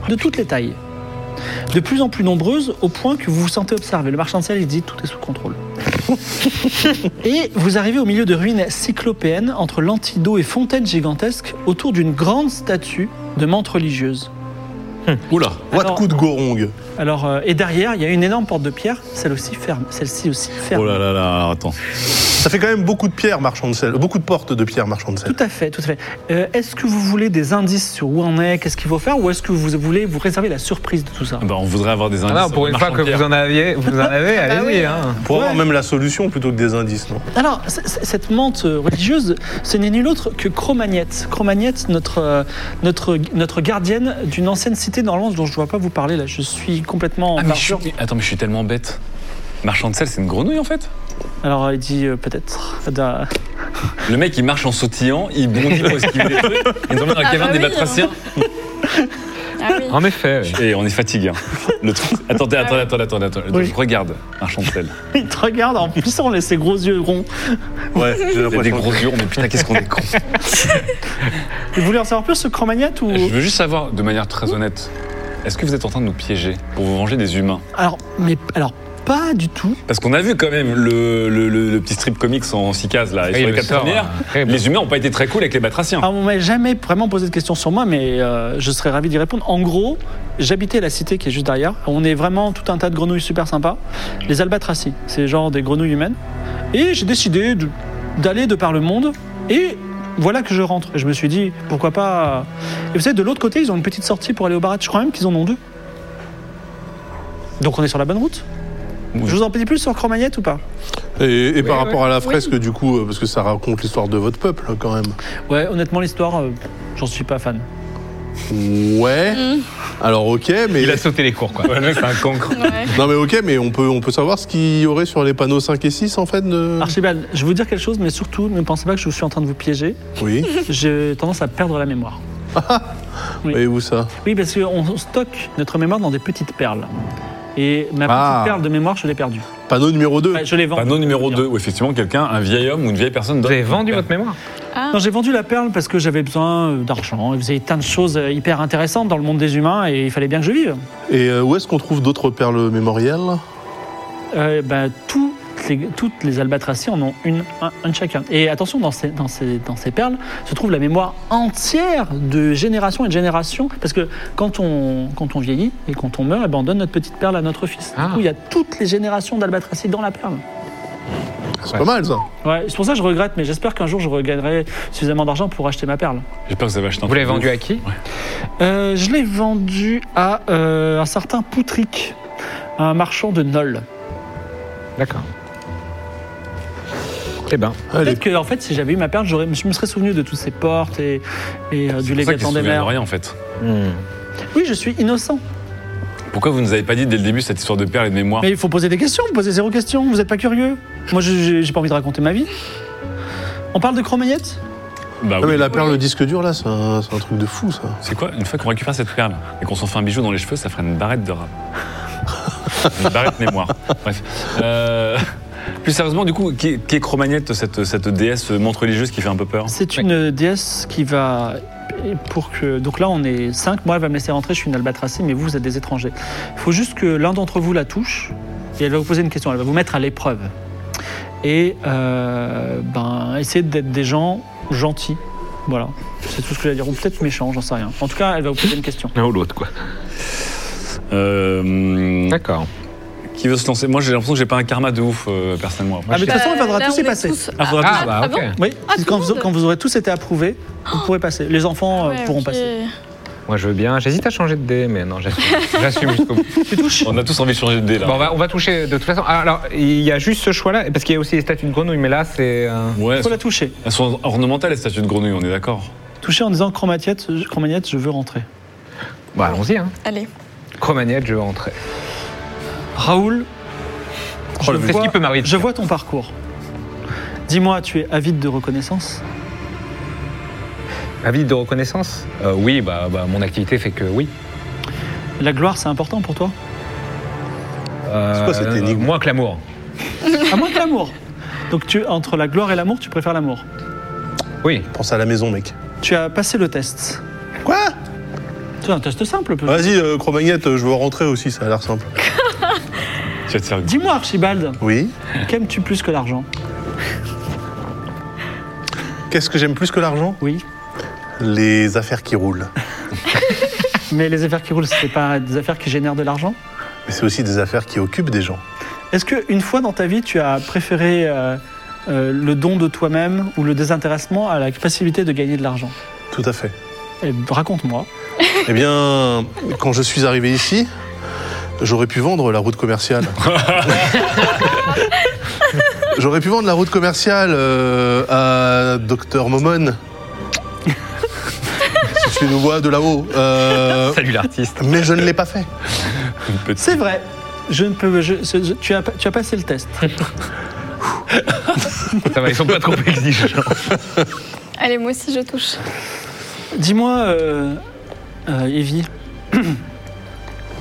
S3: de toutes les tailles, de plus en plus nombreuses au point que vous vous sentez observé. Le marchand de sel il dit tout est sous contrôle. Et vous arrivez au milieu de ruines cyclopéennes entre l'Antido et fontaines gigantesques autour d'une grande statue de menthe religieuse.
S7: Oula
S4: What
S3: Alors-
S4: coup de gorong
S3: Alors, euh, et derrière, il y a une énorme porte de pierre, celle aussi ferme, celle-ci aussi ferme.
S7: Oh là là là, attends.
S4: Ça fait quand même beaucoup de pierres marchand de sel, beaucoup de portes de pierres marchand de sel.
S3: Tout à fait, tout à fait. Euh, est-ce que vous voulez des indices sur où on est, qu'est-ce qu'il faut faire, ou est-ce que vous voulez vous réserver la surprise de tout ça
S7: Bah, on voudrait avoir des
S6: Ah
S7: indices.
S6: non, pour une fois que vous en aviez, vous en avez,
S5: Ah bah
S6: allez-y. hein.
S4: Pour avoir
S3: Ouais.
S4: même la solution plutôt que des indices, non
S3: Alors, c- c- cette menthe religieuse, ce n'est nul autre que Cromagnette. Cromagnette, notre, euh, notre, notre gardienne d'une ancienne cité dans l'Anse dont je ne dois pas vous parler là. Je suis complètement. en
S7: Ah, mais je
S3: marge.
S7: suis... Attends, mais je suis tellement bête. Marchand de sel, c'est une grenouille en fait
S3: Alors, il dit euh, peut-être. D'un-
S7: Le mec il marche en sautillant, il bondit pour esquiver des trucs, il nous emmène dans la
S5: Ah,
S7: caverne
S5: bah
S7: des
S5: oui.
S7: batraciens.
S5: Ah Ah oui.
S6: En effet. oui.
S7: Et on est fatigué. hein. Le truc- Attendez, attendez, attendez, attendez. attendez.
S3: Oui.
S7: Je regarde Marchand de sel.
S3: Il te regarde en plissant les ses gros yeux ronds.
S4: Ouais, j'ai
S7: Il a des
S4: l'impression.
S7: gros yeux, mais putain, qu'est-ce qu'on est con.
S3: Vous voulez en savoir plus, ce Cro-Magnate ou...
S7: Je veux juste savoir, de manière très honnête, est-ce que vous êtes en train de nous piéger pour vous venger des humains
S3: Alors, mais alors pas du tout.
S7: Parce qu'on a vu quand même le, le- le- le petit strip comics en 6 cases là. Et
S6: Et
S7: sur les
S6: le
S7: 4
S6: sort,
S7: premières,
S6: euh, très bon.
S7: les humains n'ont pas été très cool avec les batraciens.
S3: Alors, Ah, on m'a jamais vraiment posé de questions sur moi, mais euh, je serais ravi d'y répondre. En gros, j'habitais la cité qui est juste derrière. On est vraiment tout un tas de grenouilles super sympas. Les albatracies, c'est genre des grenouilles humaines. Et j'ai décidé de- d'aller de par le monde. Et voilà que je rentre. Et je me suis dit, pourquoi pas. euh, Et vous savez, de l'autre côté, ils ont une petite sortie pour aller au barat. Je crois même qu'ils en ont deux. Donc on est sur la bonne route. Je vous en dis plus sur Cromagnette ou pas
S4: Et, et par
S6: Oui,
S4: rapport
S6: oui.
S4: à la fresque, du coup, euh, parce que ça raconte l'histoire de votre peuple, quand même.
S3: Ouais, honnêtement, l'histoire, euh, j'en suis pas fan.
S4: Ouais. Alors, ok, mais.
S6: Il a sauté les cours, quoi.
S7: Ouais, le mec, c'est un cancre.
S5: Ouais.
S4: Non, mais ok, mais on peut, on peut savoir ce qu'il y aurait sur les panneaux 5 et 6, en fait de...
S3: Archibald, je vais vous dire quelque chose, mais surtout, ne pensez pas que je suis en train de vous piéger.
S4: Oui.
S3: J'ai tendance à perdre la mémoire. Oui.
S4: Voyez-vous ça
S3: Oui, parce qu'on stocke notre mémoire dans des petites perles. Et ma petite
S4: Ah.
S3: perle de mémoire, je l'ai perdue.
S4: Panneau numéro 2.
S3: Enfin, je l'ai vendue.
S7: Panneau numéro
S3: je veux dire.
S7: 2, où effectivement quelqu'un, un vieil homme ou une vieille personne
S6: Vous
S7: donne.
S6: avez vendu votre mémoire
S5: Ah.
S3: Non, j'ai vendu la perle parce que j'avais besoin euh, d'argent. Et vous avez tant de choses euh, hyper intéressantes dans le monde des humains et il fallait bien que je vive.
S4: Et euh, où est-ce qu'on trouve d'autres perles mémorielles
S3: Euh, bah, toutes, les, toutes les albatracies en ont une, un, un de chacun. Et attention, dans ces, dans, ces, dans ces perles se trouve la mémoire entière de génération et de génération. Parce que quand on, quand on vieillit et quand on meurt, eh ben, on donne notre petite perle à notre fils.
S6: Ah.
S3: Du coup, il y a toutes les générations d'albatracies dans la perle.
S4: C'est
S6: Ouais.
S4: pas mal, ça.
S3: Ouais, c'est pour ça que je regrette, mais j'espère qu'un jour je regagnerai suffisamment d'argent pour acheter ma perle.
S7: J'espère que vous avez acheté un
S6: Vous l'avez
S7: truc de
S6: vendu
S7: ouf.
S6: à qui
S3: Euh, je l'ai vendue à euh, un certain Poutric, un marchand de Nol.
S6: D'accord. Eh ben,
S4: Allez.
S3: Peut-être que, en fait, si j'avais eu ma perle, j'aurais, je me serais souvenu de toutes ces portes et, et euh, du
S7: C'est pour ça qu'ils se
S3: Léviathan des
S7: souviennent de
S3: mers.
S7: rien Ah. en fait.
S6: hmm.
S3: Oui, je suis innocent.
S7: Pourquoi vous nous avez pas dit dès le début cette histoire de perles et de mémoire
S3: Mais il faut poser des questions, vous posez zéro question, vous n'êtes pas curieux. Moi, je- j'ai j'ai pas envie de raconter ma vie. On parle de Cro-Magnette
S7: Bah
S4: Ah, mais
S7: oui.
S4: la perle disque dur, là, c'est un, c'est un truc de fou, ça.
S7: C'est quoi Une fois qu'on récupère cette perle et qu'on s'en fait un bijou dans les cheveux, ça ferait une barrette de rap. une barrette mémoire. Bref. Euh, Plus sérieusement, du coup, qui, qui est Cromagnette, cette, cette déesse montre religieuse qui fait un peu peur
S3: C'est une déesse qui va. Pour que, donc là, on est 5. Moi, elle va me laisser rentrer. Je suis une albatracée, mais vous, vous êtes des étrangers. Il faut juste que l'un d'entre vous la touche et elle va vous poser une question. Elle va vous mettre à l'épreuve. Et euh, ben, essayez d'être des gens gentils. Voilà. C'est tout ce que j'ai à dire. Ou peut-être méchants, j'en sais rien. En tout cas, elle va vous poser une question.
S6: l'un ou l'autre, quoi.
S7: Euh,
S6: D'accord.
S7: Qui veut se lancer Moi, j'ai l'impression que j'ai pas un karma de ouf, euh, personnellement. Moi,
S3: Ah, mais de toute façon,
S5: Bah,
S3: il faudra
S5: là,
S3: tous y
S5: on est
S3: passer.
S5: tous-
S7: Ah, faudra
S6: Ah,
S7: tous-
S6: bah,
S5: Ah
S6: ok.
S5: bon
S3: Oui,
S5: tout
S3: quand
S5: le
S3: vous,
S5: monde Oh Ah
S3: quand vous aurez tous été approuvés, vous pourrez passer. Les enfants euh,
S5: Ouais,
S3: pourront
S5: ok.
S3: passer.
S6: Moi, je veux bien. J'hésite à changer de dé, mais non, j'assume. J'assume jusqu'au bout.
S7: on a tous envie de changer de dé là.
S6: Bon, on va, on va toucher de toute façon. Ah, Alors, il y a juste ce choix-là, parce qu'il y a aussi les statues de grenouilles, mais là, c'est. euh,
S7: ouais,
S3: Il
S7: elles
S3: faut
S7: sont,
S3: la toucher.
S7: elles sont ornementales, les statues de grenouilles, on est d'accord.
S3: Toucher en disant Cro-Magnette, je- Cro-Magnette, je veux rentrer.
S6: Bah, allons-y, hein.
S5: Allez.
S6: Cromagnette, je vais rentrer.
S3: Raoul, je,
S6: Qu'est-ce
S3: vois,
S6: qui peut m'arriver
S3: je vois ton parcours. Dis-moi, tu es avide de reconnaissance
S6: Avis de reconnaissance Euh, Oui, bah, bah, mon activité fait que oui.
S3: La gloire, c'est important pour toi
S6: Euh,
S4: C'est quoi cette énigme
S6: Moins que l'amour.
S3: À moins que l'amour Donc tu, entre la gloire et l'amour, tu préfères l'amour.
S6: Oui.
S4: Pense à la maison, mec.
S3: Tu as passé le test.
S4: Quoi
S3: C'est un test simple. peut-
S4: Vas-y, euh, Cro-Magnette, euh, je veux rentrer aussi, ça a l'air simple.
S7: Tu vas te faire-
S3: Dis-moi, Archibald,
S4: Oui.
S3: qu'aimes-tu plus que l'argent
S4: Qu'est-ce que j'aime plus que l'argent
S3: Oui.
S4: Les affaires qui roulent.
S3: Mais les affaires qui roulent, ce n'est pas des affaires qui génèrent de l'argent
S4: Mais c'est aussi des affaires qui occupent des gens.
S3: Est-ce qu'une fois dans ta vie, tu as préféré euh, euh, le don de toi-même ou le désintéressement à la capacité de gagner de l'argent
S4: Tout à fait.
S3: Eh, Raconte-moi.
S4: Eh bien, quand je suis arrivé ici, j'aurais pu vendre la route commerciale. j'aurais pu vendre la route commerciale euh, à Docteur Momon. si tu nous vois de là-haut. Euh,
S6: Salut l'artiste.
S4: mais je ne l'ai pas fait.
S3: C'est vrai. Je ne peux. je- je- je- tu, as, tu as passé le test.
S6: Ça va, ils sont pas trop exigeants.
S5: Allez, moi aussi, je touche.
S3: Dis-moi, euh, euh, Evie,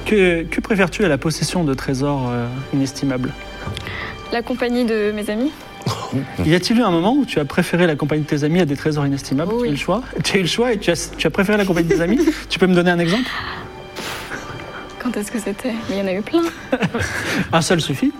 S3: Que, que préfères-tu à la possession de trésors euh, inestimables
S5: La compagnie de mes amis
S6: Hmm.
S3: Y a-t-il eu un moment où tu as préféré la compagnie de tes amis à des trésors inestimables Tu as eu
S5: Oui.
S3: le choix Tu as eu le choix et tu as, tu as préféré la compagnie des amis Tu peux me donner un exemple
S5: Quand est-ce que c'était Mais il y en a eu plein.
S3: Un seul suffit.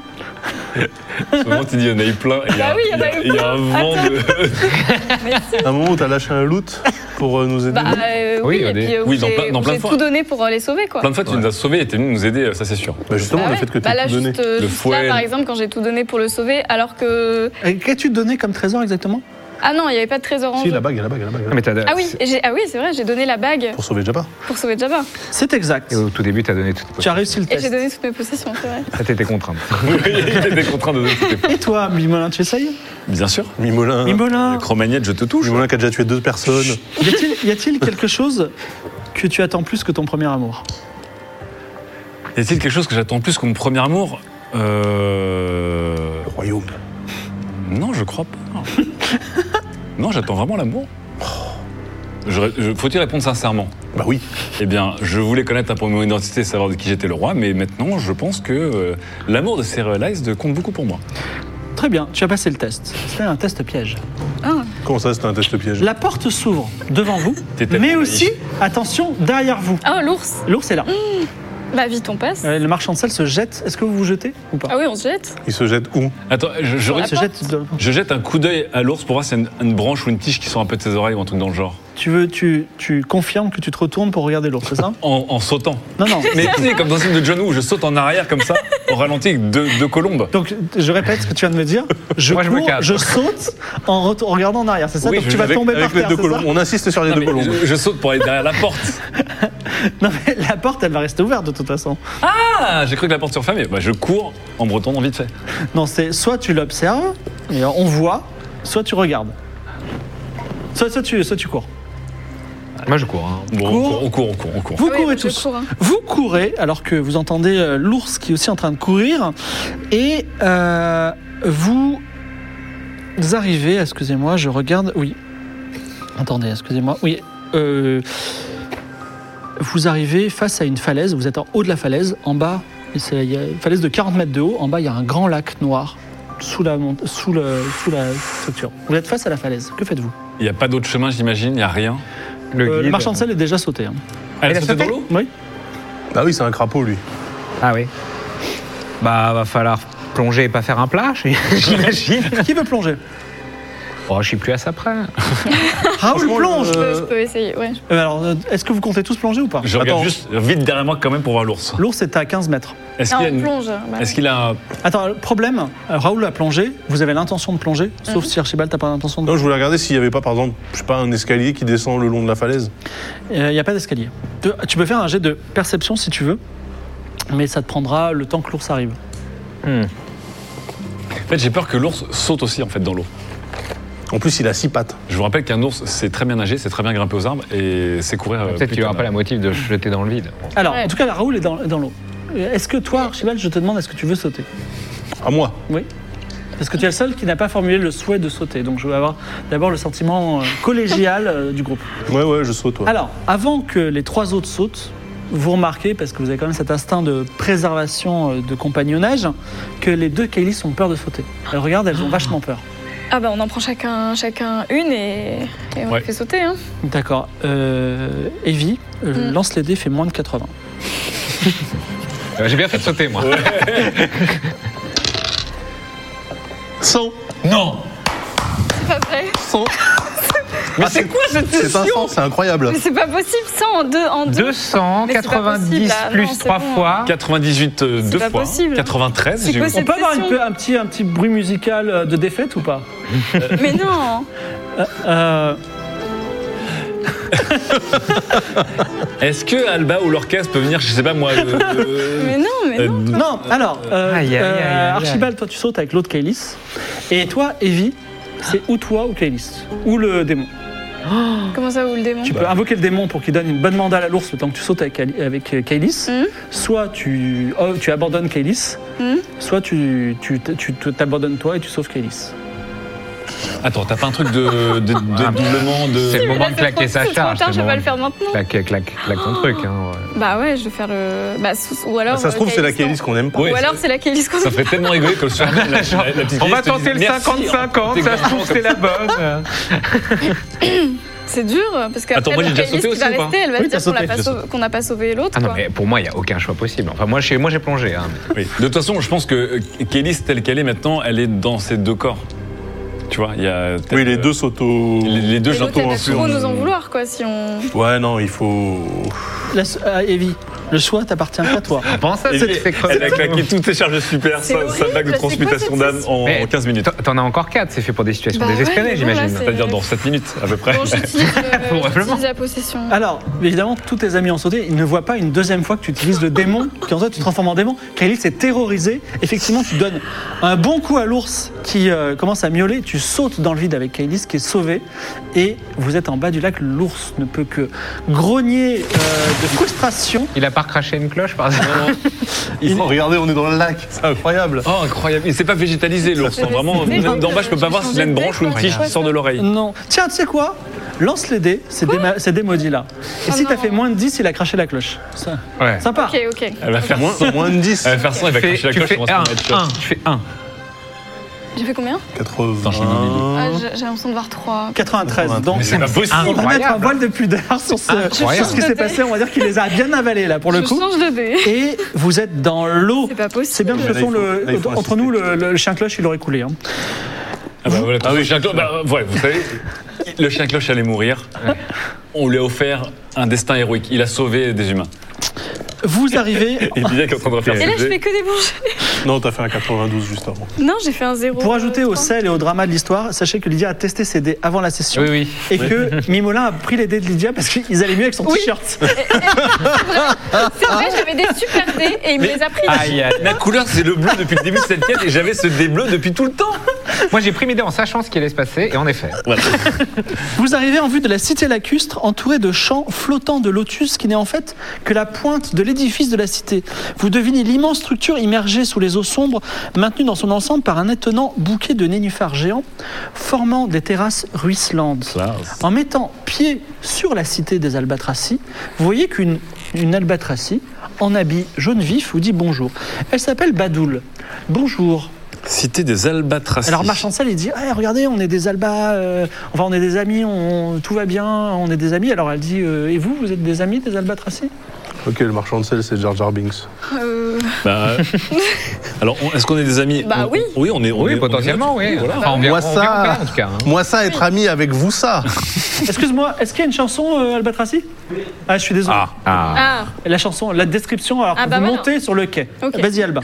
S7: Ce moment, tu dis, il y en a eu plein. et il y a-
S5: Bah oui, il y en a eu
S7: Il y a un
S5: plein.
S7: vent de.
S4: À un moment où t'as lâché un loot pour euh, nous aider.
S5: Bah euh,
S6: Oui,
S5: oui, et
S6: des-
S5: puis euh,
S7: oui,
S5: où
S7: dans plein-
S5: j'ai
S7: dans
S5: où
S7: plein
S5: j'ai
S7: de fois.
S5: tout donné pour euh, les sauver quoi.
S7: Plein de fois, tu nous as sauvés et t'es venu nous aider, euh, ça c'est sûr.
S4: Bah, justement,
S5: Bah
S4: le
S5: ouais.
S4: fait que
S5: Bah
S4: t'aies
S5: là,
S4: tout donné.
S5: juste, euh,
S7: Le
S5: juste
S7: fouet.
S5: là, par exemple, quand j'ai tout donné pour le sauver, alors que.
S3: Et Qu'as-tu donné comme trésor exactement
S5: Ah non, il n'y avait pas de trésor en
S4: Si,
S5: jeu.
S4: la bague, la bague, la bague. la
S6: Ah,
S4: bague.
S6: mais t'as-
S5: Ah oui, et j'ai- ah oui c'est vrai, j'ai donné la bague
S4: Pour sauver Jabba.
S5: pour sauver Jabba.
S3: C'est exact.
S6: Et au tout début, t'as donné tout.
S3: Tu as réussi le
S5: Et j'ai
S3: test.
S5: donné toutes mes possessions, c'est vrai.
S6: Ça, t'étais contrainte.
S7: T'étais contraint de. c'était-
S3: Et toi, Mimolin, tu essayes
S7: Bien sûr.
S6: Ah,
S4: Mimolin.
S3: Mimolin,
S7: Cromagnette, je te touche.
S4: Mimolin qui a déjà tué deux personnes.
S3: y a-t-il- y a-t-il quelque chose que tu attends plus que ton premier amour
S7: Y a-t-il quelque chose que j'attends plus que mon premier amour Euh.
S4: Royaume.
S7: Non, je crois pas. non, j'attends vraiment l'amour. J'aurais- je- Faut-il répondre sincèrement
S4: Bah oui.
S7: Eh bien, je voulais connaître pour mon identité, savoir de qui j'étais le roi, mais maintenant, je pense que euh, l'amour de Serialized compte beaucoup pour moi.
S3: Très bien, tu as passé le test. C'était un test piège.
S6: Ah.
S4: Comment ça, c'était un test piège
S3: La porte s'ouvre devant vous,
S7: T'es tellement
S3: mais aussi, attention, derrière vous.
S5: Ah, l'ours
S3: L'ours est là.
S6: Mmh.
S5: Bah vite, on passe.
S3: Euh, Le marchand de sel se jette. Est-ce que vous vous jetez ou pas
S5: Ah oui, on se jette.
S4: Il se jette où
S7: Attends, je, je,
S5: Ah,
S3: Il se jette de-
S7: je jette un coup d'œil à l'ours pour voir s'il y a une, une branche ou une tige qui sort un peu de ses oreilles ou un truc dans le genre.
S3: Tu veux, tu, tu confirmes que tu te retournes pour regarder l'ours, c'est ça
S7: En, en sautant.
S3: Non, non.
S7: Mais tu sais, comme dans un film de John Woo, je saute en arrière comme ça, au ralenti avec deux, deux colombes.
S3: Donc je répète ce que tu viens de me dire. Je
S6: Moi, je me
S3: cours,
S6: casse.
S3: je saute en, retour- en regardant en arrière, c'est ça
S7: Oui,
S3: Donc
S7: je-
S3: tu vas
S4: Avec-
S3: tomber
S4: avec
S3: par
S4: les
S3: terre,
S4: deux
S3: c'est
S4: colombes.
S3: ça
S4: On insiste sur les
S7: Non,
S4: deux
S7: mais
S4: colombes.
S7: je, je saute pour aller derrière la porte.
S3: Non mais la porte, elle va rester ouverte de toute façon.
S7: Ah, j'ai cru que la porte se refermait. Bah, je cours en me retournant vite fait.
S3: Non, c'est soit tu l'observes et on voit, soit tu regardes. Soit, soit tu, soit tu cours.
S6: Moi, je cours. hein.
S7: Bon,
S3: Cours.
S7: on court, on court, on court.
S3: Vous
S5: Ah oui,
S3: courez
S5: je
S3: tous.
S5: cours, hein.
S3: Vous courez alors que vous entendez euh, l'ours qui est aussi en train de courir. Et euh, vous arrivez, excusez-moi, je regarde. Oui. Attendez, excusez-moi. Oui. euh, vous arrivez face à une falaise. Vous êtes en haut de la falaise. En bas, c'est il y a une falaise de 40 mètres de haut. En bas, il y a un grand lac noir sous la, mont- sous le- sous la structure. Vous êtes face à la falaise. Que faites-vous
S7: Il n'y a pas d'autre chemin, j'imagine, il n'y a rien. Ah,
S6: Le,
S3: Euh, Le
S6: guide.
S3: marchand de sel est déjà sauté. hein.
S7: Elle,
S6: Elle a
S7: a sauté dans
S6: sauté
S7: l'eau
S3: Oui.
S4: Bah oui, c'est un crapaud, lui.
S6: Ah oui. Bah, va falloir plonger et pas faire un plat, j'imagine.
S3: Qui veut plonger
S6: Oh, je suis plus à ça près.
S3: Raoul plonge
S5: Je peux- Je peux essayer, ouais.
S3: Euh, Alors, euh, est-ce que vous comptez tous plonger ou pas
S7: Je regarde juste vite derrière moi quand même pour voir l'ours.
S3: L'ours est à 15 mètres.
S7: Est-ce
S5: Ah,
S7: qu'il a,
S5: on
S7: une-
S5: plonge. bah.
S7: est-ce qu'il a un-
S3: Attends, le problème, euh, Raoul a plongé, vous avez l'intention de plonger, sauf si Archibald t'as pas l'intention de
S4: Non, je voulais regarder s'il n'y avait pas, par exemple, je sais pas, un escalier qui descend le long de la falaise.
S3: Il n'y Euh, a pas d'escalier. De- Tu peux faire un jet de perception si tu veux, mais ça te prendra le temps que l'ours arrive.
S7: En fait, j'ai peur que l'ours saute aussi en fait dans l'eau.
S4: En plus, il a six pattes.
S7: Je vous rappelle qu'un ours, c'est très bien nager, c'est très bien grimper aux arbres et c'est courir. euh,
S6: Peut-être
S7: plus
S6: qu'il aura
S7: qu'un-
S6: pas la motive de se jeter dans le vide.
S3: Alors,
S5: Ouais.
S3: en tout cas, Raoul est dans, est dans l'eau. Euh, Est-ce que toi, Archibald, je te demande, est-ce que tu veux sauter
S4: À moi.
S3: Oui. Parce que tu es le seul qui n'a pas formulé le souhait de sauter, donc je veux avoir d'abord le sentiment euh, collégial euh, du groupe.
S4: Ouais, ouais, je saute, ouais.
S3: Alors, avant que les trois autres sautent, vous remarquez, parce que vous avez quand même cet instinct de préservation, euh, de compagnonnage, que les deux Kailis ont peur de sauter. Elles regardent, elles ont vachement peur.
S5: Ah bah on en prend chacun, chacun une et, et on
S7: Ouais.
S5: les fait sauter. Hein.
S3: D'accord. Euh, Evie, euh,
S5: Mm.
S3: lance les dés, fait moins de 80.
S6: Euh, J'ai bien fait de sauter, moi.
S4: 100
S6: Non
S5: C'est pas vrai.
S4: 100 Mais c'est quoi cette C'est 500, c'est incroyable.
S5: Mais c'est pas possible, ça en deux, en deux.
S6: 290
S5: Mais c'est pas possible, là.
S6: plus
S5: Non, c'est
S6: 3
S5: bon.
S6: fois.
S7: 98 euh,
S5: C'est
S7: deux
S5: pas
S7: fois.
S5: possible.
S7: 93.
S5: C'est
S7: j'ai eu-
S5: possible.
S3: On peut avoir
S5: pression.
S3: une peu- un, petit, un petit bruit musical euh, de défaite ou pas
S5: Mais non
S3: Euh,
S7: Est-ce que Alba ou l'orchestre peut venir, je sais pas moi. euh, euh,
S5: Mais non, mais
S7: euh,
S5: non
S3: Non, alors, euh,
S6: Aïe, aïe, aïe,
S3: euh,
S6: aïe, aïe.
S3: Archibald, toi tu sautes avec l'autre Kailis. Et toi, Evie, c'est ou toi ou Kailis. Ou le démon.
S5: Comment ça, vous le démon
S3: Tu peux invoquer le démon pour qu'il donne une bonne mandale à l'ours le temps que tu sautes avec, Kali- avec euh, Kailis.
S5: Mhm.
S3: Soit tu, oh, tu abandonnes Kailis,
S5: Mhm.
S3: soit tu tu- tu- tu t'abandonnes toi et tu sauves Kailis.
S7: Attends, t'as pas un truc de, de, de
S6: Ah, mais-
S7: doublement de.
S6: C'est le
S5: Mais
S6: moment
S5: là,
S6: de
S5: c'est
S6: claquer
S5: trop-
S6: sa
S5: c'est trop
S6: charge.
S5: tard,
S6: c'est
S5: je vais pas
S6: moment
S5: le faire Oh. maintenant.
S6: de- Claque, claque, claque ton truc. hein, ouais.
S5: Bah ouais, je vais faire le. Bah, sous- ou alors.
S4: Ça se trouve,
S5: euh,
S4: c'est la
S5: Kailis,
S4: Kélis qu'on aime pas.
S5: non.
S7: Ouais,
S5: Ou alors, c'est la Kailis qu'on
S7: Ça ferait tellement rigoler que le soir même, la, la- la petite
S6: On
S7: vieille
S6: va
S7: te dit,
S6: tenter le
S7: Merci,
S6: 50-50, ça se trouve c'est la bonne.
S5: C'est dur, parce
S7: Attends,
S5: qu'après,
S7: moi,
S5: la
S7: j'ai déjà
S5: Kailis
S7: sauté
S5: qui va
S7: aussi ou pas
S5: rester, elle va
S3: Oui,
S5: se
S3: t'as
S5: dire qu'on l'a
S3: sauté,
S5: pas
S3: j'ai
S5: sauvé- qu'on n'a pas sauvé l'autre.
S6: Ah non,
S5: quoi.
S6: mais pour moi, il n'y a aucun choix possible. Enfin, moi, j'ai moi, j'ai plongé. hein, mais-
S7: Oui. De toute façon, je pense que euh, Kélis, telle qu'elle est maintenant, elle est dans ses deux corps. Tu vois, il y a. euh,
S4: Oui, les deux s'auto.
S7: Les, les deux,
S5: Mais l'autre,
S7: j'entends.
S5: elle va
S4: influence.
S5: trop nous en vouloir, quoi, si on.
S4: Ouais, non, il faut.
S3: La so- ah, Evie, le choix t'appartient pas à toi.
S6: Pense à cette séquence.
S7: Elle a claqué toutes ses charges super,
S5: C'est
S7: sa, sa
S5: horrible,
S7: vague de
S5: c'est quoi
S7: transmutation
S5: cette
S7: d'âme en
S6: Mais-
S7: 15 minutes.
S6: T'en- T'en as encore 4, c'est fait pour des situations
S5: Bah ouais,
S6: désespérées,
S5: mais bon,
S6: j'imagine.
S5: là, c'est-
S7: C'est-à-dire dans 7 minutes, à peu près.
S5: Bon, j'utilise euh,
S6: Probablement.
S5: j'utilise la possession.
S3: Alors, évidemment, tous tes amis ont sauté. Ils ne voient pas une deuxième fois que tu utilises le démon, qu'en toi tu te transformes en démon. Kailis est terrorisé. Effectivement, tu donnes un bon coup à l'ours qui euh, commence à miauler. Tu sautes dans le vide avec Kailis qui est sauvé. Et vous êtes en bas du lac. L'ours ne peut que grogner euh, de frustration.
S6: Il a pas recraché une cloche, par exemple.
S4: Il faut regarder, Oh, on est dans le lac, c'est incroyable.
S7: Oh, incroyable. Il s'est pas végétalisé, l'ours.
S5: C'est
S7: hein. Vraiment,
S5: resté
S7: même d'en bas, je peux pas
S5: j'ai
S7: voir s'il a une
S5: changé de
S7: branche ou une
S5: tête,
S7: tige
S5: quoi.
S7: qui sort de l'oreille.
S3: Non. Tiens, tu sais quoi Lance les dés, ces déma- ces démaudits-là. Et
S5: Oh
S3: si t'as
S5: non.
S3: fait moins de 10, il a craché la cloche. Ça-
S6: Ouais.
S3: Sympa.
S5: Ok, ok.
S7: Elle va faire moins,
S4: Moins de 10.
S7: elle va faire ça, elle va
S6: Tu fais-
S7: cracher la
S6: tu
S7: cloche,
S6: fais
S7: on va se remettre.
S6: 1, tu fais 1.
S5: J'ai fait combien
S4: 80.
S5: Ah, j'ai j'ai l'impression de voir 3.
S3: 93. Donc,
S7: Mais c'est pas
S3: on
S7: possible.
S3: va
S6: Ah, Incroyable. Ah,
S3: mettre un voile de pudeur sur ce, sur
S6: Incroyable.
S3: ce qui s'est passé. On va dire qu'il les a bien avalés là pour le
S5: je
S3: coup.
S5: change de dé.
S3: Et vous êtes dans l'eau.
S5: C'est pas possible.
S3: C'est bien parce que
S4: Là,
S3: de toute
S4: il faut-
S3: façon,
S4: là, il faut
S3: le- entre
S4: insister.
S3: nous, le, le- le chien cloche, il aurait coulé. hein.
S7: Ah bah voilà, oui, chien cloche. Bah, ouais, vous savez, le chien cloche allait mourir. On lui a offert un destin héroïque. Il a sauvé des humains.
S3: Vous arrivez.
S7: Il disait qu'il est en train de refaire
S5: Et là,
S7: ses
S5: je
S7: jets.
S5: fais que des bons jets.
S4: Non, t'as fait un 92 juste avant.
S5: Non, j'ai fait un 0.
S3: Pour ajouter au sel et au drama de l'histoire, sachez que Lydia a testé ses dés avant la session.
S6: Oui, oui.
S3: Et que Mimolin a pris les dés de Lydia parce qu'ils allaient mieux avec son
S5: Oui.
S3: t-shirt.
S5: C'est vrai, j'avais des super dés et il me les a pris.
S6: Aïe, aïe.
S7: La couleur, c'est le bleu depuis le début de cette quête et j'avais ce dé bleu depuis tout le temps.
S6: Moi, j'ai pris mes dés en sachant ce qui allait se passer, et en effet.
S3: Vous arrivez en vue de la cité lacustre, entourée de champs flottants de lotus qui n'est en fait que la pointe de l'édifice de la cité. Vous devinez l'immense structure immergée sous les eaux sombres, maintenue dans son ensemble par un étonnant bouquet de nénuphars géants, formant des terrasses ruisselantes. En mettant pied sur la cité des albatracies, vous voyez qu'une une albatracie, en habit jaune vif, vous dit bonjour. Elle s'appelle Badoul. Bonjour.
S7: Cité des albatras.
S3: Alors Marchand de Sel, il dit Eh, Regardez, on est des albas, euh, enfin on est des amis, on, tout va bien, on est des amis. Alors elle dit euh, Et vous, vous êtes des amis des albatracés
S4: Ok, le marchand de sel, c'est Jar Jar Binks.
S5: Euh,
S7: Bah, alors, on- est-ce qu'on est des amis
S5: Bah
S7: On-
S5: oui.
S7: on- Oui, on est. on est-
S6: Oui,
S7: on est-
S6: potentiellement, oui. Enfin, on
S4: Moi,
S6: verra, on
S4: ça-
S6: verra après, en tout cas. hein.
S4: Moi, ça, être ami avec vous, ça.
S3: Excuse-moi, est-ce qu'il y a une chanson euh, albatracie Ah, je suis désolé.
S7: Ah,
S6: Ah.
S5: Ah,
S3: La chanson, la description, alors
S5: Ah,
S3: que
S5: bah
S3: vous
S5: voilà.
S3: montez sur le quai.
S5: Ok.
S3: Vas-y, Alba.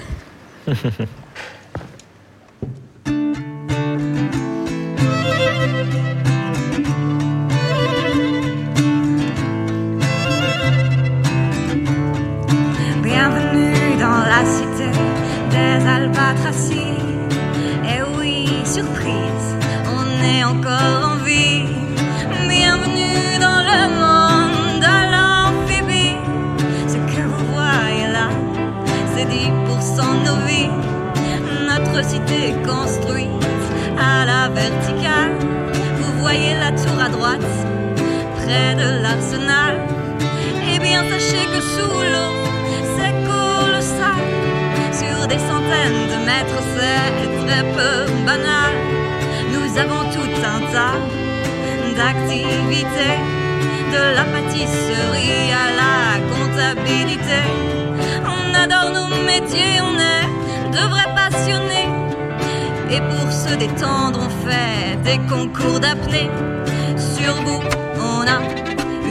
S2: Bienvenue dans la cité des albatracies. Et oui, surprise, on est encore en vie. Bienvenue dans le monde de l'amphibie. Ce que vous voyez là, c'est 10% de nos vies. Notre cité construite à la verticale. Vous voyez la tour à droite, près de l'arsenal. Eh bien, sachez que sous l'eau, c'est colossal. Sur des centaines de mètres, c'est très peu banal. Nous avons tout un tas d'activités, de la pâtisserie à la comptabilité. On adore nos métiers, on est de vrais passionnés. Et pour se détendre, on fait des concours d'apnée. Sur vous, on a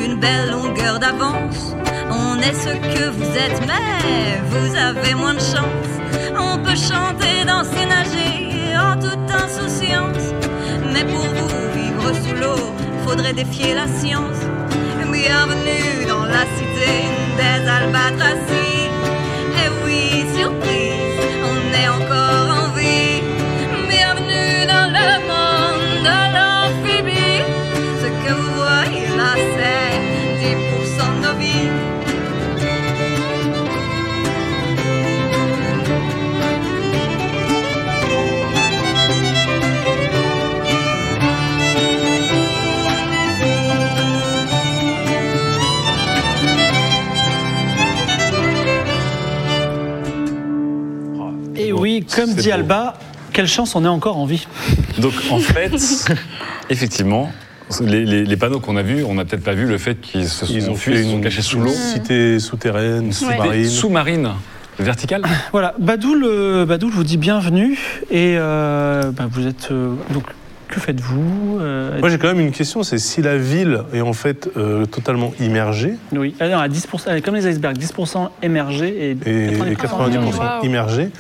S2: une belle longueur d'avance. On est ce que vous êtes, mais vous avez moins de chance. On peut chanter, danser, nager en toute insouciance. Mais pour vous, vivre sous l'eau, faudrait défier la science. Bienvenue dans la cité des albatracies. Eh oui, surprise, on est encore en vie. Bienvenue dans le monde de l'amphibie. Ce que vous voyez là, c'est 10% de nos vies.
S3: Comme
S7: C'est
S3: dit
S7: beau.
S3: Alba, quelle chance on est encore en vie.
S7: Donc en fait, effectivement, les, les- les panneaux qu'on a vus, on n'a peut-être pas vu le fait qu'ils se sont
S4: Ils ont
S7: fuis,
S4: fait
S7: ils sont
S4: une
S7: cachés sous l'eau.
S4: Cité souterraine,
S7: Des
S4: sous-marine.
S7: sous-marines verticales.
S3: Voilà, Badoul, euh, Badoul vous dit bienvenue et euh, bah, vous êtes euh, donc que faites-vous Euh,
S4: Moi j'ai quand même une question, c'est si la ville est en fait euh, totalement immergée
S3: Oui, alors à 10%, elle est comme les icebergs, 10% émergés et,
S4: et
S3: 90%.
S4: 90%
S5: Wow.
S4: immergée,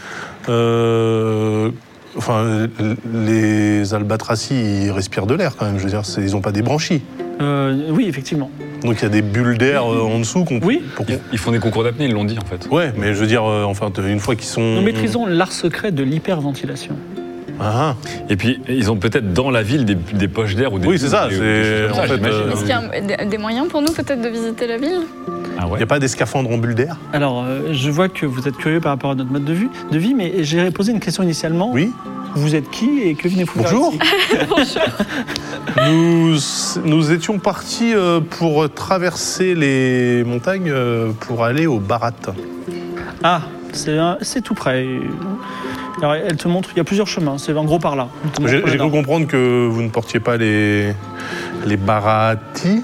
S4: euh, enfin euh, les albatracis ils respirent de l'air quand même, je veux dire, c'est- ils n'ont pas des branchies.
S3: Euh, oui, effectivement.
S4: Donc il y a des bulles d'air euh, en dessous qu'on
S3: Oui.
S4: pour qu'on-
S7: Ils, ils font des concours d'apnée, ils l'ont dit en fait.
S4: Ouais, mais je veux dire, euh, enfin, une fois qu'ils sont.
S3: Nous maîtrisons l'art secret de l'hyperventilation.
S4: Ah, ah.
S7: Et puis ils ont peut-être dans la ville des, des poches d'air ou des.
S4: Oui, c'est ça,
S7: des- des
S4: c'est-
S7: choses
S4: en
S7: comme ça,
S4: fait,
S7: j'imagine.
S4: euh,
S5: Est-ce qu'il y a un- des- des moyens pour nous peut-être de visiter la ville
S7: Ah
S4: Il
S7: ouais.
S4: n'y a pas des scaphandres en bulles d'air
S3: Alors, euh, je vois que vous êtes curieux par rapport à notre mode de vue, de vie, mais j'ai posé une question initialement.
S4: Oui.
S3: Vous êtes qui et que venez-vous faire
S4: Bonjour.
S3: ici
S4: Nous, nous étions partis euh, pour traverser les montagnes euh, pour aller au Barat.
S3: Ah, c'est un- c'est tout près. Alors, elle te montre, il y a plusieurs chemins, c'est en gros par là. Elle te montre
S4: J'ai
S3: le
S4: j'ai cru
S3: nord.
S4: comprendre que vous ne portiez pas les, les Baratis,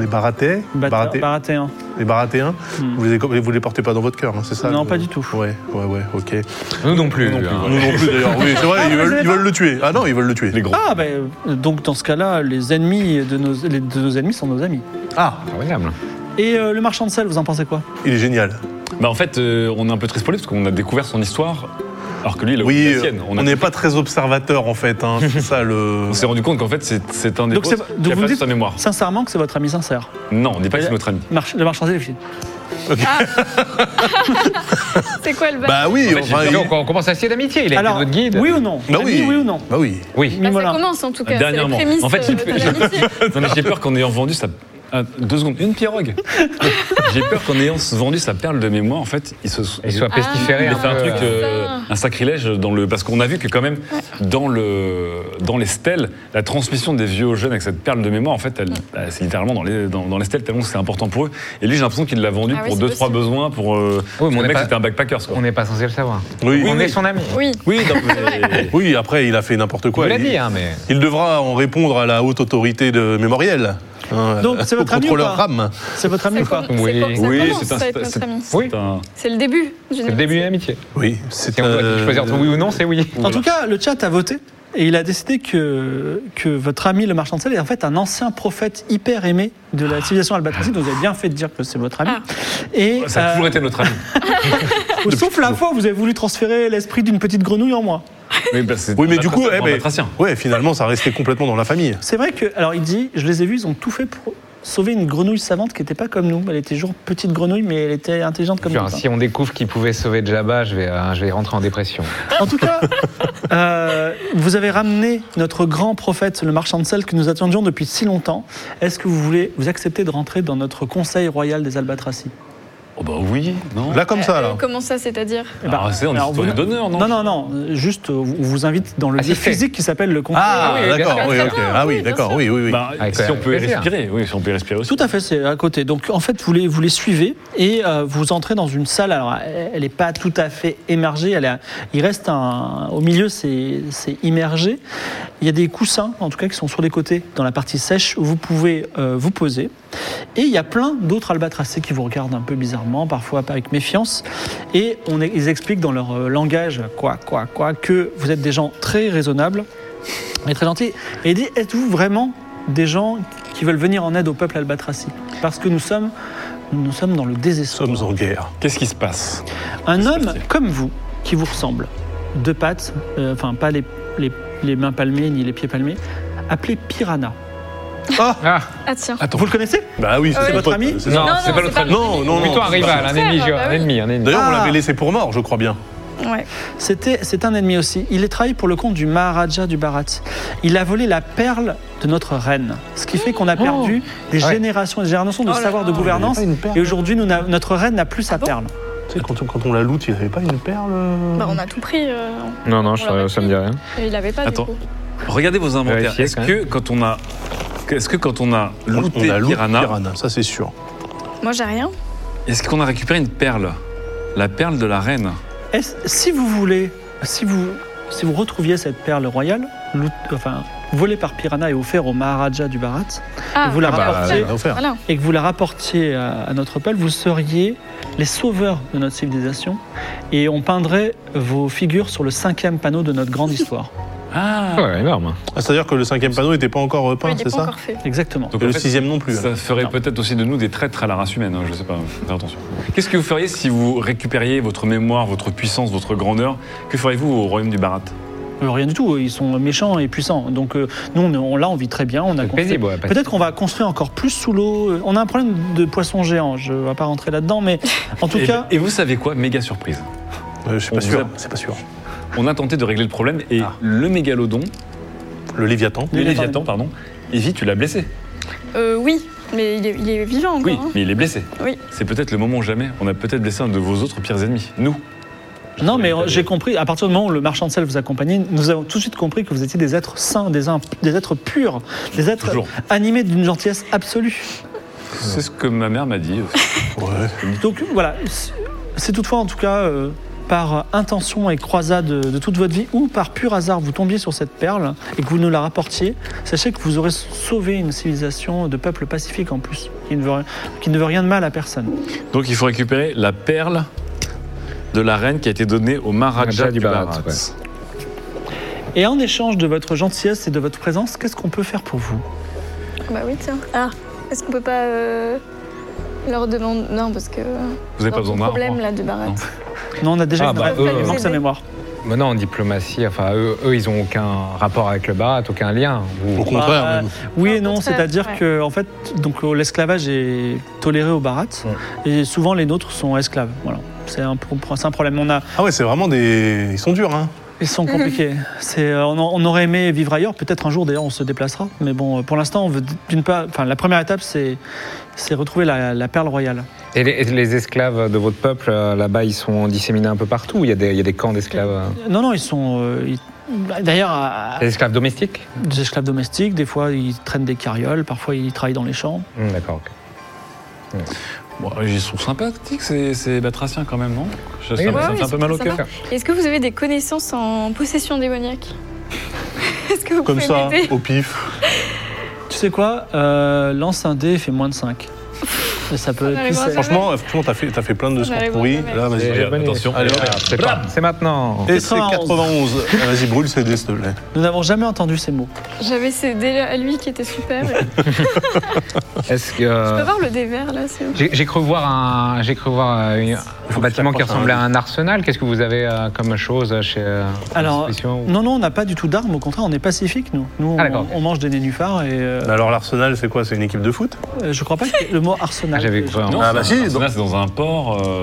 S4: les Baratais,
S3: Bata- hein.
S4: Baratais-
S3: Baratéen.
S4: les Baratéens.
S3: Hmm.
S4: Vous, les, vous les portez pas dans votre cœur, hein, c'est ça
S3: Non,
S4: le-
S3: pas du tout.
S4: Ouais, ouais, ouais, ok.
S6: Nous non plus. hein.
S4: Nous non plus d'ailleurs, oui, c'est vrai, ils
S3: vous
S4: veulent,
S3: avez
S4: ils
S3: pas-
S4: veulent le tuer. Ah non, ils veulent le tuer.
S7: Les gros.
S3: Ah, ben, donc dans ce cas-là, les ennemis de nos, les- de nos ennemis sont nos amis.
S4: Ah,
S6: Incroyable.
S3: Et euh, le marchand de sel, vous en pensez quoi
S4: il est génial.
S7: Bah en fait, euh, on est un peu triste pour lui parce qu'on a découvert son histoire, alors que lui, il a oublié
S4: Oui,
S7: la sienne.
S4: euh,
S7: On, a-
S4: on n'est pas très observateur en fait, hein, c'est ça le.
S7: on s'est rendu compte qu'en fait, c'est c'est un des
S3: Donc,
S7: autres
S3: c'est- donc
S7: qui a
S3: vous
S7: perdu
S3: dites-
S7: sa mémoire.
S3: Sincèrement, que c'est votre ami sincère.
S7: Non, on n'est pas
S4: Ah,
S7: que c'est notre ami.
S3: Marche- le marchand de sel, il fait,
S5: C'est quoi le bail
S4: Bah oui,
S7: En fait,
S4: enfin,
S7: j'ai-
S4: il-
S6: Donc on commence à essayer d'amitié. Il a
S3: Alors,
S6: été notre guide.
S3: oui ou non
S4: Bah
S3: Ami,
S4: oui.
S3: oui ou non
S4: Bah oui.
S6: Oui.
S5: Bah,
S3: Mimola.
S5: Ça commence en tout cas. c'est les
S7: Dernièrement.
S5: prémices,
S7: En fait,
S5: euh, de ton amitié.
S7: Non, mais j'ai peur qu'en ayant vendu sa. Ah, deux secondes, une pirogue J'ai peur qu'en ayant vendu sa perle de mémoire, en fait, il se.
S6: Il soit
S5: Ah.
S6: pestiféré.
S7: Il a fait un
S6: peu,
S7: truc,
S6: euh,
S7: euh, un sacrilège dans le. Parce qu'on a vu que, quand même, dans, le, dans les stèles, la transmission des vieux aux jeunes avec cette perle de mémoire, en fait, elle, bah, c'est littéralement dans les, dans, dans les stèles, tellement que c'est important pour eux. Et lui, j'ai l'impression qu'il l'a vendu
S5: Ah oui,
S7: pour
S5: c'est
S7: deux, trois
S5: possible.
S7: besoins, pour. euh,
S6: mais
S7: le
S6: on est
S7: mec,
S6: pas-
S7: c'était un backpacker, quoi.
S6: On n'est pas censé le savoir.
S4: Oui.
S6: on est son ami.
S5: Oui.
S7: Oui, non, mais-
S4: Oui, après, il a fait n'importe
S6: On
S4: quoi.
S6: l'a
S4: Il,
S6: dit, hein, mais.
S4: il devra en répondre à la haute autorité de mémoriel. hein,
S3: Donc, c'est
S4: au
S3: votre ami ou
S4: contrôleur
S3: pas
S4: RAM.
S3: C'est votre ami ou
S5: C'est
S3: pas
S5: com- c'est
S6: Oui.
S5: com- ça
S7: Oui,
S5: commence,
S7: c'est un-
S5: ça, à être
S7: c'est-
S5: notre ami.
S6: Oui.
S7: c'est un-
S5: C'est le début d'une
S6: C'est le
S5: amitié.
S6: début d'une amitié.
S4: Oui, c'est
S6: Si on doit
S4: euh,
S6: choisir entre oui ou non, c'est oui.
S3: En tout cas, le chat a voté et il a décidé que, que votre ami le marchand de sel est en fait un ancien prophète hyper aimé de la civilisation albatracie. Donc vous avez bien fait de dire que c'est votre
S5: Ah.
S3: ami. Et
S7: Ça a
S3: euh,
S7: toujours été notre ami.
S3: sauf la fois où vous avez voulu transférer l'esprit d'une petite grenouille en moi.
S7: Oui, bah, c'est
S4: Oui, mais
S7: un
S4: du coup,
S7: batracien,
S4: eh
S7: un
S4: ben,
S7: batracien.
S4: ouais, finalement, ça restait complètement dans la famille.
S3: C'est vrai que, alors il dit, je les ai vus, ils ont tout fait pour sauver une grenouille savante qui n'était pas comme nous. Elle était toujours petite grenouille, mais elle était intelligente comme nous.
S6: Putain, si on découvre qu'il pouvait sauver Jabba, je vais, euh, je vais rentrer en dépression.
S3: En tout cas, euh, vous avez ramené notre grand prophète, le marchand de sel, que nous attendions depuis si longtemps. Est-ce que vous voulez, vous acceptez de rentrer dans notre conseil royal des albatracies
S7: Oh, bah oui, non
S4: Là, comme ça,
S5: Euh,
S4: là.
S5: Comment ça, c'est-à-dire
S3: Eh ben,
S7: Ah, c'est on est
S3: alors,
S7: citoyen
S3: vous-
S7: d'honneur, non
S3: Non, non, non, euh, juste, euh, on vous invite dans le
S6: Ah,
S3: lieu
S6: c'est fait.
S3: physique qui s'appelle le conseil.
S4: Ah,
S6: oui, bien
S4: d'accord,
S6: sûr.
S4: oui,
S5: Très
S4: ok.
S5: bien,
S4: Ah oui,
S5: oui,
S4: d'accord,
S5: bien
S4: oui, oui, oui.
S7: Bah,
S6: Avec,
S7: si
S6: euh,
S7: on peut
S6: plaisir.
S7: respirer, oui, si on peut respirer aussi.
S3: Tout à fait, c'est à côté. Donc en fait, vous les, vous les suivez et euh, vous entrez dans une salle. Alors, elle n'est pas tout à fait émergée. Elle est à- il reste un. Au milieu, c'est c'est immergé. Il y a des coussins, en tout cas, qui sont sur les côtés, dans la partie sèche, où vous pouvez euh, vous poser. Et il y a plein d'autres albatracés qui vous regardent un peu bizarrement, parfois avec méfiance. Et on, est- ils expliquent dans leur euh, langage, quoi, quoi, quoi, que vous êtes des gens très raisonnables et très gentils. Et il dit êtes-vous vraiment des gens qui veulent venir en aide au peuple albatraci Parce que nous sommes, nous sommes dans le désespoir.
S4: Nous sommes en guerre.
S7: Qu'est-ce qui se passe
S3: Un homme comme vous, qui vous ressemble, deux pattes, euh, enfin pas les, les, les mains palmées ni les pieds palmés, appelé Piranha.
S6: Ah,
S5: Ah tiens.
S7: Attends,
S3: Vous le connaissez
S4: Bah oui,
S5: Ouais.
S4: son
S3: Votre
S4: pote,
S3: ami
S4: c'est ça.
S7: Ah,
S6: Non, c'est pas
S5: notre ami.
S4: Non, non, non.
S6: plutôt un
S4: c'est
S6: rival,
S4: pas-
S6: un ennemi,
S5: Ah,
S6: je-
S5: bah
S6: un
S5: oui.
S6: ennemi, un ennemi.
S4: D'ailleurs, on
S3: Ah.
S4: l'avait laissé pour mort, je crois bien.
S5: Ouais.
S3: C'était, c'est un ennemi aussi. Il est trahi pour le compte du Maharaja du Bharat. Il a volé la perle de notre reine. Ce qui fait qu'on a perdu des
S6: Ouais.
S3: générations et des générations de
S5: Oh là
S3: savoir de
S5: là. Ah
S3: gouvernance.
S4: Ah, Il avait pas une perle.
S3: Et aujourd'hui, nous n'a- notre reine n'a plus sa perle.
S4: Tu sais, quand on, quand on la loot, il avait pas une perle euh
S5: Bah, on
S7: Mhm.
S5: a tout pris. euh,
S6: Non, non,
S5: je- On l'a ça me dit
S6: rien.
S5: et il avait pas
S7: Attends.
S5: du coup.
S7: regardez vos inventaires.
S6: Vérifier,
S7: Est-ce
S6: quand
S7: que quand on a est-ce que quand on a
S4: On-
S7: looté
S4: on a loot
S7: Piranha,
S4: Piranha, ça c'est sûr.
S5: Moi, j'ai rien.
S7: est-ce qu'on a récupéré une perle La perle de la reine
S3: Est-ce- si vous voulez Si vous, si vous retrouviez cette perle royale, loot- enfin, volée par Piranha et offerte au Maharaja du Bharat,
S5: Ah,
S3: et vous la
S4: Ah bah,
S3: rapportiez,
S4: l'a offert.
S5: voilà.
S3: et que vous la rapportiez à, à notre peuple, vous seriez les sauveurs de notre civilisation et on peindrait vos figures sur le cinquième panneau de notre grande histoire.
S7: Ah
S6: Ouais, énorme. hein.
S4: Ah, C'est-à-dire que le cinquième panneau n'était pas encore euh,
S5: Oui,
S4: peint,
S5: il n'est
S4: c'est
S5: pas
S4: ça
S5: encore fait.
S3: Exactement.
S7: Donc,
S4: Et
S7: en
S4: le
S7: fait,
S4: sixième non plus. hein.
S7: Ça
S4: alors.
S7: ferait peut-être aussi de nous des traîtres à la race humaine, hein, je sais pas, faire attention. Qu'est-ce que vous feriez si vous récupériez votre mémoire, votre puissance, votre grandeur Que feriez-vous au royaume du Barat
S3: Euh, rien du tout, ils sont méchants et puissants. Donc euh, nous, on, on- là, on vit très bien. On a construit-
S6: Paisible, ouais, parce-
S3: Peut-être qu'on va construire encore plus sous l'eau. Euh, On a un problème de poisson géant, je ne vais pas rentrer là-dedans, mais en tout
S7: et,
S3: cas,
S7: et vous savez quoi Méga surprise.
S4: Euh, Je suis pas
S7: On
S4: sûr.
S7: vous a-
S4: C'est pas sûr.
S7: On a tenté de régler le problème et
S4: Ah.
S7: le mégalodon,
S4: Le Léviathan.
S7: le
S3: Léviathan.
S7: léviathan, pardon, Evie, tu l'as blessé.
S5: Euh, oui, mais il est, il est vivant encore.
S7: Oui,
S5: hein.
S7: mais il est blessé.
S5: Oui.
S7: C'est peut-être le moment ou jamais. On a peut-être blessé un de vos autres pires ennemis. Nous.
S3: non, mais j'ai compris, à partir du moment où le marchand de sel vous accompagnait, nous avons tout de suite compris que vous étiez des êtres sains, des, imp- des êtres purs, des êtres
S7: Toujours.
S3: animés d'une gentillesse absolue.
S7: C'est ce que ma mère m'a dit. aussi.
S4: Ouais.
S6: Mmh.
S3: Donc voilà, c'est- c'est toutefois en tout cas euh, par intention et croisade de toute votre vie ou par pur hasard vous tombiez sur cette perle et que vous nous la rapportiez, sachez que vous aurez sauvé une civilisation de peuple pacifique en plus, qui ne veut, rien- qui ne veut rien de mal à personne.
S7: Donc il faut récupérer la perle de la reine qui a été donnée au Maharaja
S6: Maharaja
S7: du,
S6: du
S7: Bharat.
S6: Bharat, ouais.
S3: Et en échange de votre gentillesse et de votre présence, qu'est-ce qu'on peut faire pour vous
S5: Bah oui, tiens. Est-ce qu'on peut pas euh, leur demander. Non, parce que.
S7: Vous n'avez pas besoin d'un
S5: problème
S7: roi.
S5: là de Barat.
S7: Non.
S3: Non, on a déjà
S6: Ah,
S3: une
S6: bah,
S3: vraie-
S6: eux,
S3: il manque
S6: euh,
S3: sa mémoire.
S6: Maintenant, en diplomatie, enfin, eux, eux, ils ont aucun rapport avec le Barat, aucun lien.
S4: Au
S6: Ou-
S4: contraire.
S3: Bah,
S4: même.
S3: Oui
S5: Non,
S3: et
S5: au
S3: non,
S5: contraire,
S3: c'est-à-dire
S5: ouais.
S3: que en fait, donc euh, l'esclavage est toléré au Barat et souvent les nôtres sont esclaves. Voilà, c'est un, pro- c'est un problème. On a
S4: Ah ouais, c'est vraiment des. Ils sont durs, hein.
S3: Ils sont
S5: Mm-hmm.
S3: compliqués. C'est, euh, on, en- on aurait aimé vivre ailleurs. Peut-être un jour, d'ailleurs, on se déplacera. Mais bon, euh, pour l'instant, on veut d'une part. Enfin, la première étape, c'est c'est retrouver la, la perle royale.
S6: Et les, et les esclaves de votre peuple, euh, là-bas, ils sont disséminés un peu partout. Il y a des, il y a des camps d'esclaves. euh.
S3: Non, non, ils sont. euh, ils- bah, D'ailleurs, à- à-
S6: Des esclaves domestiques
S3: des esclaves domestiques, des fois ils traînent des carrioles, parfois ils travaillent dans les champs.
S6: Hum, D'accord. ok.
S7: Bon, ils sont sympathiques ces, ces batraciens quand même, non Je-
S6: Oui,
S7: ça, me-
S6: ouais,
S7: ça me
S6: oui,
S7: fait un peu mal au
S5: ça
S7: cœur.
S5: va. Est-ce que vous avez des connaissances en possession démoniaque Est-ce que vous
S4: Comme
S5: pouvez
S4: ça,
S5: m'aider
S7: oh.
S4: au pif.
S3: Tu sais quoi Euh, Lance un dé et fait moins de 5. Et ça peut
S5: On
S3: être.
S5: arrivera
S3: c'est-
S5: jamais.
S4: Franchement, euh, franchement, t'as fait, t'as fait plein de
S5: On
S4: scores
S5: arrive
S4: pourris.
S5: jamais.
S4: Là,
S6: Et
S4: vas-y.
S7: Allez,
S6: Germanique.
S7: attention.
S6: Allez,
S7: Allez,
S6: hop,
S7: hop.
S6: c'est pas- C'est maintenant.
S4: Et c'est
S3: 91.
S4: 91. Ah, Vas-y, brûle ces dés, s'il te plaît.
S3: Nous n'avons jamais entendu ces mots.
S5: J'avais cédé à lui qui était super. Je
S6: Est-ce que.
S5: peux voir le dévers là c'est-
S6: J'ai j'ai cru voir un, j'ai cru voir euh, une- un bâtiment qui
S4: t'approches
S6: ressemblait
S4: un-
S6: à un arsenal. Qu'est-ce que vous avez euh, comme chose euh, chez euh,
S3: Alors,
S6: l'exposition
S3: non, non, on n'a pas du tout d'armes. Au contraire, on est pacifique, nous. Nous,
S6: Ah,
S3: on-
S6: d'accord.
S3: on, mange des nénuphars et. euh,
S4: Mais alors, l'Arsenal, c'est quoi C'est une équipe de foot
S3: euh, je crois pas que le mot arsenal. euh,
S6: Ah, J'avais cru. hein.
S7: Non,
S4: Ah,
S7: c'est
S4: bah
S7: un
S4: si,
S7: arsenal,
S4: donc-
S7: c'est dans un port. euh,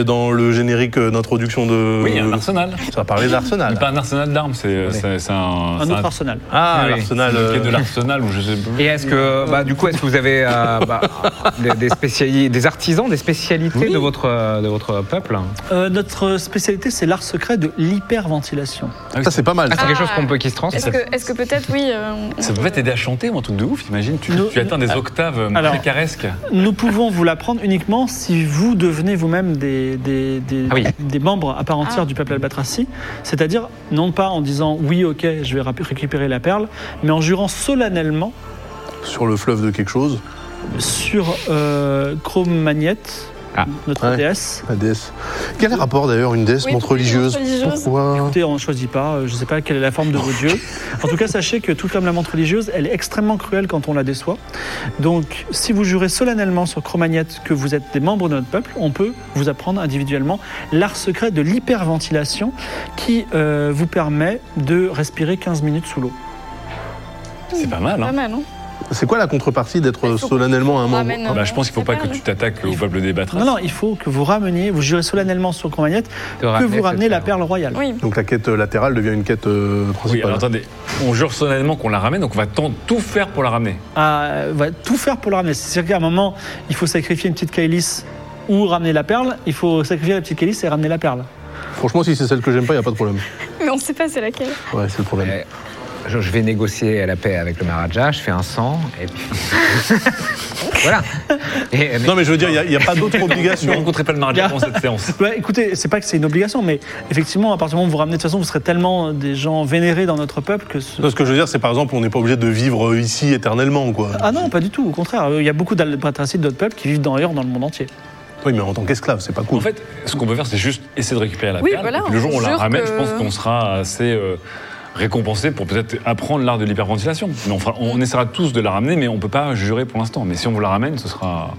S4: Bah, dans le générique euh, d'introduction de.
S7: oui, il y a un arsenal.
S4: Ça parlait d'Arsenal.
S7: Pas un arsenal d'armes, c'est
S6: Oui.
S7: c'est- c'est un.
S3: Un
S7: c'est
S3: autre arsenal.
S4: Ah,
S6: Ah oui.
S4: l'Arsenal.
S7: c'est
S4: euh,
S7: de l'arsenal ou je sais plus.
S6: Et est-ce que, bah, du coup, est-ce que vous avez euh, bah, des, des spéciali- des artisans, des spécialités de, votre, euh, de votre peuple
S3: Euh, notre spécialité, c'est l'art secret de l'hyperventilation.
S4: Ça, c'est pas mal.
S6: Ah, c'est
S4: ça.
S6: quelque chose qu'on peut qui se transmet
S5: Est-ce que, est-ce que peut-être, oui. euh, on-
S7: Ça peut t'aider à chanter ou un truc de ouf, imagine. Tu,
S3: Nous-
S7: tu atteins des octaves euh,
S3: Alors-
S7: précaresques.
S3: Nous pouvons vous l'apprendre uniquement si vous devenez vous-même des, des, des,
S6: Ah oui.
S3: des membres à part entière
S5: Ah.
S3: du peuple albatraci, c'est-à-dire non pas en disant oui, ok, je vais rap- récupérer la perle, mais en jurant solennellement
S5: Ah.
S4: Sur le fleuve de quelque chose.
S3: sur euh, Chrome Magnette,
S6: Ah.
S3: notre
S4: Ouais.
S3: déesse.
S4: La déesse. Quel est le rapport d'ailleurs une déesse
S5: Oui,
S4: montre
S5: une
S4: religieuse
S5: montre religieuse.
S4: Pourquoi
S3: Écoutez, on ne choisit pas, euh, je ne sais pas quelle est la forme de vos dieux. En tout cas, sachez que tout comme la montre religieuse, elle est extrêmement cruelle quand on la déçoit. Donc, si vous jurez solennellement sur Cromagnette que vous êtes des membres de notre peuple, on peut vous apprendre individuellement l'art secret de l'hyperventilation qui euh, vous permet de respirer 15 minutes sous l'eau.
S7: C'est pas mal,
S5: Pas
S7: hein.
S5: mal, non
S4: C'est quoi la contrepartie
S5: Il
S4: d'être
S5: faut
S4: solennellement un hein.
S5: qu'on
S4: membre
S5: ramène
S7: Bah, je pense qu'il faut
S5: C'est
S7: pas
S5: pas
S7: que
S5: mal.
S7: tu t'attaques au peuple des batraciens.
S3: Non, non, il faut que vous rameniez, vous jurez solennellement sur Cromagnette
S6: de
S3: que vous
S6: cette
S3: ramenez la
S6: perle
S3: perle royale.
S5: Oui.
S4: Donc la quête euh, latérale devient une quête euh,
S7: Oui, alors
S4: principale.
S7: attendez, on jure solennellement qu'on la ramène, donc on va tant- tout faire pour la ramener.
S3: à- va Ah, euh, tout faire pour le ramener. C'est-à-dire qu'à un moment, il faut sacrifier une petite Kailis ou ramener la perle. Il faut sacrifier la petite Kailis et ramener la perle.
S4: Franchement, si c'est celle que j'aime pas, il a pas de problème.
S5: Mais on sait pas c'est laquelle.
S4: Ouais, c'est le problème.
S6: Ouais. je, je vais négocier la paix avec le Maharaja, je fais un sang, et puis. voilà. Et- mais-
S4: Non, mais je veux dire, il n'y a, pas d'autre
S7: Vous ne
S4: obligation.
S7: rencontrez pas le Maharaja pendant cette séance.
S3: Ouais, écoutez, c'est pas que c'est une obligation, mais effectivement, à partir du moment où vous vous ramenez, de toute façon, vous serez tellement des gens vénérés dans notre peuple que ce-
S4: Non, ce que je veux dire, c'est par exemple, on n'est pas obligé de vivre ici éternellement, quoi.
S3: Ah non, pas du tout, au contraire. Il y a beaucoup d'albatracides d'autres peuples qui vivent dans ailleurs dans le monde entier.
S4: Oui, mais en tant qu'esclave, c'est pas cool.
S7: En fait, ce qu'on peut faire, c'est juste essayer de récupérer la
S5: Oui,
S7: perle.
S5: voilà,
S7: et puis le jour où on la
S5: jure
S7: ramène,
S5: que-
S7: je pense qu'on sera assez euh, récompensé pour peut-être apprendre l'art de l'hyperventilation. Mais on, fera- on essaiera tous de la ramener, mais on peut pas jurer pour l'instant. Mais si on vous la ramène, ce sera.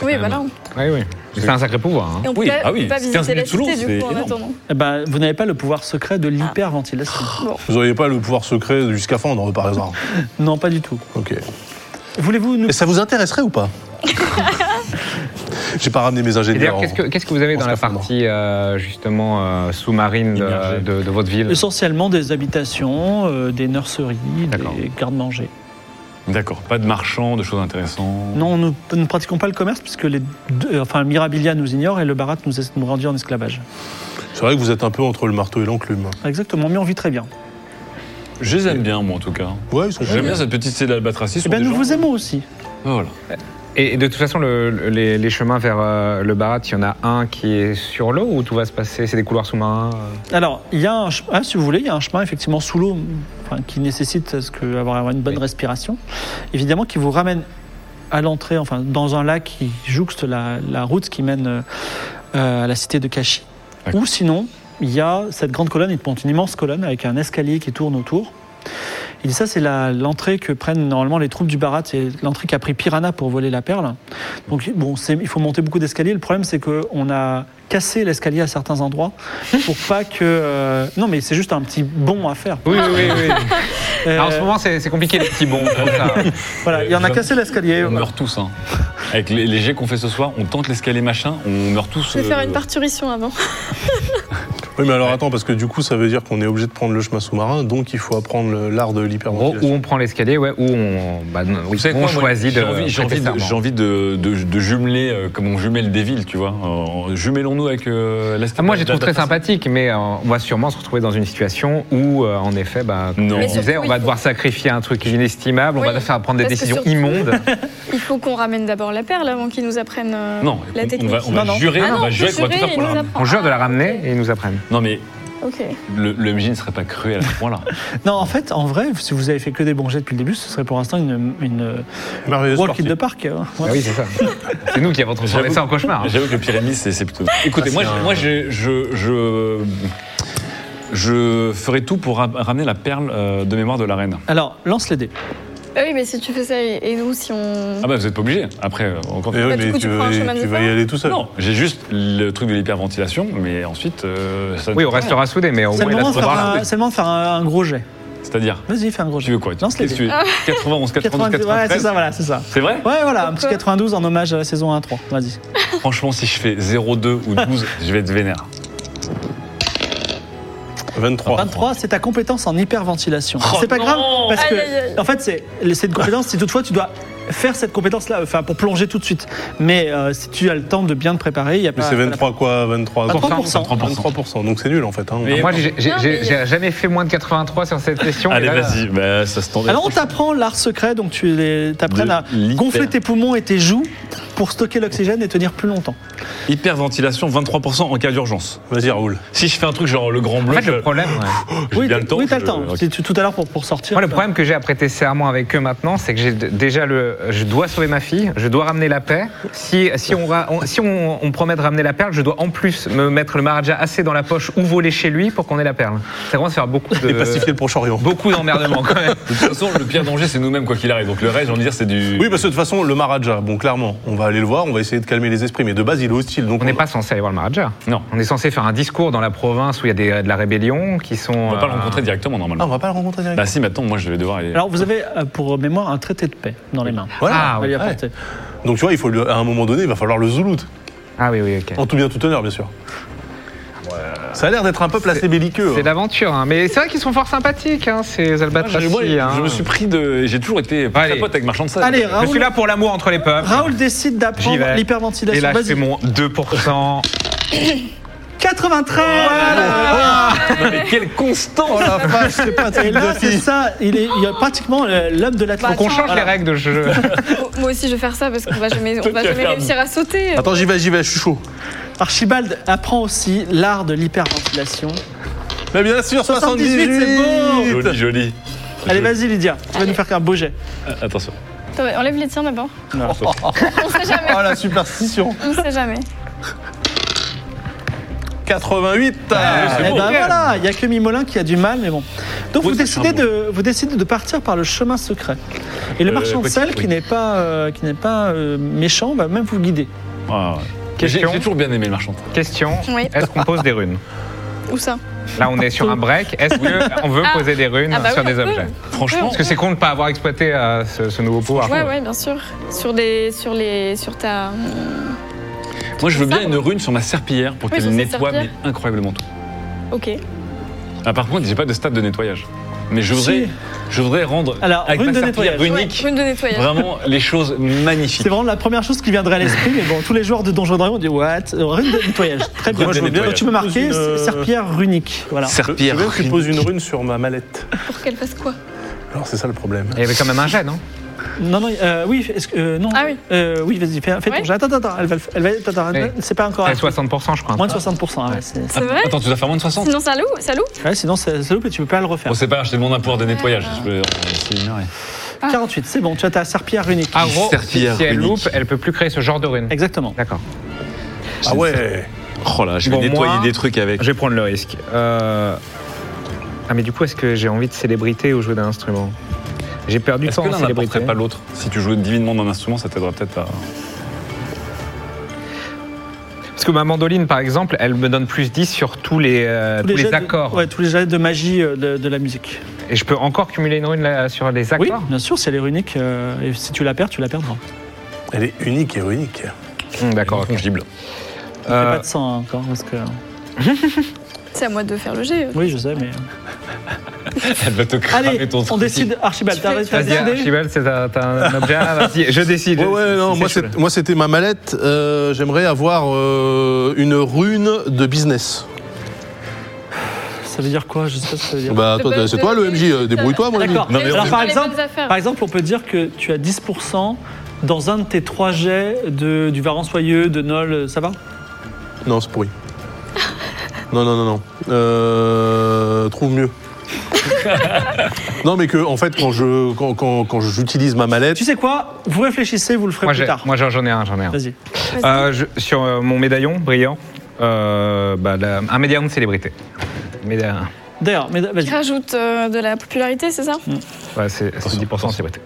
S5: Oui,
S7: même-
S5: voilà.
S6: Oui, oui. C'est un sacré pouvoir. hein.
S5: Et on peut
S7: Oui,
S5: pas,
S7: ah
S5: on peut
S7: oui,
S5: pas
S7: 15
S5: visiter la
S7: minutes sous l'eau,
S5: cité
S7: c'est
S5: du coup en
S7: énorme.
S5: attendant.
S3: Eh ben, vous n'avez pas le pouvoir secret de l'hyperventilation.
S4: Vous n'auriez pas le pouvoir secret du scaphandre, par exemple.
S3: Non, pas du tout.
S4: Ok.
S3: Voulez-vous nous.
S4: Et ça vous intéresserait ou pas J'ai pas ramené mes
S6: Et
S4: ingénieurs. hein.
S6: d'ailleurs, qu'est-ce que, qu'est-ce que vous avez
S4: on
S6: dans
S4: se
S6: la
S4: confondre.
S6: partie euh, justement euh, sous-marine de,
S7: Immergée.
S6: de- de votre ville
S3: Essentiellement des habitations, euh, des nurseries,
S6: D'accord.
S3: des gardes-manger.
S7: D'accord, pas de marchands, de choses intéressantes.
S3: Non, nous nous ne pratiquons pas le commerce puisque les deux- euh, enfin, Mirabilia nous ignore et le Barat nous est nous rendu en esclavage.
S4: C'est vrai que vous êtes un peu entre le marteau et l'enclume. hein.
S3: Exactement, mais on vit très bien.
S7: Je les aime bien, moi, en tout cas.
S4: Ouais, ils sont
S7: J'aime bien cette petite cité d'Albatracis.
S3: Eh bien, nous vous aimons aussi.
S7: Ah, Voilà.
S6: Et de toute façon, le- le- les, les chemins vers euh, le Barat, il y en a un qui est sur l'eau ou tout va se passer C'est des couloirs sous-marins euh
S3: Alors, il y a un chemin, si vous voulez, il y a un chemin effectivement sous l'eau enfin, qui nécessite ce que, avoir une bonne
S6: Oui.
S3: respiration, évidemment, qui vous ramène à l'entrée, enfin, dans un lac qui jouxte la, la route qui mène euh, euh, à la cité de Kashi.
S7: D'accord.
S3: Ou sinon, il y a cette grande colonne, il monte une immense colonne avec un escalier qui tourne autour. Il dit ça, c'est la- l'entrée que prennent normalement les troupes du Barat, c'est l'entrée qu'a pris Piranha pour voler la perle. Donc bon, c'est- il faut monter beaucoup d'escaliers. Le problème, c'est qu'on a cassé l'escalier à certains endroits pour pas que. euh, Non, mais c'est juste un petit bond à faire.
S6: Oui, oui, oui. oui.
S3: Euh,
S6: Ah, en ce moment, c'est c'est compliqué les petits bons. comme ça.
S3: voilà, il y en a cassé l'escalier.
S7: On meurt tous, hein. Avec les, les jets qu'on fait ce soir, on tente l'escalier machin, on meurt tous.
S5: Je vais faire
S7: euh,
S5: une parturition avant.
S4: Oui, mais alors attends, parce que du coup, ça veut dire qu'on est obligé de prendre le chemin sous-marin, donc il faut apprendre le- l'art de
S6: En gros,
S4: l'hyperventilation.
S6: où on prend l'escalier, ouais, où on, bah, non, oui,
S7: Vous savez
S6: on
S7: quoi, moi,
S6: choisit
S7: j'ai
S6: de.
S7: envie- J'ai
S6: prêter
S7: envie, de,
S6: serment.
S7: j'ai envie de- de- de jumeler euh, comme on jumelle des villes, tu vois. Euh, Jumelons-nous avec euh, la
S6: Ah, moi, j'ai trouve très
S7: la- la-
S6: sympathique, mais euh, on va sûrement se retrouver dans une situation où, euh, en effet, bah, comme
S7: Non.
S6: on
S7: Mais
S6: disait,
S5: surtout,
S6: on va
S5: il faut-
S6: devoir sacrifier un truc inestimable, on
S5: Oui,
S6: va faire prendre des
S5: parce que
S6: décisions
S5: surtout-
S6: immondes.
S5: Il faut qu'on ramène d'abord la perle avant qu'ils nous apprennent euh,
S7: Non,
S5: la
S7: on- on
S5: technique.
S7: va, on va
S3: Non, non.
S7: jurer,
S5: Ah
S7: on
S5: non,
S7: va
S5: on
S7: jurer
S5: peut
S7: qu'on va tout
S5: jurer,
S7: faire pour
S5: il
S7: la
S5: nous
S7: ramener.
S6: On jure de la ramener et ils nous apprennent.
S7: Non, mais
S5: Ok.
S7: le, le MJ ne serait pas cruel à ce point-là.
S3: Non, en fait, en vrai, si vous avez fait que des bons jets depuis le début, ce serait pour l'instant une, une
S4: Merveilleuse
S3: walk in
S4: partie.
S3: the park. hein.
S6: Ah oui, c'est ça. c'est nous qui avons transformé
S7: J'avoue-
S6: ça en cauchemar.
S3: Ah.
S6: hein.
S7: J'avoue que le Pyrénées, c'est c'est plutôt. Écoutez, moi,
S4: c'est
S7: je-
S4: un-
S7: moi je, je, je, je ferai tout pour ra- ramener la perle euh, de mémoire de la reine.
S3: Alors, lance les dés.
S5: Ah oui, mais si tu fais ça et et nous, si on.
S7: Ah bah, vous n'êtes pas obligé. Après, euh, encore.
S4: Eh oui,
S5: Bah, du
S4: mais
S5: coup,
S4: tu,
S5: tu prends
S4: vas
S5: un
S4: y,
S5: chemin de
S4: tu vas y
S5: fer.
S4: aller tout seul.
S7: Non, j'ai juste le truc de l'hyperventilation, mais ensuite. euh, ça ne
S6: Oui, on
S7: sert à rien.
S6: restera soudés, mais au
S3: C'est
S6: moins,
S3: le,
S6: il a
S3: moment
S6: ce
S3: de faire
S6: pouvoir-là.
S3: un- c'est le moment de faire un, un gros jet.
S7: C'est-à-dire.
S3: Vas-y, fais un gros jet.
S7: Tu veux quoi tu-
S3: Lance les
S7: qu'est-ce
S3: dés.
S7: que tu veux 91, 92,
S3: 90, ouais, c'est
S7: 93.
S3: ça, voilà, c'est ça.
S7: C'est vrai
S3: Ouais, voilà, un petit
S5: Pourquoi
S3: 92 en hommage à la saison 1-3. Vas-y.
S7: Franchement, si je fais 0,2 ou 12, je vais être vénère.
S4: 23.
S3: 23, c'est ta compétence en hyperventilation.
S7: Oh
S3: c'est pas
S7: non
S3: grave, parce que,
S5: Aïe, aïe, aïe.
S3: en fait, c'est c'est une compétence, si toutefois tu dois faire cette compétence-là, enfin, pour plonger tout de suite. Mais euh, si tu as le temps de bien te préparer, il n'y a
S4: Mais
S3: pas.
S4: c'est 23 quoi 23
S3: 23%.
S4: 23%, donc c'est nul en fait. hein.
S7: Mais-
S6: Moi, j'ai- j'ai
S5: Non,
S6: j'ai-
S5: mais- euh,
S6: j'ai jamais fait moins de 83 sur cette
S3: Ah,
S6: question.
S7: Allez,
S6: et là-
S7: vas-y, bah, ça se tente.
S3: Alors on t'apprend l'art secret, donc tu les- t'apprennes
S7: De
S3: à
S7: l'hyper-
S3: gonfler tes poumons et tes joues pour stocker l'oxygène et tenir plus longtemps.
S7: Hyperventilation, 23% en cas d'urgence.
S4: Vas-y Raoul.
S7: Si je fais un truc genre le grand
S6: En
S7: bleu,
S6: fait, le
S7: je-
S6: problème, ouais.
S7: j'ai
S3: oui,
S7: bien
S3: t'as-
S7: le temps.
S3: oui,
S7: que
S3: t'as
S7: je-
S3: le temps.
S7: Ok.
S3: Si tu- tout à l'heure pour, pour sortir.
S6: moi, le problème que j'ai à prêter serment avec eux maintenant, c'est que j'ai d- déjà le, je dois sauver ma fille, je dois ramener la paix. Si, si, on, ra- on- si on, on promet de ramener la perle, je dois en plus me mettre le Maharaja assez dans la poche ou voler chez lui pour qu'on ait la perle. C'est vraiment se faire beaucoup
S4: Et pacifier
S6: de,
S4: le Proche-Orient.
S6: euh, beaucoup d'emmerdements quand même.
S7: De toute façon, le pire danger, c'est nous-mêmes, quoi qu'il arrive. Donc le reste, j'ai envie de dire, c'est du.
S3: bah,
S4: Oui, parce que de toute façon, le Maharaja, bon, clairement, on va aller le voir, on va essayer de calmer les esprits, mais de base, il est hostile. Donc
S6: On n'est pas censé aller voir le Maharaja.
S7: Non.
S6: On est censé faire un discours dans la province où il y a des- de la rébellion qui sont.
S7: On va pas le
S6: euh,
S7: rencontrer directement,
S4: Ah, on
S7: normalement.
S4: va pas le rencontrer
S7: Bah
S4: directement.
S7: si, maintenant, moi, je vais devoir aller.
S3: Alors vous avez euh, pour mémoire un traité de paix dans les mains.
S4: Voilà.
S3: On
S6: Ah,
S3: va
S6: oui.
S3: lui apporter.
S4: Donc tu vois, il faut lui- à un moment donné, il va falloir le zouloute.
S6: Ah oui, oui, ok.
S4: En tout bien, tout honneur, bien sûr. Ça a l'air d'être un peuple assez belliqueux.
S6: C'est
S4: hein.
S6: l'aventure, hein. mais c'est vrai qu'ils sont fort sympathiques, hein, ces
S7: Moi, Ah, je,
S6: albatracis.
S7: moi,
S6: hein.
S7: je me suis pris de. J'ai toujours été très
S6: Allez.
S7: pote avec Marchand de Sable.
S3: Allez,
S6: Je suis
S3: Raoul,
S6: là pour l'amour entre les peuples.
S3: Raoul décide
S6: J'y
S3: d'apprendre
S6: vais. Et
S3: l'hyperventilation.
S6: là, je
S3: Vas-y.
S6: fais mon 2%.
S3: 93 Oh, ah
S7: Non, mais quelle constance
S4: Oh la vache, c'est pas un
S3: Et
S4: truc de
S3: là, c'est
S4: fille.
S3: ça, il est, il y a pratiquement euh, l'homme de
S6: Faut
S3: l'Atlantique.
S6: qu'on change les
S3: Voilà.
S6: règles de jeu.
S5: Moi- Moi aussi, je vais faire ça parce qu'on va jamais, on
S7: Ah. Toi,
S5: va
S7: tu vas
S5: jamais
S7: faire-
S5: réussir à sauter.
S4: Attends, j'y vais, j'y vais, je suis chaud.
S3: Archibald apprend aussi l'art de l'hyperventilation.
S4: Mais bien sûr, 78,
S3: 78, c'est beau.
S7: Joli, joli.
S3: Allez, vas-y, Lydia, tu vas nous faire un beau jet.
S7: vas-y. Attention.
S5: Attends, enlève les tiens d'abord. On sait jamais.
S4: Oh la superstition.
S5: On sait jamais.
S4: 88
S6: Ah.
S7: oui,
S3: Eh
S7: c'est
S3: ben
S7: bon.
S3: voilà, il n'y a que Mimolin qui a du mal, mais bon. Donc
S7: Oui,
S3: vous
S7: c'est
S3: décidez,
S7: un bon.
S3: de, vous décidez de partir par le chemin secret. Et le
S7: Euh,
S3: marchand de
S7: petit,
S3: sel,
S7: oui.
S3: qui n'est pas, euh, qui n'est pas euh, méchant, va même vous guider.
S7: Ah, ouais. J'ai
S6: Question.
S7: j'ai toujours bien aimé le marchand.
S6: Question
S5: Oui.
S6: est-ce qu'on pose des runes
S5: Où ça
S6: Là, on est sur un break. Est-ce qu'on veut
S5: Ah.
S6: poser des runes
S5: Ah bah oui,
S6: sur
S5: on
S6: des
S5: peut.
S6: objets
S7: Franchement,
S6: Parce que c'est con de ne pas avoir exploité euh, ce, ce nouveau pouvoir.
S5: Ouais, ouais, bien sûr. Sur les, sur les, sur ta.
S7: moi je veux bien
S5: ça,
S7: une
S3: hein.
S7: rune sur ma serpillière pour
S5: Oui,
S7: qu'elle
S5: sur cette
S7: nettoie mais
S5: serpillière.
S7: incroyablement tout.
S5: Ok.
S7: Ah, par contre, j'ai pas de stade de nettoyage. Mais je voudrais,
S3: Si.
S7: je voudrais rendre
S3: Alors,
S7: avec
S3: rune
S7: ma
S3: de
S7: serpillière
S3: nettoyage.
S7: unique
S5: Rune de nettoyage.
S7: vraiment les choses magnifiques.
S3: C'est vraiment la première chose qui viendrait à l'esprit, mais bon, tous les joueurs de Donjons et Dragons ont dit What Euh, Rune de nettoyage. Très bien.
S7: Rune de
S3: Donc,
S7: nettoyage.
S3: tu peux marquer
S4: Une, euh,
S3: serpillère runique. Voilà.
S7: Serpillière.
S4: Je veux que tu
S7: runique.
S4: poses une rune sur ma mallette.
S5: Pour qu'elle fasse quoi
S4: Alors c'est ça le problème.
S6: Il y avait quand même un jet, non
S3: Non, non, euh, oui, est-ce que- euh, non.
S5: Ah oui.
S3: Euh, oui, vas-y, fais, fais ton
S5: Ouais.
S3: jet. Attends, attends, attends, elle va, le f- elle va- attends, attends,
S6: Ouais.
S3: c'est pas encore.
S6: C'est 60%, je crois.
S3: Moins de 60%. ah ouais, c'est-
S5: C'est vrai
S7: Attends, tu dois faire moins de 60
S5: Sinon, ça loue, ça loue
S3: ouais, sinon, c'est c'est loupé, tu peux pas le refaire.
S7: Bon, c'est pas grave, je te demande un pouvoir de nettoyage. Je peux- c'est une heure et-
S3: 48, c'est bon, tu as ta serpillère runique.
S6: Ah, gros, si
S7: Serpillère
S6: elle
S7: unique.
S6: loupe, elle peut plus créer ce genre de runes.
S3: Exactement.
S6: D'accord.
S4: Ah ouais
S7: Oh là, je vais
S6: Bon,
S7: nettoyer
S6: moi,
S7: des trucs avec.
S6: Je vais prendre le risque. Euh, Ah, mais du coup, est-ce que j'ai envie de célébrité ou jouer d'un instrument J'ai perdu
S7: Est-ce
S6: temps
S7: que
S6: en
S7: l'un
S6: célébrité.
S7: n'apporterait pas l'autre Si tu joues divinement d'un instrument, ça t'aidera peut-être à.
S6: Parce que ma mandoline, par exemple, elle me donne plus 10 sur tous les, euh, tous les,
S3: jets de-
S6: accords.
S3: ouais, tous les jets de magie euh, de, de la musique.
S6: Et je peux encore cumuler une rune là, sur les
S3: Oui,
S6: accords
S3: bien sûr, c'est les runiques. euh, et si tu la perds, tu la perdras.
S4: Elle est unique et unique.
S6: Hum, D'accord. ok.
S7: Fongible.
S3: Il
S6: Euh,
S3: fait pas de sang hein, encore, parce que.
S5: C'est à moi de faire le jet.
S3: Oui, je sais, mais. euh,
S7: Elle va te cramer
S3: Allez,
S7: ton
S3: on
S7: truc.
S3: décide. Archibald, t'as t'as
S6: Vas-y,
S3: décidé
S6: Archibald, c'est un, t'as un objet. là, Vas-y, je décide.
S4: Ouais, ouais, non, moi,
S6: c'est
S4: c'est- moi, c'était ma mallette. Euh, J'aimerais avoir euh, une rune de business.
S3: Ça veut dire quoi Je sais pas ce que ça veut dire.
S4: Bah,
S5: De
S4: toi,
S5: bonne-
S4: t'as- c'est toi
S5: de-
S4: le MJ, euh, débrouille-toi, mon ami.
S3: D'accord.
S7: Non, mais
S3: Alors,
S7: on-
S3: par
S5: Les
S3: exemple,
S5: bonnes affaires.
S3: par exemple, on peut dire que tu as 10% dans un de tes trois jets de, du Varan Soyeux, de Nol, euh, ça va
S4: Non, c'est pourri. Non, non, non, non. Euh, trouve mieux. non, mais que, en fait, quand je quand, quand, quand j'utilise ma mallette,
S3: Tu sais quoi Vous réfléchissez, vous le ferez
S6: Moi,
S3: plus
S6: j'ai-
S3: tard.
S6: moi, j'en j'en ai un, j'en ai un.
S3: Vas-y.
S5: Vas-y.
S6: Euh, je- sur euh, mon médaillon brillant, euh, bah, la- un médaillon de célébrité. Méda-
S3: D'ailleurs, mais vas-y.
S5: Rajoute euh, de la popularité, c'est ça
S6: ouais, c'est c'est 10% de célébrité.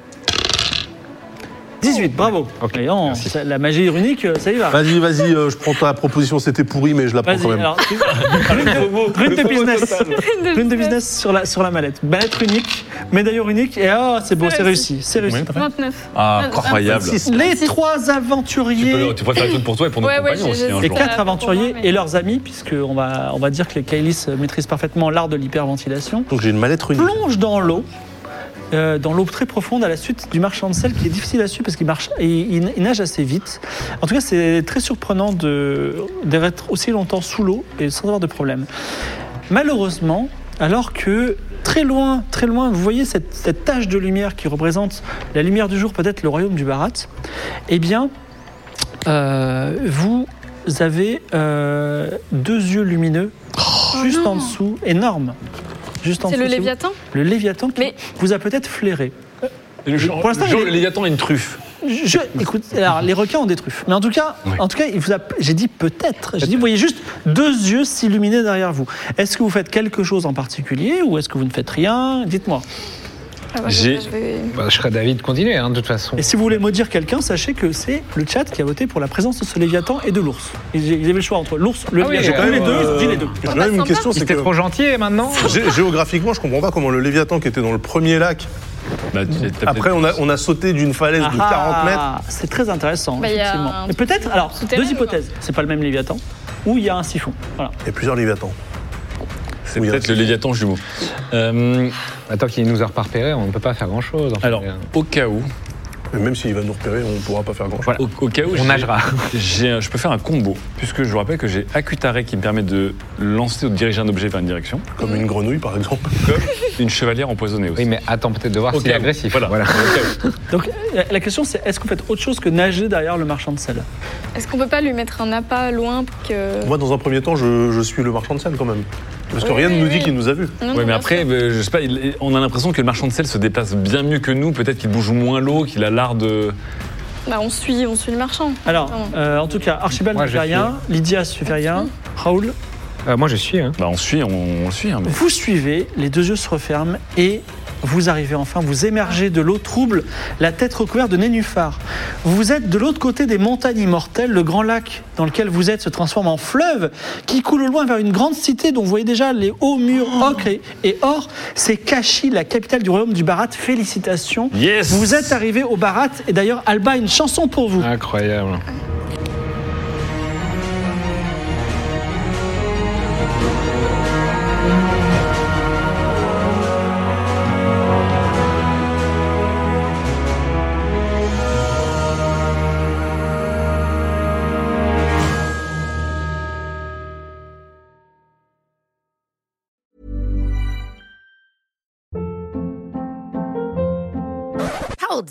S3: 18, bravo.
S6: Ok,
S3: Voyons,
S6: merci.
S3: ça- la magie runique, euh, ça y va.
S4: vas-y, vas-y, euh, je prends ta proposition, c'était pourri, mais je la prends
S3: Vas-y,
S4: quand même.
S3: alors. tu- Rune de- Rune de business. Rune de business sur la, sur la mallette. Mallette unique, médaillon unique, et ah, c'est beau,
S5: C'est
S3: c'est
S5: réussi.
S3: réussi, c'est réussi.
S5: 29.
S7: Ah, incroyable.
S4: Six.
S3: Les trois
S7: Tu, peux,
S3: aventuriers
S7: le- tu pourrais faire le truc pour toi et pour nos
S5: Ouais, ouais,
S7: compagnons
S5: j'ai-
S7: aussi
S5: j'ai-
S7: un
S3: les
S7: jour.
S5: Bonjour.
S3: quatre aventuriers
S5: Ah, Pour moi, mais-
S3: et leurs amis, puisque on va, on va dire que les Kailis maîtrisent parfaitement l'art de l'hyperventilation,
S4: Donc j'ai une mallette runique.
S3: plongent dans l'eau, euh, dans l'eau très profonde à la suite du marchand de sel qui est difficile à suivre parce qu'il marche, et il, il nage assez vite. En tout cas, c'est très surprenant de d'être aussi longtemps sous l'eau et sans avoir de problème. Malheureusement, alors que très loin, très loin, vous voyez cette, cette tache de lumière qui représente la lumière du jour, peut-être le royaume du Barat, eh bien, euh, vous avez euh, deux yeux lumineux juste en dessous, énormes. Juste en
S5: Oh C'est le
S3: dessous, si vous-
S5: Léviathan
S3: le Léviathan qui
S5: Mais-
S3: vous a peut-être flairé.
S7: Le jour-
S3: Pour l'instant,
S7: hein. le jour,
S3: il est-
S7: le Léviathan a une truffe.
S3: Je, écoute, alors les requins ont des truffes. Mais en tout cas,
S7: Oui.
S3: en tout cas, il vous a, j'ai dit peut-être. J'ai dit, vous voyez juste deux yeux s'illuminer derrière vous. Est-ce que vous faites quelque chose en particulier ou est-ce que vous ne faites rien Dites-moi.
S5: Ah, bah,
S7: J'ai-
S5: je vais-
S6: Bah, je serais d'avis de continuer, hein, de toute façon.
S3: Et si vous voulez maudire quelqu'un, sachez que c'est le chat qui a voté pour la présence de ce Léviathan et de l'ours. Ils, ils avaient le choix entre l'ours, le
S6: Ah oui,
S3: Léviathan.
S6: j'ai
S3: ou
S6: quand
S3: les
S6: même,
S3: deux, ils ont dit les
S4: Euh,
S3: deux.
S4: J'ai
S5: Bah,
S4: quand même une question, c'est
S6: C'était
S4: que
S6: trop gentil et maintenant
S4: gé- géographiquement, je comprends pas comment le Léviathan qui était dans le premier lac,
S7: Bah, tu- t'as
S4: après
S7: peut-être-
S4: on a, on a sauté d'une falaise de 40 mètres.
S3: Ah, C'est très intéressant,
S5: Bah, il y a
S3: effectivement.
S5: un
S3: Et peut-être, alors,
S5: souterrain
S3: deux
S5: ou pas
S3: hypothèses. C'est pas le même Léviathan ou il y a un siphon. Voilà.
S4: Il y a plusieurs Léviathans.
S7: C'est
S4: Oui,
S7: peut-être
S4: hein.
S7: le Léviathan jumeau. Euh,
S6: Attends qu'il nous a repérés, on ne peut pas faire grand-chose.
S7: alors, au cas où,
S4: Mais même s'il va nous repérer, on ne pourra pas faire grand-chose.
S6: Voilà.
S7: Au, au cas où
S6: On
S7: j'ai-
S6: nagera.
S7: j'ai un- je peux faire un combo, puisque je vous rappelle que j'ai Akutare qui me permet de lancer ou de diriger un objet vers une direction,
S4: Comme une grenouille, par exemple.
S7: comme une chevalière empoisonnée aussi.
S6: Oui, mais attends peut-être de voir
S7: Au
S6: s'il est
S7: cas où.
S6: agressif.
S7: Voilà.
S6: Voilà.
S3: Donc euh, la- la question c'est est-ce que vous faites autre chose que nager derrière le marchand de sel
S5: Est-ce qu'on peut pas lui mettre un appât loin pour que.
S4: Moi, dans un premier temps, je, je suis le marchand de sel quand même. Parce que
S5: Oui,
S4: rien ne
S5: oui,
S4: nous dit
S5: oui.
S4: qu'il nous a vus.
S5: Non,
S7: Ouais,
S5: non,
S7: mais
S5: bien
S7: après,
S5: sûr.
S7: euh, je sais pas, il- on a l'impression que le marchand de sel se déplace bien mieux que nous. Peut-être qu'il bouge moins l'eau, qu'il a l'art de.
S5: Bah, on suit, on suit le marchand.
S3: Alors,
S5: Ah bon.
S3: euh, en tout cas, Archibald
S6: Moi,
S3: ne
S6: je
S3: fait rien, Lydia ne fait rien, Raoul,
S6: Euh, moi, je suis. Hein.
S7: Bah, on suit, on, on le suit. hein, mais-
S3: vous suivez, les deux yeux se referment et vous arrivez enfin, vous émergez de l'eau trouble, la tête recouverte de nénuphars. Vous êtes de l'autre côté des montagnes immortelles, le grand lac dans lequel vous êtes se transforme en fleuve qui coule au loin vers une grande cité dont vous voyez déjà les hauts murs ocre et, et or. C'est Kashi, la capitale du royaume du Barat. Félicitations.
S7: Yes
S3: Vous êtes arrivé au Barat et d'ailleurs Alba a une chanson pour
S6: Ah
S3: vous.
S6: Incroyable.
S2: Hold